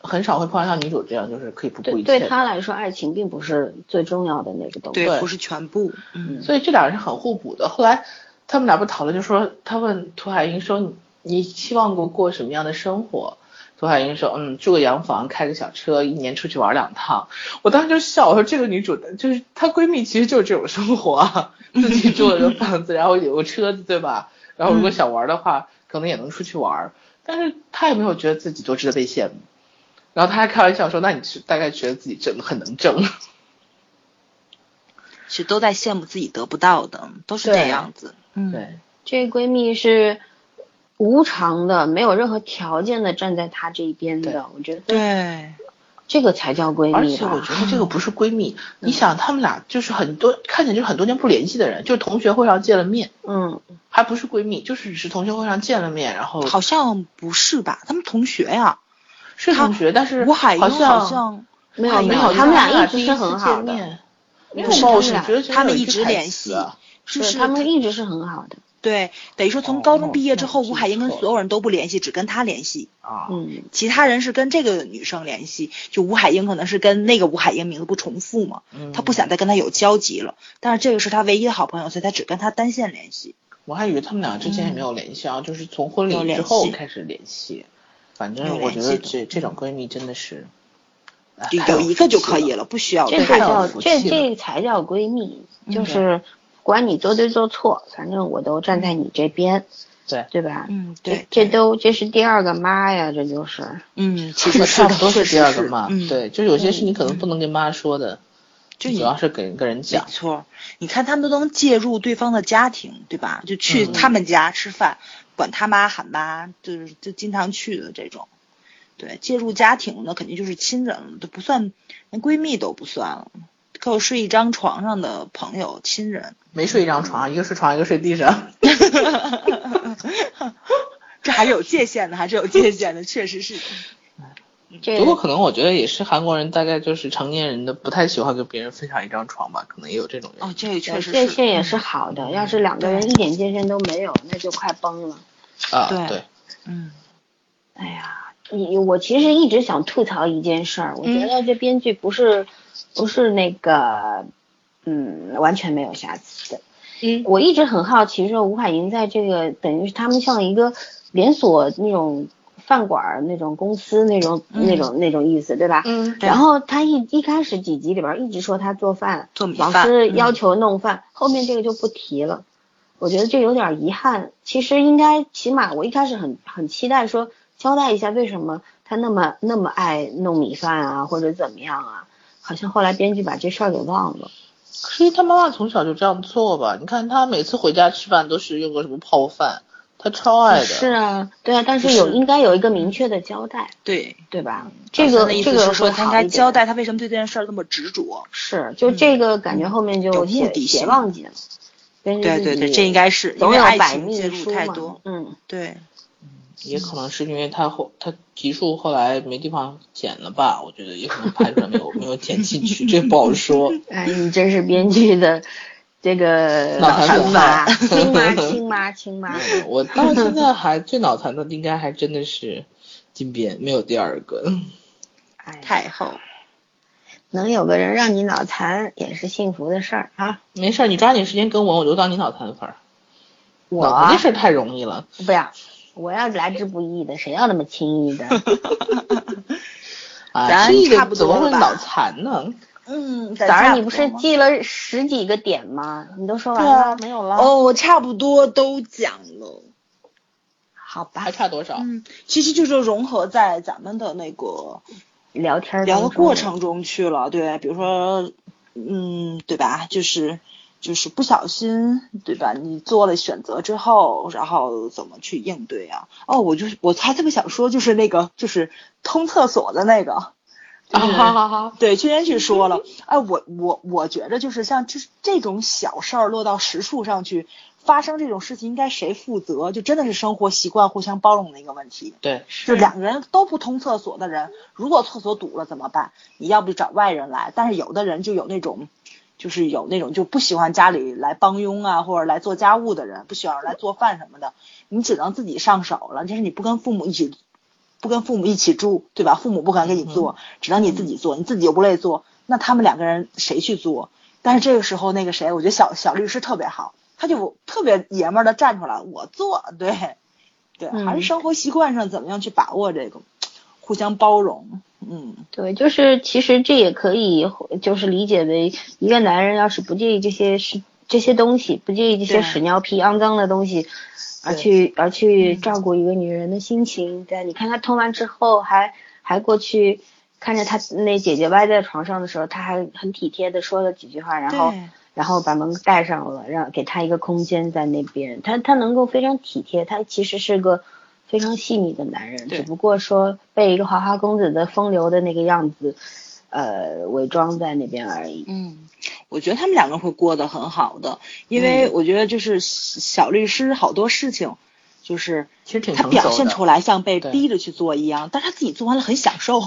[SPEAKER 1] 很少会碰到像女主这样就是可以不顾
[SPEAKER 2] 对，
[SPEAKER 1] 一切
[SPEAKER 2] 对
[SPEAKER 1] 的。
[SPEAKER 2] 她来说，爱情并不是最重要的那个东西。
[SPEAKER 1] 对
[SPEAKER 3] 不是全部，嗯
[SPEAKER 1] 所以这俩人是很互补的。后来他们俩不讨论，就说他问涂海英说你你希望过过什么样的生活？涂海英说嗯，住个洋房，开个小车，一年出去玩两趟。我当时就笑，我说这个女主就是她闺蜜，其实就是这种生活，啊，自己住了个房子，然后有个车子，对吧？然后如果想玩的话，可能也能出去玩，但是她也没有觉得自己多值得被羡慕。然后她还开玩笑说：“那你是大概觉得自己挣很能挣？”
[SPEAKER 3] 其实都在羡慕自己得不到的，都是这
[SPEAKER 1] 对
[SPEAKER 3] 样子。嗯，
[SPEAKER 1] 对，
[SPEAKER 2] 这闺蜜是无偿的，没有任何条件的站在她这一边
[SPEAKER 1] 对
[SPEAKER 2] 的，我觉得
[SPEAKER 3] 对，
[SPEAKER 2] 这个才叫闺
[SPEAKER 1] 而
[SPEAKER 2] 蜜
[SPEAKER 1] 且我
[SPEAKER 2] 吧。
[SPEAKER 1] 觉得这个不是闺蜜，
[SPEAKER 3] 嗯
[SPEAKER 1] 你想他们俩就是很多看起来就是很多年不联系的人，就是同学会上见了面，
[SPEAKER 2] 嗯，
[SPEAKER 1] 还不是闺蜜，就是只是同学会上见了面，然后
[SPEAKER 3] 好像不是吧？他们同学呀，
[SPEAKER 1] 是同学，但是
[SPEAKER 3] 吴海英
[SPEAKER 1] 好
[SPEAKER 3] 好
[SPEAKER 1] 像
[SPEAKER 3] 像
[SPEAKER 2] 没有
[SPEAKER 1] 好像啊
[SPEAKER 2] 没
[SPEAKER 1] 没
[SPEAKER 2] 有，
[SPEAKER 1] 他
[SPEAKER 2] 他们俩
[SPEAKER 1] 俩
[SPEAKER 2] 一直是很好
[SPEAKER 1] 第一次见
[SPEAKER 2] 的，
[SPEAKER 1] 面没有
[SPEAKER 3] 不是
[SPEAKER 1] 吧？我只
[SPEAKER 2] 他们俩
[SPEAKER 1] 觉得这
[SPEAKER 3] 嗯他们
[SPEAKER 1] 有
[SPEAKER 3] 一
[SPEAKER 1] 句
[SPEAKER 3] 直
[SPEAKER 1] 台
[SPEAKER 3] 联
[SPEAKER 1] 词
[SPEAKER 3] 系
[SPEAKER 1] 啊
[SPEAKER 3] 是
[SPEAKER 2] 对
[SPEAKER 3] 不是
[SPEAKER 2] 他们一直是很好的。
[SPEAKER 3] 对，等于说
[SPEAKER 1] 哦
[SPEAKER 3] 从高
[SPEAKER 1] 那
[SPEAKER 3] 中
[SPEAKER 1] 我
[SPEAKER 3] 毕业之
[SPEAKER 1] 那
[SPEAKER 3] 后，
[SPEAKER 1] 我
[SPEAKER 3] 吴
[SPEAKER 1] 记
[SPEAKER 3] 海英跟
[SPEAKER 1] 错
[SPEAKER 3] 所有人都不联系，只跟他联系。
[SPEAKER 1] 啊，
[SPEAKER 2] 嗯，
[SPEAKER 3] 其他人是跟这个女生联系，就吴海英可能是跟那个吴海英名字不重复嘛，
[SPEAKER 1] 嗯
[SPEAKER 3] 她不想再跟他有交集了。但是这个是她唯一的好朋友，所以她只跟他单线联系。
[SPEAKER 1] 我还以为他们俩之前也没有联系啊，就是从婚
[SPEAKER 3] 嗯有
[SPEAKER 1] 礼
[SPEAKER 3] 联
[SPEAKER 1] 之后
[SPEAKER 3] 系
[SPEAKER 1] 开始联系，反
[SPEAKER 3] 有
[SPEAKER 1] 正我觉
[SPEAKER 3] 联
[SPEAKER 1] 得
[SPEAKER 3] 系
[SPEAKER 1] 这
[SPEAKER 3] 的
[SPEAKER 1] 这种闺蜜真的是，哎
[SPEAKER 3] 就
[SPEAKER 1] 太
[SPEAKER 3] 有一个
[SPEAKER 1] 福
[SPEAKER 3] 就
[SPEAKER 1] 气
[SPEAKER 3] 可以
[SPEAKER 1] 了，
[SPEAKER 3] 哦了，不需要
[SPEAKER 2] 这
[SPEAKER 3] 多
[SPEAKER 2] 个
[SPEAKER 1] 太有
[SPEAKER 2] 叫
[SPEAKER 1] 福
[SPEAKER 2] 这
[SPEAKER 1] 气
[SPEAKER 2] 这才叫闺蜜，就是不管你做对做错，反正我都站在你这边，
[SPEAKER 1] 对，
[SPEAKER 2] 对吧？
[SPEAKER 3] 嗯，
[SPEAKER 2] 这
[SPEAKER 3] 对，
[SPEAKER 2] 这都这是第二个妈呀，这就是。
[SPEAKER 3] 嗯，其实
[SPEAKER 1] [laughs]
[SPEAKER 3] 是
[SPEAKER 1] 差不多
[SPEAKER 3] 确
[SPEAKER 1] 是
[SPEAKER 3] 实
[SPEAKER 1] 第二个嘛，
[SPEAKER 3] 嗯，，
[SPEAKER 1] 对，就有些事你可能不能跟妈说的，
[SPEAKER 3] 就
[SPEAKER 1] 主
[SPEAKER 3] 你
[SPEAKER 1] 要是给跟人
[SPEAKER 3] 没
[SPEAKER 1] 讲，
[SPEAKER 3] 错，你看他们都能介入对方的家庭，对吧？就去
[SPEAKER 1] 嗯
[SPEAKER 3] 他们家吃饭，管他妈喊妈，就是就经常去的这种。对，介入家庭那肯定就是亲人了，都不算，连闺蜜都不算了，跟我睡一张床上的朋友、亲人，
[SPEAKER 1] 没睡一张床，一个睡床，一个睡地上。
[SPEAKER 3] 这还是有界限的，还是有界限的，确实是。
[SPEAKER 2] 这
[SPEAKER 1] 不过可能我觉得也是韩国人，大概就是成年人的不太喜欢跟别人分享一张床吧，可能也有这种原
[SPEAKER 3] 哦
[SPEAKER 1] 因。，
[SPEAKER 3] 这个确
[SPEAKER 2] 对
[SPEAKER 3] 实
[SPEAKER 2] 呃界
[SPEAKER 3] 是。
[SPEAKER 2] 限也是好的，要是两个人一点界限都没有，那就快崩了。
[SPEAKER 1] 啊，
[SPEAKER 3] 哦对
[SPEAKER 1] 对，
[SPEAKER 3] 嗯，
[SPEAKER 2] 哎呀，你我其实一直想吐槽一件事儿，我觉得这编剧不是、不是那个，嗯，完全没有瑕疵的。
[SPEAKER 1] 嗯
[SPEAKER 2] 我一直很好奇，说吴海英在这个等于是他们像一个连锁那种饭馆儿那种公司那种、那种那种意思，对吧？
[SPEAKER 1] 嗯
[SPEAKER 3] 对
[SPEAKER 2] 然后他一一开始几集里边一直说他做饭，
[SPEAKER 3] 做米
[SPEAKER 2] 老
[SPEAKER 3] 饭
[SPEAKER 2] 师
[SPEAKER 3] 嗯
[SPEAKER 2] 要求弄饭，后面这个就不提了。我觉得这有点遗憾。其实应该，起码我一开始很很期待说交代一下为什么他那么那么爱弄米饭啊，或者怎么样啊。好像后来编剧把这事儿给忘了。
[SPEAKER 1] 其实他妈妈从小就这样做吧，你看他每次回家吃饭都是用个什么泡饭，他超爱的。
[SPEAKER 2] 是啊，对啊，但是有
[SPEAKER 3] 不是
[SPEAKER 2] 应该有一个明确的交代，
[SPEAKER 3] 对。
[SPEAKER 2] 对吧？这个
[SPEAKER 3] 的意
[SPEAKER 2] 这
[SPEAKER 3] 思
[SPEAKER 2] 个
[SPEAKER 3] 是说，
[SPEAKER 2] 会
[SPEAKER 3] 他
[SPEAKER 2] 好
[SPEAKER 3] 应
[SPEAKER 2] 一
[SPEAKER 3] 该
[SPEAKER 2] 点
[SPEAKER 3] 交代他为什么对这件事儿那么执着。
[SPEAKER 2] 是，就这个感觉后面就
[SPEAKER 3] 嗯有目
[SPEAKER 2] 写
[SPEAKER 3] 的
[SPEAKER 2] 写
[SPEAKER 3] 性
[SPEAKER 2] 忘记了。编剧
[SPEAKER 3] 对对
[SPEAKER 2] 自
[SPEAKER 3] 对，
[SPEAKER 2] 己
[SPEAKER 3] 这应该是因
[SPEAKER 2] 总
[SPEAKER 3] 为
[SPEAKER 2] 有
[SPEAKER 3] 爱
[SPEAKER 2] 百
[SPEAKER 3] 情
[SPEAKER 2] 密
[SPEAKER 3] 介
[SPEAKER 2] 一
[SPEAKER 3] 入
[SPEAKER 2] 疏
[SPEAKER 3] 太
[SPEAKER 2] 嘛
[SPEAKER 3] 多。 [laughs]
[SPEAKER 2] 嗯，
[SPEAKER 3] 对，
[SPEAKER 1] 也可能是因为他后他集数后来没地方剪了吧，我觉得也可能拍出来没有没有剪进去，这不好说。
[SPEAKER 2] 哎，你真是编剧的这个
[SPEAKER 4] 脑残
[SPEAKER 2] 亲妈，亲妈，亲妈，亲
[SPEAKER 3] [laughs]
[SPEAKER 2] 妈。
[SPEAKER 4] [laughs] 我到现在还最脑残的，应该还真的是金边，没有第二个。
[SPEAKER 2] 哎，
[SPEAKER 3] 太后，
[SPEAKER 2] 能有个人让你脑残也是幸福的事儿啊！
[SPEAKER 4] 没事儿，你抓紧时间跟我，我就当你脑残粉儿。
[SPEAKER 1] 啊
[SPEAKER 2] 我
[SPEAKER 4] 脑残这事儿太容易了。
[SPEAKER 2] 不要，我要来之不易的，谁要那么轻
[SPEAKER 3] [laughs]
[SPEAKER 2] 易的？
[SPEAKER 4] 啊，
[SPEAKER 3] 咱
[SPEAKER 4] 这个
[SPEAKER 3] 差不
[SPEAKER 4] 怎
[SPEAKER 3] 多
[SPEAKER 4] 么会
[SPEAKER 3] 了吧
[SPEAKER 4] 脑残呢？
[SPEAKER 3] 嗯，
[SPEAKER 2] 早上你不是记了十几个点吗？你都说完
[SPEAKER 3] 对
[SPEAKER 2] 了
[SPEAKER 3] 啊
[SPEAKER 2] 没有了？
[SPEAKER 3] 哦，我差不多都讲了。
[SPEAKER 2] 好吧
[SPEAKER 4] 还，差多 [laughs] 少？
[SPEAKER 3] 嗯，其实就是融合在咱们的那个
[SPEAKER 2] 嗯聊天儿
[SPEAKER 3] 聊的
[SPEAKER 2] 当中
[SPEAKER 3] 过程中去了，对，比如说，嗯，对吧？就是就是不小心，对吧？你做了选择之后，然后怎么去应对啊？哦，我就是我还特别想说，就是那个就是通厕所的那个，
[SPEAKER 4] 啊，
[SPEAKER 1] 嗯
[SPEAKER 4] 好好好，
[SPEAKER 3] 对，去年去说了，哎，我我我觉着就是像这这种小事儿落到实处上去，发生这种事情应该谁负责？就真的是生活习惯互相包容的一个问题。
[SPEAKER 4] 对，
[SPEAKER 3] 就两个人都不通厕所的人，如果厕所堵了怎么办？你要不就找外人来，但是有的人就有那种，就是有那种就不喜欢家里来帮佣啊，或者来做家务的人，不喜欢来做饭什么的，你只能自己上手了。就是你不跟父母一起，不跟父母一起住，对吧？父母不敢给你做，只能你自己做，你自己又不累做，那他们两个人谁去做？但是这个时候那个谁，我觉得小小律师特别好，他就特别爷们儿的站出来，我做，对。对，
[SPEAKER 2] 嗯
[SPEAKER 3] 还是生活习惯上怎么样去把握这个，互相包容，嗯，
[SPEAKER 2] 对，就是其实这也可以，就是理解为一个男人要是不介意这些事、这些东西，不介意这些
[SPEAKER 3] 对
[SPEAKER 2] 屎尿屁、肮脏的东西，而
[SPEAKER 3] 对嗯
[SPEAKER 2] 去而去照顾一个女人的心情。对，你看他通完之后还还过去看着他那姐姐歪在床上的时候，他还很体贴的说了几句话，然后
[SPEAKER 3] 对
[SPEAKER 2] 然后把门带上了，让给他一个空间在那边。他他能够非常体贴，他其实是个非常细腻的男人，
[SPEAKER 4] 对
[SPEAKER 2] 只不过说被一个花花公子的风流的那个样子，呃，伪装在那边而已。
[SPEAKER 3] 嗯，我觉得他们两个会过得很好的，因为我觉得就是小律师好多事情，就是
[SPEAKER 4] 其实挺
[SPEAKER 3] 他
[SPEAKER 4] 成
[SPEAKER 3] 表
[SPEAKER 4] 熟
[SPEAKER 3] 现
[SPEAKER 4] 的
[SPEAKER 3] 出来像被
[SPEAKER 4] 对
[SPEAKER 3] 逼着去做一样，但是他自己做完了很享受，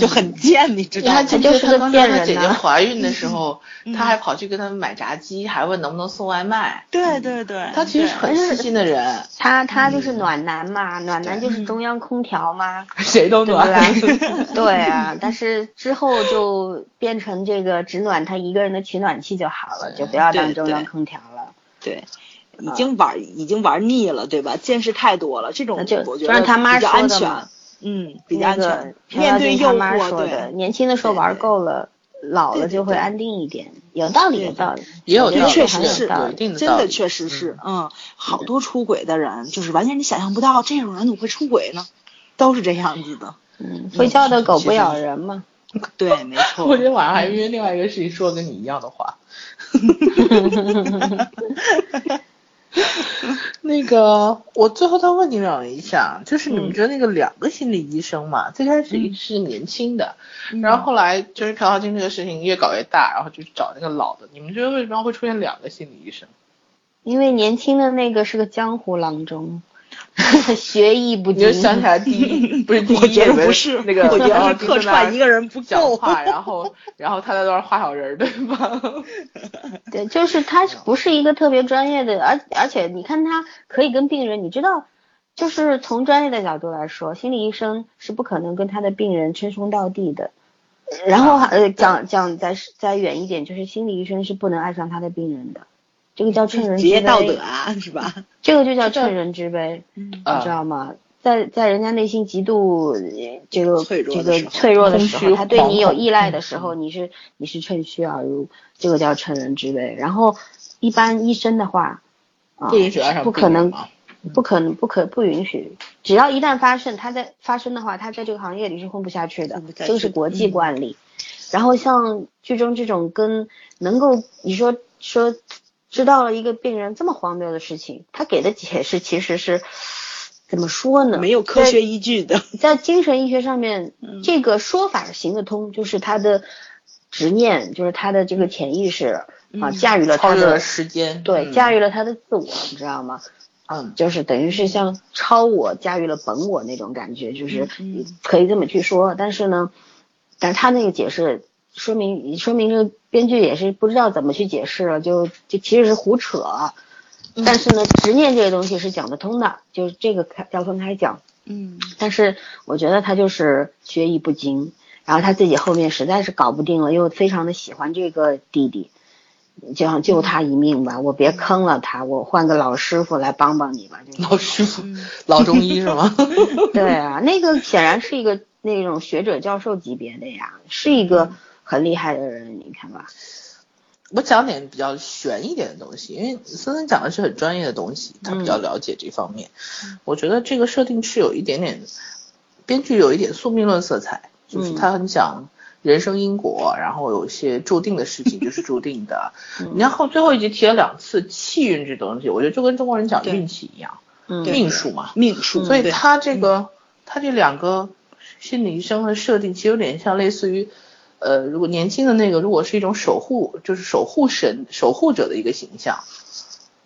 [SPEAKER 3] 就很贱，你知
[SPEAKER 1] 你
[SPEAKER 3] 道
[SPEAKER 1] 还
[SPEAKER 3] 吗？
[SPEAKER 1] 记不
[SPEAKER 2] 就
[SPEAKER 1] 记
[SPEAKER 2] 是
[SPEAKER 1] 得他
[SPEAKER 2] 个
[SPEAKER 1] 刚
[SPEAKER 2] 骗
[SPEAKER 1] 说他
[SPEAKER 2] 人
[SPEAKER 1] 姐姐
[SPEAKER 2] 呐
[SPEAKER 1] 怀孕的时候，
[SPEAKER 3] 嗯
[SPEAKER 1] 他还跑去跟他们买炸鸡，还问能不能送外卖。
[SPEAKER 3] 对对对，
[SPEAKER 1] 他其实是很细心的人，
[SPEAKER 2] 他他就是
[SPEAKER 3] 嗯
[SPEAKER 2] 暖男嘛，暖男就是中央空调
[SPEAKER 3] [laughs]
[SPEAKER 2] 嘛，
[SPEAKER 4] [laughs] 谁都
[SPEAKER 2] 对吧
[SPEAKER 4] 暖。？
[SPEAKER 2] [laughs] 对啊，但是之后就变成这个只暖他一个人的取暖器就好了，就不要当
[SPEAKER 3] 对
[SPEAKER 2] 中央
[SPEAKER 3] 对
[SPEAKER 2] 空调了。
[SPEAKER 3] 对。已经玩已经玩腻了，对吧？见识太多了，这种
[SPEAKER 2] 那就
[SPEAKER 3] 我
[SPEAKER 2] 就
[SPEAKER 3] 觉
[SPEAKER 2] 让
[SPEAKER 3] 得
[SPEAKER 2] 他妈
[SPEAKER 3] 比较
[SPEAKER 2] 说
[SPEAKER 3] 安
[SPEAKER 2] 的
[SPEAKER 3] 全
[SPEAKER 2] 嘛，
[SPEAKER 3] 嗯，比较
[SPEAKER 2] 那
[SPEAKER 3] 安
[SPEAKER 2] 个
[SPEAKER 3] 全。
[SPEAKER 2] 程咬
[SPEAKER 3] 面对
[SPEAKER 2] 金
[SPEAKER 3] 诱
[SPEAKER 2] 他妈
[SPEAKER 3] 惑，
[SPEAKER 2] 说的，
[SPEAKER 3] 对，
[SPEAKER 2] 年轻的时候玩够了，老了
[SPEAKER 3] 对对
[SPEAKER 2] 就会
[SPEAKER 3] 对
[SPEAKER 2] 安定一点，有道理，
[SPEAKER 3] 对
[SPEAKER 2] 有道理，
[SPEAKER 4] 也有
[SPEAKER 2] 我觉
[SPEAKER 4] 道
[SPEAKER 2] 得
[SPEAKER 4] 理
[SPEAKER 2] 这
[SPEAKER 3] 确
[SPEAKER 2] 很
[SPEAKER 3] 实
[SPEAKER 2] 有
[SPEAKER 3] 是
[SPEAKER 2] 道
[SPEAKER 4] 有
[SPEAKER 2] 理
[SPEAKER 4] 一定的
[SPEAKER 3] 真
[SPEAKER 4] 道理
[SPEAKER 3] 的确实是，嗯，好多出轨的人，就是完全你想象不到这种人怎么会出轨呢？都是这样子的，
[SPEAKER 2] 嗯，会叫的狗不咬人嘛。
[SPEAKER 3] 对，没
[SPEAKER 4] [laughs]
[SPEAKER 3] 错。
[SPEAKER 4] 我今天晚上还因为另外一个事情说了跟你一样的
[SPEAKER 3] [laughs]
[SPEAKER 4] 话。那个，我最后再问你们一下，就是你们觉得那个两个心理医生
[SPEAKER 3] 嗯
[SPEAKER 4] 嘛，最开始是年轻的，然后后来就是朴孝金这个事情越搞越大，然后就找那个老的。你们觉得为什么会出现两个心理医生？
[SPEAKER 2] 因为年轻的那个是个江湖郎中， [laughs] 学艺不
[SPEAKER 4] 你
[SPEAKER 2] 精
[SPEAKER 4] 就。想起来第一，不是第一，
[SPEAKER 3] 嗯 [laughs] 我觉得
[SPEAKER 4] 也
[SPEAKER 3] 不是
[SPEAKER 4] 那个，
[SPEAKER 3] 我觉得
[SPEAKER 4] 然
[SPEAKER 1] 哦
[SPEAKER 4] 后
[SPEAKER 3] 是
[SPEAKER 4] 就
[SPEAKER 3] 客
[SPEAKER 4] 在那
[SPEAKER 3] 串一个人不
[SPEAKER 4] 讲
[SPEAKER 3] 够
[SPEAKER 4] 话，然后然后他在那儿画小人儿，对
[SPEAKER 3] [laughs]
[SPEAKER 4] 吧？
[SPEAKER 2] 对，就是他
[SPEAKER 3] 嗯
[SPEAKER 2] 不是一个特别专业的，而而且你看他可以跟病人，你知道，就是从专业的角度来说，心理医生是不可能跟他的病人称兄道弟的。然后呃，讲讲再再远一点，就是心理医生是不能爱上他的病人的，这个叫趁人之
[SPEAKER 3] 职业
[SPEAKER 2] 危，
[SPEAKER 3] 道德啊，是吧？
[SPEAKER 2] 这个就叫趁人之危，
[SPEAKER 3] 嗯
[SPEAKER 2] 你知
[SPEAKER 4] 啊，
[SPEAKER 2] 道吗？在在人家内心极度呃这个
[SPEAKER 3] 脆弱
[SPEAKER 2] 这
[SPEAKER 3] 的
[SPEAKER 2] 个
[SPEAKER 3] 时候
[SPEAKER 2] 脆弱的
[SPEAKER 4] 空
[SPEAKER 2] 时
[SPEAKER 4] 虚
[SPEAKER 2] 候，他对你有
[SPEAKER 4] 惶恐
[SPEAKER 2] 依赖的时候，你是你是趁虚而入，这个叫趁人之危。然后一般医生的话，啊
[SPEAKER 4] 不，允许爱上
[SPEAKER 2] 不
[SPEAKER 4] 病
[SPEAKER 2] 可
[SPEAKER 4] 人
[SPEAKER 2] 能
[SPEAKER 4] 嘛
[SPEAKER 3] 嗯
[SPEAKER 2] 不可能不可不允许，只要一旦发生，他在发生的话，他在这个行业里是混不下去的
[SPEAKER 3] 混不，下去嗯
[SPEAKER 2] 这个是国际惯例。然后像剧中这种跟能够你说说知道了一个病人这么荒谬的事情，他给的解释其实是怎么说呢？
[SPEAKER 3] 没有科学依据的，嗯
[SPEAKER 2] 在精神医学上
[SPEAKER 3] [laughs]
[SPEAKER 2] 面，这个说法行得通，就是他的执念，就是他的这
[SPEAKER 3] 嗯
[SPEAKER 2] 个潜意识、啊，驾驭了
[SPEAKER 4] 超
[SPEAKER 2] 他
[SPEAKER 4] 越了
[SPEAKER 2] 的
[SPEAKER 4] 时间，
[SPEAKER 2] 对，
[SPEAKER 4] 嗯
[SPEAKER 2] 驾驭了他的自我，你知道吗？
[SPEAKER 4] 嗯，
[SPEAKER 2] 就是等于是像超我驾驭了本
[SPEAKER 4] 嗯
[SPEAKER 2] 我那种感觉，就是可以这么去说。但是呢，但是他那个解释说明说明这个编剧也是不知道怎么去解释了，就就其实是胡扯。
[SPEAKER 4] 嗯
[SPEAKER 2] 但是呢，执念这个东西是讲得通的，就是这个开廖春开讲。
[SPEAKER 3] 嗯
[SPEAKER 2] 但是我觉得他就是学艺不精，然后他自己后面实在是搞不定了，又非常的喜欢这个弟弟，就想救他一命吧，我别坑了他，我换个老师傅来帮帮你吧。就
[SPEAKER 1] [laughs]
[SPEAKER 2] 是
[SPEAKER 1] 老师傅，老中医是吗？ [laughs]
[SPEAKER 2] 对啊，那个显然是一个那种学者教授级别的呀，是一个很厉害的人，你看吧。
[SPEAKER 1] 我讲点比较悬一点的东西，因为森森讲的是很专业的东西，他比较了解这方面。我觉得这个设定是有一点点，编剧有一点宿命论色彩，就是
[SPEAKER 2] 嗯
[SPEAKER 1] 他很讲人生因果，然后有一些注定的事情就是注定 [laughs] 的。
[SPEAKER 2] 嗯
[SPEAKER 1] 你然后最后一集提了两次气运这东西，我觉得就跟中国人讲
[SPEAKER 3] 对
[SPEAKER 1] 运气一样，
[SPEAKER 2] 嗯，
[SPEAKER 1] 命数嘛。
[SPEAKER 3] 命数，
[SPEAKER 1] 所以
[SPEAKER 3] 嗯对
[SPEAKER 1] 他这个他这两个心理医生的设定，其实有点像类似于，呃，如果年轻的那个如果是一种守护，就是守护神、守护者的一个形象，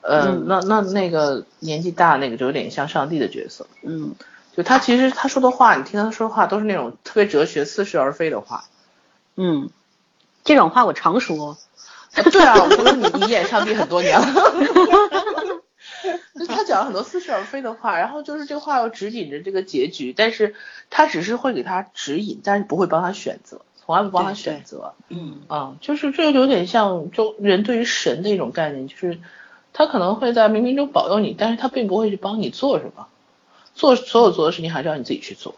[SPEAKER 1] 呃，
[SPEAKER 2] 嗯
[SPEAKER 1] 那那那个年纪大那个就有点像上帝的角色，
[SPEAKER 2] 嗯
[SPEAKER 1] 就他其实他说的话，你听他说的话都是那种特别哲学、似是而非的话。
[SPEAKER 2] 嗯，这种话我常说。
[SPEAKER 1] 啊 [laughs] 对啊，我觉得你你演上帝很多年了。 [laughs] 就他讲了很多似是而非的话，然后就是这话又指引着这个结局，但是他只是会给他指引，但是不会帮他选择，从来不帮他
[SPEAKER 3] 对对
[SPEAKER 1] 选择。
[SPEAKER 3] 嗯
[SPEAKER 1] 啊，就是这有点像中人对于神的一种概念，就是他可能会在冥冥中保佑你，但是他并不会去帮你做什么，做所有做的事情还是要你自己去做。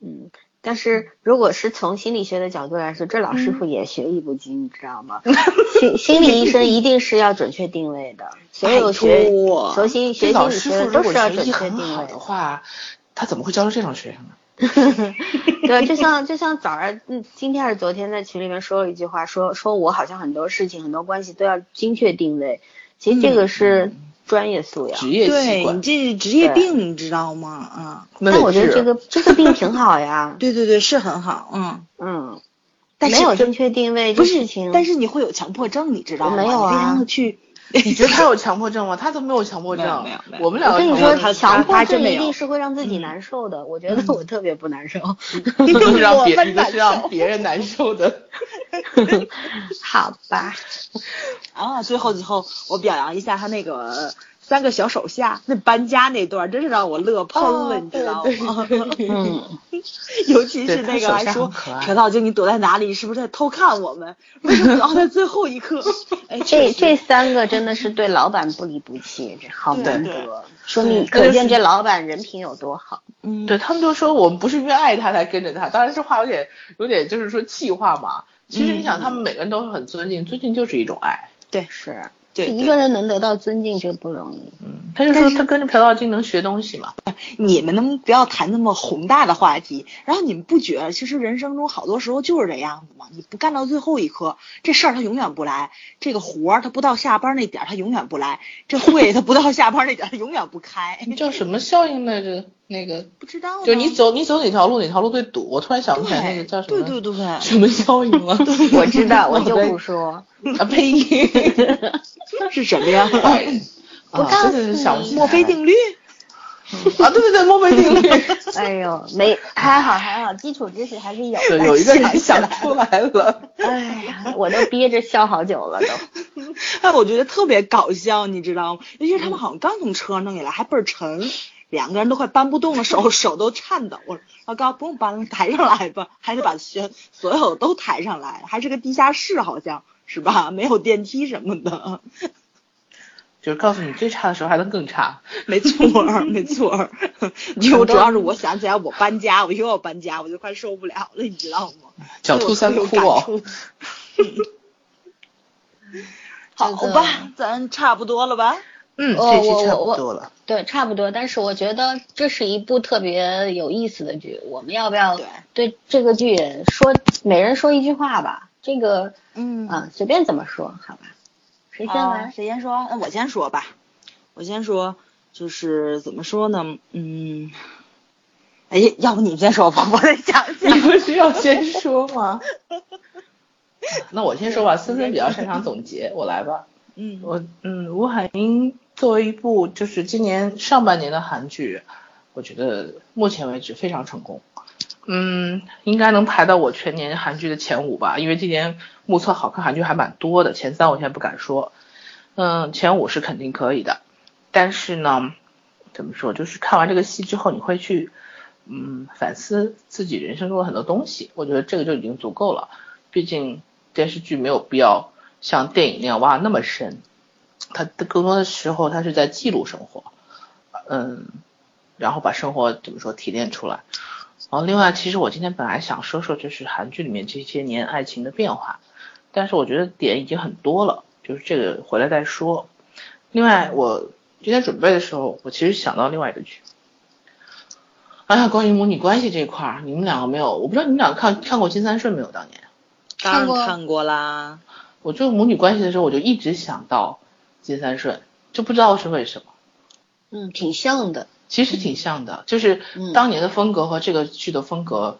[SPEAKER 2] 嗯，但是如果是从心理学的角度来说，这老师傅
[SPEAKER 1] 嗯
[SPEAKER 2] 也学艺不精，你知
[SPEAKER 1] [laughs]
[SPEAKER 2] 道吗？心心理医生一定是要准确定位的，所有学
[SPEAKER 3] 拜托
[SPEAKER 2] 所有心
[SPEAKER 1] 这
[SPEAKER 2] 学
[SPEAKER 1] 老
[SPEAKER 2] 心理
[SPEAKER 1] 师傅
[SPEAKER 2] 学的
[SPEAKER 1] 如
[SPEAKER 2] 都
[SPEAKER 1] 果
[SPEAKER 2] 是要
[SPEAKER 1] 学
[SPEAKER 2] 准
[SPEAKER 1] 艺
[SPEAKER 2] 确
[SPEAKER 1] 很
[SPEAKER 2] 定
[SPEAKER 1] 好
[SPEAKER 2] 位
[SPEAKER 1] 的话，他怎么会教出这种学生呢？
[SPEAKER 2] 对，就像就像早上，嗯，今天还是昨天在群里面说了一句话，说说我好像很多事情、很多关系都要精确定位，其实这个是专业素
[SPEAKER 1] 嗯
[SPEAKER 2] 养。
[SPEAKER 1] 职业习
[SPEAKER 3] 对
[SPEAKER 1] 惯
[SPEAKER 3] 你，这职业
[SPEAKER 2] 对
[SPEAKER 3] 病，你知道吗？啊，
[SPEAKER 1] 那
[SPEAKER 2] 但我觉得
[SPEAKER 1] 治
[SPEAKER 2] 这个这个病挺好呀，
[SPEAKER 3] 对对对，是很好，嗯。
[SPEAKER 1] [laughs]
[SPEAKER 2] 嗯，
[SPEAKER 3] 但是
[SPEAKER 2] 没有精确定位
[SPEAKER 3] 不
[SPEAKER 2] 这
[SPEAKER 3] 是
[SPEAKER 2] 事，情，
[SPEAKER 3] 但是你会有强迫症，你知道吗？
[SPEAKER 2] 我没有啊
[SPEAKER 3] 你非常的去，
[SPEAKER 1] [laughs] 你觉得他有强迫症吗？他都没有强迫症，
[SPEAKER 3] 没有没有没有
[SPEAKER 1] 我们两
[SPEAKER 2] 我
[SPEAKER 1] 个
[SPEAKER 2] 跟你
[SPEAKER 3] 我
[SPEAKER 2] 说，
[SPEAKER 3] 他
[SPEAKER 2] 强迫
[SPEAKER 3] 他
[SPEAKER 2] 症
[SPEAKER 3] 真没
[SPEAKER 2] 一 [laughs]
[SPEAKER 3] 有
[SPEAKER 2] 定是会让自己难受的。我觉得我特别不难 [laughs] 受。
[SPEAKER 1] 你都
[SPEAKER 2] 嗯
[SPEAKER 1] 是让别
[SPEAKER 3] 我
[SPEAKER 1] 你都是让别人难受的。
[SPEAKER 2] 好吧，
[SPEAKER 3] 啊，最后最后我表扬一下他那个三个小手下那搬家那段，真是让我乐喷了，
[SPEAKER 1] 哦
[SPEAKER 3] 你知道
[SPEAKER 1] 对
[SPEAKER 3] 吗？ [laughs]
[SPEAKER 2] 嗯，
[SPEAKER 3] 尤其
[SPEAKER 1] 对
[SPEAKER 3] 是
[SPEAKER 1] 他
[SPEAKER 3] 那个
[SPEAKER 1] 手
[SPEAKER 3] 还
[SPEAKER 1] 下
[SPEAKER 3] 说
[SPEAKER 1] 很可爱
[SPEAKER 3] 朴道经你躲在哪里？是不是在偷看我们？ [laughs] 为什么等到在最后一
[SPEAKER 1] [laughs]
[SPEAKER 3] 刻？哎，
[SPEAKER 2] [laughs] 这
[SPEAKER 3] 确实
[SPEAKER 2] 这三个真的是对老板不离不弃，这好难
[SPEAKER 1] 对
[SPEAKER 2] 得，说明
[SPEAKER 1] 对
[SPEAKER 2] 可见这老板人品有多好。
[SPEAKER 3] 嗯
[SPEAKER 1] 对他们就说我们不是因为爱他才跟着他，当然这话有点有点就是说气话嘛。其实你想，他们每个人都是很尊敬，尊敬就是一种爱。
[SPEAKER 2] 是，
[SPEAKER 3] 对
[SPEAKER 2] 一
[SPEAKER 3] 对
[SPEAKER 2] 个人能得到尊敬这不容 [laughs] 易。
[SPEAKER 1] 嗯，他就说他跟着朴道金能学东西嘛。
[SPEAKER 3] 你们能不能不要谈那么宏大的话题？然后你们不觉得其实人生中好多时候就是这样子吗？你不干到最后一刻，这事儿他永远不来，这个活儿他不到下班那点儿他永远不来，这会他不到下班那点儿他永远不开。
[SPEAKER 1] 那叫什么效应来着？那个
[SPEAKER 3] 不知道呢
[SPEAKER 1] 就你走你走哪条路哪条路最堵？我突然想不起来那个
[SPEAKER 3] 对
[SPEAKER 1] 叫什
[SPEAKER 3] 对
[SPEAKER 1] 么
[SPEAKER 3] 对对，
[SPEAKER 1] 什么效应了。
[SPEAKER 2] 我知道，我就
[SPEAKER 1] 在
[SPEAKER 2] 不 [laughs] 说。
[SPEAKER 1] 啊呸！
[SPEAKER 3] 是什么
[SPEAKER 1] [laughs] 哎啊
[SPEAKER 3] 呀？
[SPEAKER 1] 我
[SPEAKER 2] 告诉
[SPEAKER 1] 是
[SPEAKER 2] 你
[SPEAKER 1] 想不起来
[SPEAKER 3] 墨菲定律。
[SPEAKER 1] 啊，对对对，墨菲定律。
[SPEAKER 2] 哎呦，没还好还好，基础知识还是有
[SPEAKER 1] [laughs] 对，
[SPEAKER 2] 的。
[SPEAKER 1] 有一 [laughs] 个人想出来了。
[SPEAKER 2] 哎呀，我都憋着笑好久了都。
[SPEAKER 3] 哎，我觉得特别搞笑，你知道吗？尤其是他们好像刚从车上弄下来，还倍儿沉，两个人都快搬不动了，手 [laughs] 手都颤抖了。然后刚不用搬了，抬上来吧，还得把全所有都抬上来，还是个地下室，好像是吧？没有电梯什么的，
[SPEAKER 1] [laughs] 就是告诉你，最差的时候还能更 [laughs] 差。
[SPEAKER 3] 没错儿，没错儿。就主要是我想起来我搬家，我又要搬家，我就快受不了了，你知道吗？
[SPEAKER 1] 狡兔三窟
[SPEAKER 3] 对
[SPEAKER 1] 哦， [laughs]
[SPEAKER 3] 我特别有感触。 [laughs] 嗯好吧，咱差不多了吧？
[SPEAKER 1] 嗯，
[SPEAKER 2] 哦
[SPEAKER 1] 这期
[SPEAKER 2] 我
[SPEAKER 1] 差
[SPEAKER 2] 我
[SPEAKER 1] 不
[SPEAKER 2] 我
[SPEAKER 1] 多了。
[SPEAKER 2] 对，差不多。但是我觉得这是一部特别有意思的剧，我们要不要
[SPEAKER 3] 对
[SPEAKER 2] 对这个剧说每人说一句话吧？这个
[SPEAKER 3] 嗯
[SPEAKER 2] 啊，随便怎么说，好吧？谁先
[SPEAKER 3] 啊
[SPEAKER 2] 来？
[SPEAKER 3] 谁先说？那我先说吧。我先说，就是怎么说呢？嗯，哎，要不你先说吧， [laughs] 我再想
[SPEAKER 1] [laughs]
[SPEAKER 3] 想。
[SPEAKER 1] 你不是要先说吗？ [laughs] 那我先说吧，森森比较擅长总结，我来吧。
[SPEAKER 3] 嗯
[SPEAKER 1] 我嗯，吴海英作为一部就是今年上半年的韩剧，我觉得目前为止非常成功。嗯，应该能排到我全年韩剧的前五吧，因为今年目测好看韩剧还蛮多的，前三我现在不敢说，嗯，前五是肯定可以的，但是呢，怎么说，就是看完这个戏之后，你会去，嗯，反思自己人生中的很多东西，我觉得这个就已经足够了，毕竟电视剧没有必要像电影那样挖那么深，它更多的时候它是在记录生活，嗯，然后把生活怎么说提炼出来。然后，另外，其实我今天本来想说说，就是韩剧里面这些年爱情的变化，但是我觉得点已经很多了，就是这个回来再说。另外，我今天准备的时候，我其实想到另外一个剧，哎呀，关于母女关系这一块儿，你们两个没有，我不知道你们两个看看过金三顺没有？当年
[SPEAKER 3] 当
[SPEAKER 2] 过
[SPEAKER 3] 然看过啦，
[SPEAKER 1] 我就母女关系的时候，我就一直想到金三顺，就不知道是为什么。
[SPEAKER 2] 嗯，挺像的，
[SPEAKER 1] 其实挺像的，就是
[SPEAKER 2] 嗯
[SPEAKER 1] 当年的风格和这个剧的风格，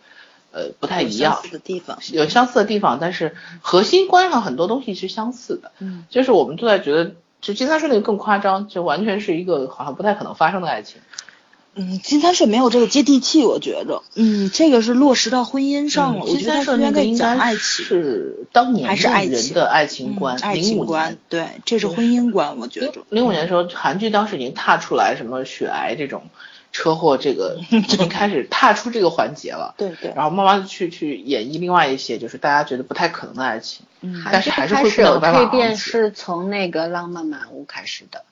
[SPEAKER 1] 呃，不太
[SPEAKER 3] 有
[SPEAKER 1] 一
[SPEAKER 3] 相
[SPEAKER 1] 样
[SPEAKER 3] 似，的地方，
[SPEAKER 1] 有相似的地方，但是核心观上很多东西是相似的。
[SPEAKER 3] 嗯，
[SPEAKER 1] 就是我们都在觉得，就金三顺那个更夸张，就完全是一个好像不太可能发生的爱情。
[SPEAKER 3] 嗯，金三顺没有这个接地气，我觉得，嗯，这个是落实到婚姻上了。我
[SPEAKER 1] 金
[SPEAKER 3] 觉得
[SPEAKER 1] 三
[SPEAKER 3] 他
[SPEAKER 1] 顺
[SPEAKER 3] 应
[SPEAKER 1] 那
[SPEAKER 3] 该
[SPEAKER 1] 个应
[SPEAKER 3] 讲
[SPEAKER 1] 该
[SPEAKER 3] 爱情，
[SPEAKER 1] 是当年
[SPEAKER 3] 还是爱
[SPEAKER 1] 的人
[SPEAKER 3] 情
[SPEAKER 1] 的爱情
[SPEAKER 3] 嗯
[SPEAKER 1] 观，05
[SPEAKER 3] 爱情
[SPEAKER 1] 年
[SPEAKER 3] 观，对，这是婚姻观，我觉着。
[SPEAKER 1] 零五年的时候，韩剧当时已经踏出来什么血癌这种车祸，这
[SPEAKER 3] [laughs]
[SPEAKER 1] 个已经开始踏出这个环节了。
[SPEAKER 3] 对对，
[SPEAKER 1] 然后慢慢的去去演绎另外一些，就是大家觉得不太可能的爱情。
[SPEAKER 3] 嗯
[SPEAKER 1] 但是还是会
[SPEAKER 2] 开始
[SPEAKER 1] 碰到
[SPEAKER 2] 有
[SPEAKER 1] 白马
[SPEAKER 2] 蜕
[SPEAKER 1] 王
[SPEAKER 2] 变，
[SPEAKER 1] 子
[SPEAKER 2] 是从那个《浪漫满屋》开始的。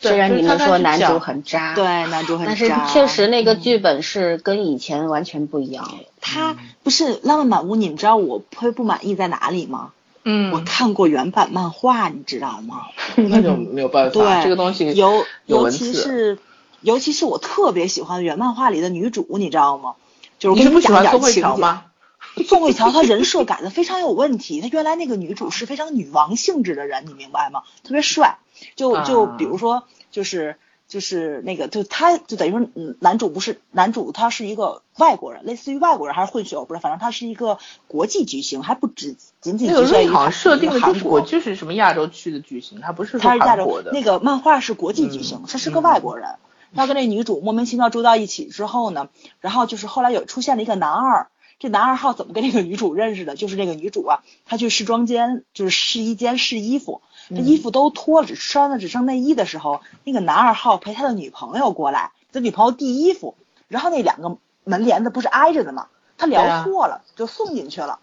[SPEAKER 1] 对
[SPEAKER 2] 虽然
[SPEAKER 1] 就是
[SPEAKER 2] 你们
[SPEAKER 1] 他开
[SPEAKER 2] 说
[SPEAKER 1] 始
[SPEAKER 2] 男主
[SPEAKER 1] 讲
[SPEAKER 2] 很渣，
[SPEAKER 3] 对，，男主很
[SPEAKER 2] 但是
[SPEAKER 3] 渣嗯
[SPEAKER 2] 确实那个剧本是跟以前完全不一样了。
[SPEAKER 3] 他不是《浪漫满屋》，你们知道我会不满意在哪里吗？
[SPEAKER 1] 嗯
[SPEAKER 3] 我看过原版漫画，你知道吗？
[SPEAKER 1] 那就没有办法，
[SPEAKER 3] 对，
[SPEAKER 1] 这个东西
[SPEAKER 3] 尤
[SPEAKER 1] 有
[SPEAKER 3] 尤
[SPEAKER 1] 文
[SPEAKER 3] 其
[SPEAKER 1] 字。
[SPEAKER 3] 是尤其是我特别喜欢原漫画里的女主，你知道吗？就是
[SPEAKER 1] 你是不
[SPEAKER 3] 我跟
[SPEAKER 1] 喜
[SPEAKER 3] 讲
[SPEAKER 1] 欢
[SPEAKER 3] 点
[SPEAKER 1] 宋慧
[SPEAKER 3] 情
[SPEAKER 1] 乔
[SPEAKER 3] 节？
[SPEAKER 1] 吗？
[SPEAKER 3] [laughs] 宋慧乔她人设改的非常有问题，她原来那个女主是非常女王性质的人，你明白吗？特别帅，就就
[SPEAKER 1] 啊
[SPEAKER 3] 比如说就是。就是那个，就他就等于说，嗯，男主不是男主，他是一个外国人，类似于外国人还是混血，我不知道，反正他是一个国际巨星，还不只仅仅
[SPEAKER 1] 那个
[SPEAKER 3] 局限
[SPEAKER 1] 瑞
[SPEAKER 3] 于
[SPEAKER 1] 好像
[SPEAKER 3] 韩
[SPEAKER 1] 设定的就是
[SPEAKER 3] 韩
[SPEAKER 1] 国
[SPEAKER 3] 国，
[SPEAKER 1] 就是什么亚洲区的巨星，他不是说
[SPEAKER 3] 他是亚
[SPEAKER 1] 韩
[SPEAKER 3] 洲
[SPEAKER 1] 国的。
[SPEAKER 3] 那个漫画是国际巨星
[SPEAKER 1] 嗯，
[SPEAKER 3] 他是个外国人，他跟那女主莫名其妙住到一起之后呢，然后就是后来有出现了一个男二，这男二号怎么跟这个女主认识的？就是这个女主啊，她去试妆间就是试衣间试衣服，她
[SPEAKER 1] 嗯
[SPEAKER 3] 衣服都脱了，只穿的只剩内衣的时候，那个男二号陪他的女朋友过来，他女朋友递衣服，然后那两个门帘子不是挨着的吗？他
[SPEAKER 1] 对
[SPEAKER 3] 撩
[SPEAKER 1] 啊
[SPEAKER 3] 破了，就送进去了。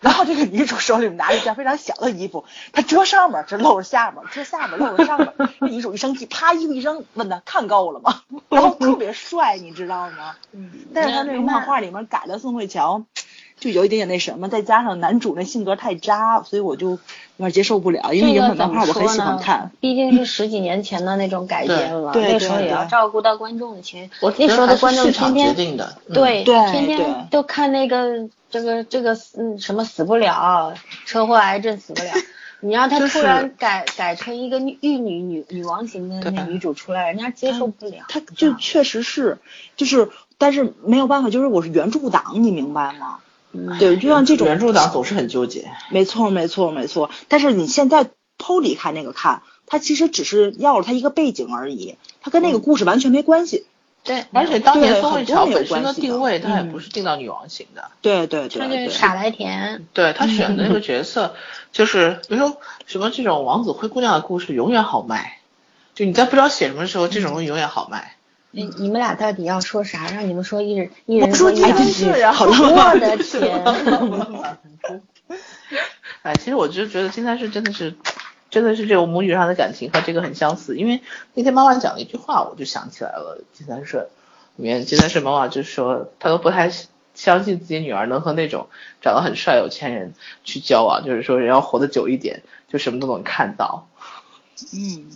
[SPEAKER 3] 然后这个女主手里拿着一件非常小的衣服，她遮上面，这露着下面，遮下面露着上面。 [laughs] 那女主一生气，啪衣服一扔，问他看够了吗？ [laughs] 然后特别帅，你知道吗？嗯但是他那
[SPEAKER 2] 嗯
[SPEAKER 3] 个漫画里面改的宋慧乔，就有一点点那什么，再加上男主那性格太渣，所以我就有点接受不了。因为
[SPEAKER 2] 这
[SPEAKER 3] 原
[SPEAKER 2] 个
[SPEAKER 3] 本
[SPEAKER 2] 怎
[SPEAKER 3] 漫
[SPEAKER 2] 么
[SPEAKER 3] 画我
[SPEAKER 2] 说
[SPEAKER 3] 很
[SPEAKER 2] 呢？
[SPEAKER 3] 喜欢看，
[SPEAKER 2] 毕竟是十几年前的那种改编了，
[SPEAKER 3] 对对
[SPEAKER 2] 那时候
[SPEAKER 3] 对
[SPEAKER 2] 也要
[SPEAKER 3] 对
[SPEAKER 2] 照顾到观众的情绪。
[SPEAKER 1] 我
[SPEAKER 2] 那时候的观
[SPEAKER 1] 市
[SPEAKER 2] 众
[SPEAKER 1] 场
[SPEAKER 2] 天
[SPEAKER 1] 决
[SPEAKER 2] 天
[SPEAKER 1] 定的，嗯
[SPEAKER 2] 对，
[SPEAKER 3] 对
[SPEAKER 2] 天
[SPEAKER 3] 对
[SPEAKER 2] 天都看那个这个这个嗯什么死不了，车祸癌症死不
[SPEAKER 3] [laughs]
[SPEAKER 2] 了。你让他
[SPEAKER 1] 就
[SPEAKER 2] 突
[SPEAKER 1] 是
[SPEAKER 2] 然改改成一个玉女女女王型的那
[SPEAKER 1] 对
[SPEAKER 2] 女主出来，人家接受不了。
[SPEAKER 3] 他就确实是，就是但是没有办法，就是我是原著党，你明白吗？
[SPEAKER 2] 嗯
[SPEAKER 3] 对，就像这种
[SPEAKER 1] 原著党总是很纠结。
[SPEAKER 3] 没错，没错，没错。但是你现在剖离开那个看，它其实只是要了它一个背景而已，它跟那
[SPEAKER 2] 嗯
[SPEAKER 3] 个故事完全没关系。
[SPEAKER 2] 对，
[SPEAKER 1] 而且当年
[SPEAKER 3] 对
[SPEAKER 1] 宋慧
[SPEAKER 3] 很多
[SPEAKER 1] 乔
[SPEAKER 3] 没有
[SPEAKER 1] 本身的
[SPEAKER 3] 关系的
[SPEAKER 1] 定位，她也
[SPEAKER 3] 嗯
[SPEAKER 1] 不是定到女王型的。
[SPEAKER 3] 对对对
[SPEAKER 2] 那就是
[SPEAKER 3] 对，
[SPEAKER 2] 傻白
[SPEAKER 3] 嗯
[SPEAKER 2] 甜。
[SPEAKER 1] 对她选的那个角色，就是比如说什么这种王子灰姑娘的故事永远好卖，就你在不知道写什么时候，这种东西永远好卖。
[SPEAKER 2] 你你们俩到底要说啥？让你们说一人一
[SPEAKER 3] 我
[SPEAKER 2] 人
[SPEAKER 3] 说
[SPEAKER 2] 一
[SPEAKER 3] 金
[SPEAKER 2] 两
[SPEAKER 3] 三
[SPEAKER 2] 句。
[SPEAKER 3] 顺啊好了
[SPEAKER 2] 我的天！
[SPEAKER 1] [laughs] 哎，其实我就觉得金三顺真的是，真的是这种母女上的感情和这个很相似。因为那天妈妈讲了一句话，我就想起来了，金三顺里面金三顺妈妈就说，她都不太相信自己女儿能和那种长得很帅有钱人去交往，就是说人要活得久一点，就什么都能看到。
[SPEAKER 3] 嗯，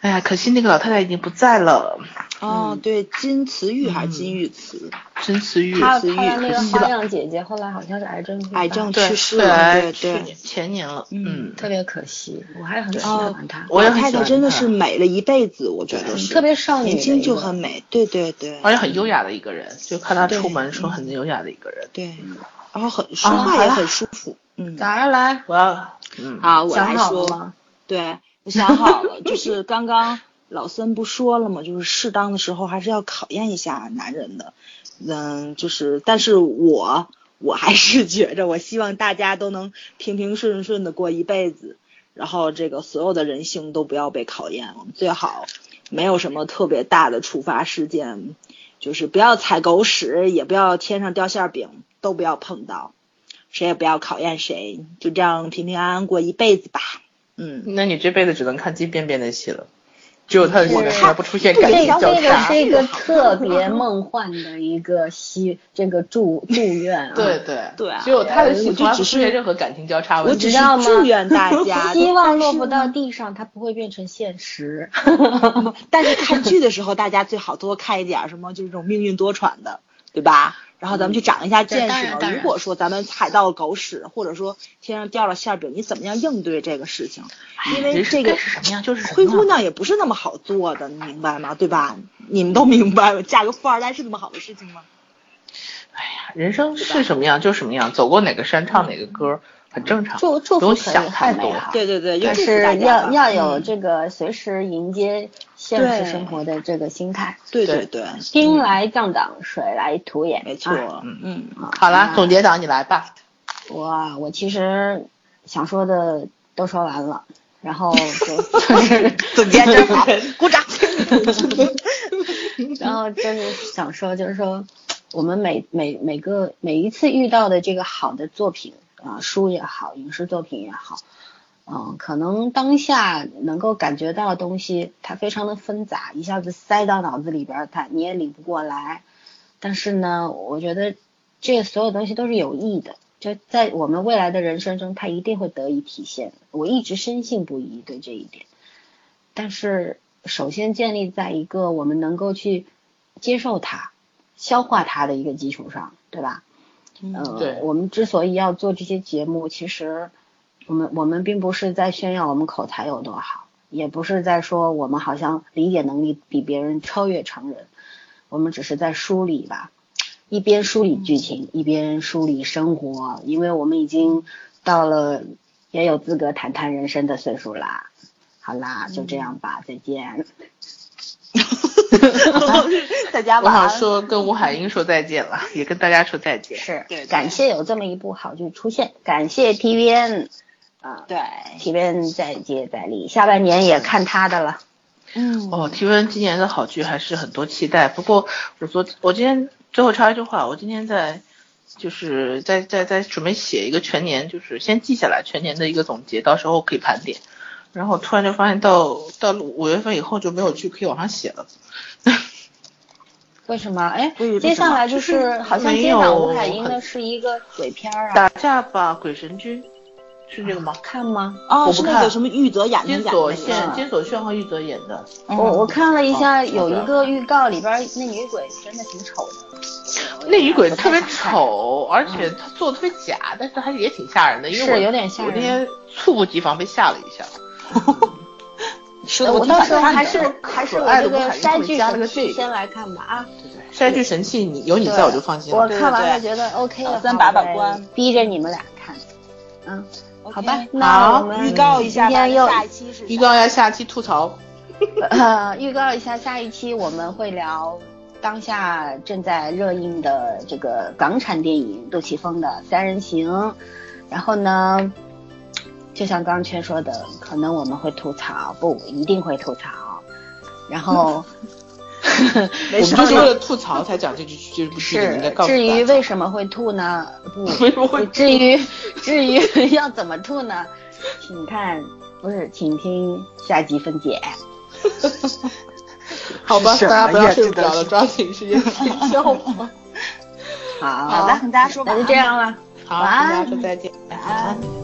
[SPEAKER 1] 哎呀，可惜那个老太太已经不在了，
[SPEAKER 3] 哦，对，金慈玉
[SPEAKER 2] 嗯
[SPEAKER 3] 还是金玉慈，
[SPEAKER 1] 甄慈玉。
[SPEAKER 2] 她
[SPEAKER 3] 自愈
[SPEAKER 2] 她的那
[SPEAKER 3] 可
[SPEAKER 2] 个
[SPEAKER 3] 惜了
[SPEAKER 2] 花样姐姐后来好像是癌症复发
[SPEAKER 3] 癌症
[SPEAKER 1] 对，
[SPEAKER 3] 去世
[SPEAKER 1] 对
[SPEAKER 3] 了对
[SPEAKER 1] 去
[SPEAKER 3] 对
[SPEAKER 1] 年前年了，
[SPEAKER 3] 嗯
[SPEAKER 1] 嗯，
[SPEAKER 2] 特别可惜，我还很喜
[SPEAKER 3] 哦
[SPEAKER 2] 欢她，
[SPEAKER 1] 我也
[SPEAKER 3] 老
[SPEAKER 1] 很
[SPEAKER 3] 太
[SPEAKER 1] 喜
[SPEAKER 3] 太
[SPEAKER 1] 欢
[SPEAKER 3] 真的
[SPEAKER 1] 她
[SPEAKER 3] 是美了一辈子，我觉得是
[SPEAKER 2] 特别少女的一
[SPEAKER 3] 年
[SPEAKER 2] 个，
[SPEAKER 3] 轻就很美，对对对
[SPEAKER 1] 而且很优雅的一个人，就看她
[SPEAKER 3] 对嗯
[SPEAKER 1] 出门说很优雅的一个人。
[SPEAKER 3] 对，
[SPEAKER 2] 嗯
[SPEAKER 3] 然后
[SPEAKER 2] 哦
[SPEAKER 3] 很说
[SPEAKER 1] 啊
[SPEAKER 3] 话
[SPEAKER 1] 好
[SPEAKER 3] 也
[SPEAKER 1] 了
[SPEAKER 3] 很舒服，嗯，
[SPEAKER 2] 早上来，
[SPEAKER 1] 我要，嗯，
[SPEAKER 3] 好，我
[SPEAKER 2] 想
[SPEAKER 3] 来
[SPEAKER 2] 好
[SPEAKER 3] 说
[SPEAKER 2] 了吗？
[SPEAKER 3] 对，我想好了，就是刚刚老森不说了吗？就是适当的时候还是要考验一下男人的。嗯，就是，但是我我还是觉着，我希望大家都能平平顺顺的过一辈子，然后这个所有的人性都不要被考验，我们最好没有什么特别大的触发事件，就是不要踩狗屎，也不要天上掉馅儿饼，都不要碰到，谁也不要考验谁，就这样平平安安过一辈子吧。嗯，
[SPEAKER 1] 那你这辈子只能看金边边的戏了，只有他的
[SPEAKER 3] 啊
[SPEAKER 1] 戏才不出现感
[SPEAKER 2] 这
[SPEAKER 1] 情交
[SPEAKER 2] 这个
[SPEAKER 1] 叉
[SPEAKER 2] 是。一 [laughs] 个特别梦幻的一个希，这个祝祝愿 [laughs] 啊。
[SPEAKER 1] 对对
[SPEAKER 3] 对啊
[SPEAKER 1] 只有他的
[SPEAKER 3] 我
[SPEAKER 1] 戏
[SPEAKER 3] 就
[SPEAKER 1] 从来不
[SPEAKER 3] 只
[SPEAKER 1] 出
[SPEAKER 3] 是
[SPEAKER 1] 现任何感情交叉
[SPEAKER 3] 我
[SPEAKER 1] 问
[SPEAKER 3] 只
[SPEAKER 1] 题
[SPEAKER 3] 是。
[SPEAKER 2] 知道吗
[SPEAKER 3] 祝愿大
[SPEAKER 2] [laughs]
[SPEAKER 3] 家
[SPEAKER 2] 希望落不到地上，它不会变成现实。
[SPEAKER 3] 但是看剧的时候，大家最好多看一点儿什么，就是这种命运多舛的，对吧？然后咱们去长一下见
[SPEAKER 5] 当
[SPEAKER 3] 识
[SPEAKER 5] 然
[SPEAKER 3] 吧。
[SPEAKER 5] 当然
[SPEAKER 3] 如果说咱们踩到了狗屎，或者说天上掉了馅儿饼，你怎么样应对这个事情？因为
[SPEAKER 5] 人生
[SPEAKER 3] 这个
[SPEAKER 5] 该是什么样就是什么
[SPEAKER 3] 灰姑
[SPEAKER 5] 样
[SPEAKER 3] 娘也不是那么好做的，你明白吗？对吧？你们都明白吗？嫁个富二代是那么好的事情吗？
[SPEAKER 1] 哎呀，人生是什么样就什么样，走过哪个山唱哪个歌，很正常，
[SPEAKER 2] 祝祝
[SPEAKER 1] 不用
[SPEAKER 2] 福可以
[SPEAKER 1] 想太
[SPEAKER 2] 很美
[SPEAKER 1] 多。
[SPEAKER 2] 好，
[SPEAKER 3] 对对对，
[SPEAKER 2] [laughs]
[SPEAKER 3] 就
[SPEAKER 2] 但
[SPEAKER 3] 祝福
[SPEAKER 2] 是
[SPEAKER 3] 大家
[SPEAKER 2] 要
[SPEAKER 3] 吧
[SPEAKER 2] 要有这个随时迎接现实生活的这个心态。嗯
[SPEAKER 3] 对
[SPEAKER 1] 对
[SPEAKER 3] 对对，
[SPEAKER 2] 兵来将挡，水来土掩。
[SPEAKER 3] 没错
[SPEAKER 2] 啊，
[SPEAKER 3] 嗯
[SPEAKER 1] 嗯
[SPEAKER 3] 嗯。
[SPEAKER 1] 好啦，总结党你来 [laughs] 吧。
[SPEAKER 2] 我啊我其实想说的都说完了，然后就 [laughs] 就是
[SPEAKER 3] 总结真好，嗯鼓掌。
[SPEAKER 2] 然后就是想说，就是说，我们每每每个每一次遇到的这个好的作品啊、书也好，影视作品也好，嗯、可能当下能够感觉到的东西，它非常的纷杂，一下子塞到脑子里边儿，它你也理不过来。但是呢，我觉得这所有东西都是有益的，就在我们未来的人生中，它一定会得以体现。我一直深信不疑对这一点。但是首先建立在一个我们能够去接受它、消化它的一个基础上，对吧？
[SPEAKER 3] 嗯
[SPEAKER 2] 呃，
[SPEAKER 1] 对
[SPEAKER 2] 我们之所以要做这些节目，其实我们我们并不是在炫耀我们口才有多好，也不是在说我们好像理解能力比别人超越常人，我们只是在梳理吧，一边梳理剧情，一边梳理生活，因为我们已经到了也有资格谈谈人生的岁数啦。好啦，就这样吧，再见。
[SPEAKER 3] [laughs] 大家
[SPEAKER 1] 我
[SPEAKER 3] 晚
[SPEAKER 1] 想
[SPEAKER 3] 安。
[SPEAKER 1] 说跟吴海英说再见了， [laughs] 也跟大家说再见。
[SPEAKER 2] 是
[SPEAKER 3] 对对
[SPEAKER 2] 感谢有这么一部好剧出现，感谢 TVN 啊、
[SPEAKER 3] 对，
[SPEAKER 2] ，TVN 再接再厉，下半年也看他的了。
[SPEAKER 3] 嗯
[SPEAKER 1] 哦，提问今年的好剧还是很多期待。不过我昨我今天最后插一句话，我今天在就是在在在准备写一个全年，就是先记下来全年的一个总结，到时候可以盘点。然后突然就发现到到五月份以后就没有剧可以往上写了，
[SPEAKER 2] 为什么？哎
[SPEAKER 1] 对为，什么
[SPEAKER 2] 接下来就
[SPEAKER 1] 就是
[SPEAKER 2] 是好像
[SPEAKER 1] 没
[SPEAKER 2] 接
[SPEAKER 1] 有
[SPEAKER 2] 档吴海英的
[SPEAKER 1] 很
[SPEAKER 2] 是一个鬼片儿啊，
[SPEAKER 1] 打架吧鬼神君是这个吗？
[SPEAKER 2] 看吗？
[SPEAKER 3] 哦，
[SPEAKER 1] 我
[SPEAKER 3] 是
[SPEAKER 1] 不
[SPEAKER 3] 那
[SPEAKER 1] 看
[SPEAKER 3] 个什么玉泽演的
[SPEAKER 1] 金
[SPEAKER 3] 啊演的
[SPEAKER 1] 锁
[SPEAKER 3] 那
[SPEAKER 1] 炫
[SPEAKER 3] 个，
[SPEAKER 1] 金锁炫和玉泽演的，
[SPEAKER 2] 我我看了一下，
[SPEAKER 1] 哦
[SPEAKER 2] 有一个预告里边儿那女鬼真的挺丑的。
[SPEAKER 1] 那女鬼
[SPEAKER 2] 不太
[SPEAKER 1] 特别
[SPEAKER 2] 想看，嗯
[SPEAKER 1] 丑，而且她做的特别假，但是还也挺吓人的，因为
[SPEAKER 2] 是
[SPEAKER 1] 我
[SPEAKER 2] 有点吓
[SPEAKER 1] 我那
[SPEAKER 2] 人。
[SPEAKER 1] 天猝不及防被吓了一下。
[SPEAKER 3] 是
[SPEAKER 2] 我到时候还是
[SPEAKER 1] 的
[SPEAKER 2] 还是
[SPEAKER 1] 可
[SPEAKER 2] 我
[SPEAKER 1] 爱
[SPEAKER 2] 这
[SPEAKER 1] 的
[SPEAKER 2] 个
[SPEAKER 1] 吴海英
[SPEAKER 2] 筛
[SPEAKER 1] 会
[SPEAKER 2] 剧
[SPEAKER 1] 加了个
[SPEAKER 2] 神
[SPEAKER 1] 这
[SPEAKER 2] 器
[SPEAKER 1] 个
[SPEAKER 2] 先来看吧啊！
[SPEAKER 1] 筛剧神器，你有你在我就放心
[SPEAKER 2] 我
[SPEAKER 1] 了。
[SPEAKER 2] 看完
[SPEAKER 3] 对对
[SPEAKER 2] 了觉得 OK 了，
[SPEAKER 3] 咱
[SPEAKER 2] 好
[SPEAKER 3] 把
[SPEAKER 2] 我
[SPEAKER 3] 把
[SPEAKER 2] 再
[SPEAKER 3] 关
[SPEAKER 2] 逼着你们俩看。嗯，好吧，那
[SPEAKER 1] 好
[SPEAKER 2] 我们
[SPEAKER 3] 预告一下
[SPEAKER 2] 今
[SPEAKER 3] 吧，
[SPEAKER 2] 天又
[SPEAKER 3] 下一期是
[SPEAKER 1] 预告一下下期吐槽，
[SPEAKER 2] 呃预告一下，下一期我们会聊当下正在热映的这个港产电影杜琪峰的《三人行》，然后呢，就像刚刚圈说的，可能我们会吐槽，不一定会吐槽，
[SPEAKER 1] [laughs]
[SPEAKER 2] 然后。
[SPEAKER 1] 我
[SPEAKER 3] 没
[SPEAKER 1] 们
[SPEAKER 3] 事
[SPEAKER 1] 就是为了吐槽才讲这句这部剧，你应该
[SPEAKER 2] 是
[SPEAKER 1] 告，诉
[SPEAKER 2] 至于
[SPEAKER 1] 大
[SPEAKER 2] 为
[SPEAKER 1] 家。
[SPEAKER 2] 什么会吐呢？不，
[SPEAKER 1] 为什么会
[SPEAKER 2] 至于至于 [laughs] 要怎么吐呢？请看，不是，请听下集分解。
[SPEAKER 1] 好吧，
[SPEAKER 3] 是
[SPEAKER 1] 大家不
[SPEAKER 3] 什么
[SPEAKER 1] 要
[SPEAKER 3] 呀
[SPEAKER 1] 睡不
[SPEAKER 3] 这都
[SPEAKER 1] 着了，
[SPEAKER 3] 是
[SPEAKER 1] 抓紧时间睡觉
[SPEAKER 2] [laughs]
[SPEAKER 1] 吧。
[SPEAKER 2] 好，
[SPEAKER 3] 好的，跟大家说
[SPEAKER 2] 那
[SPEAKER 3] 晚
[SPEAKER 2] 就
[SPEAKER 3] 安
[SPEAKER 2] 这样了。
[SPEAKER 1] 好，跟
[SPEAKER 2] 晚安
[SPEAKER 1] 大家说再见，晚安。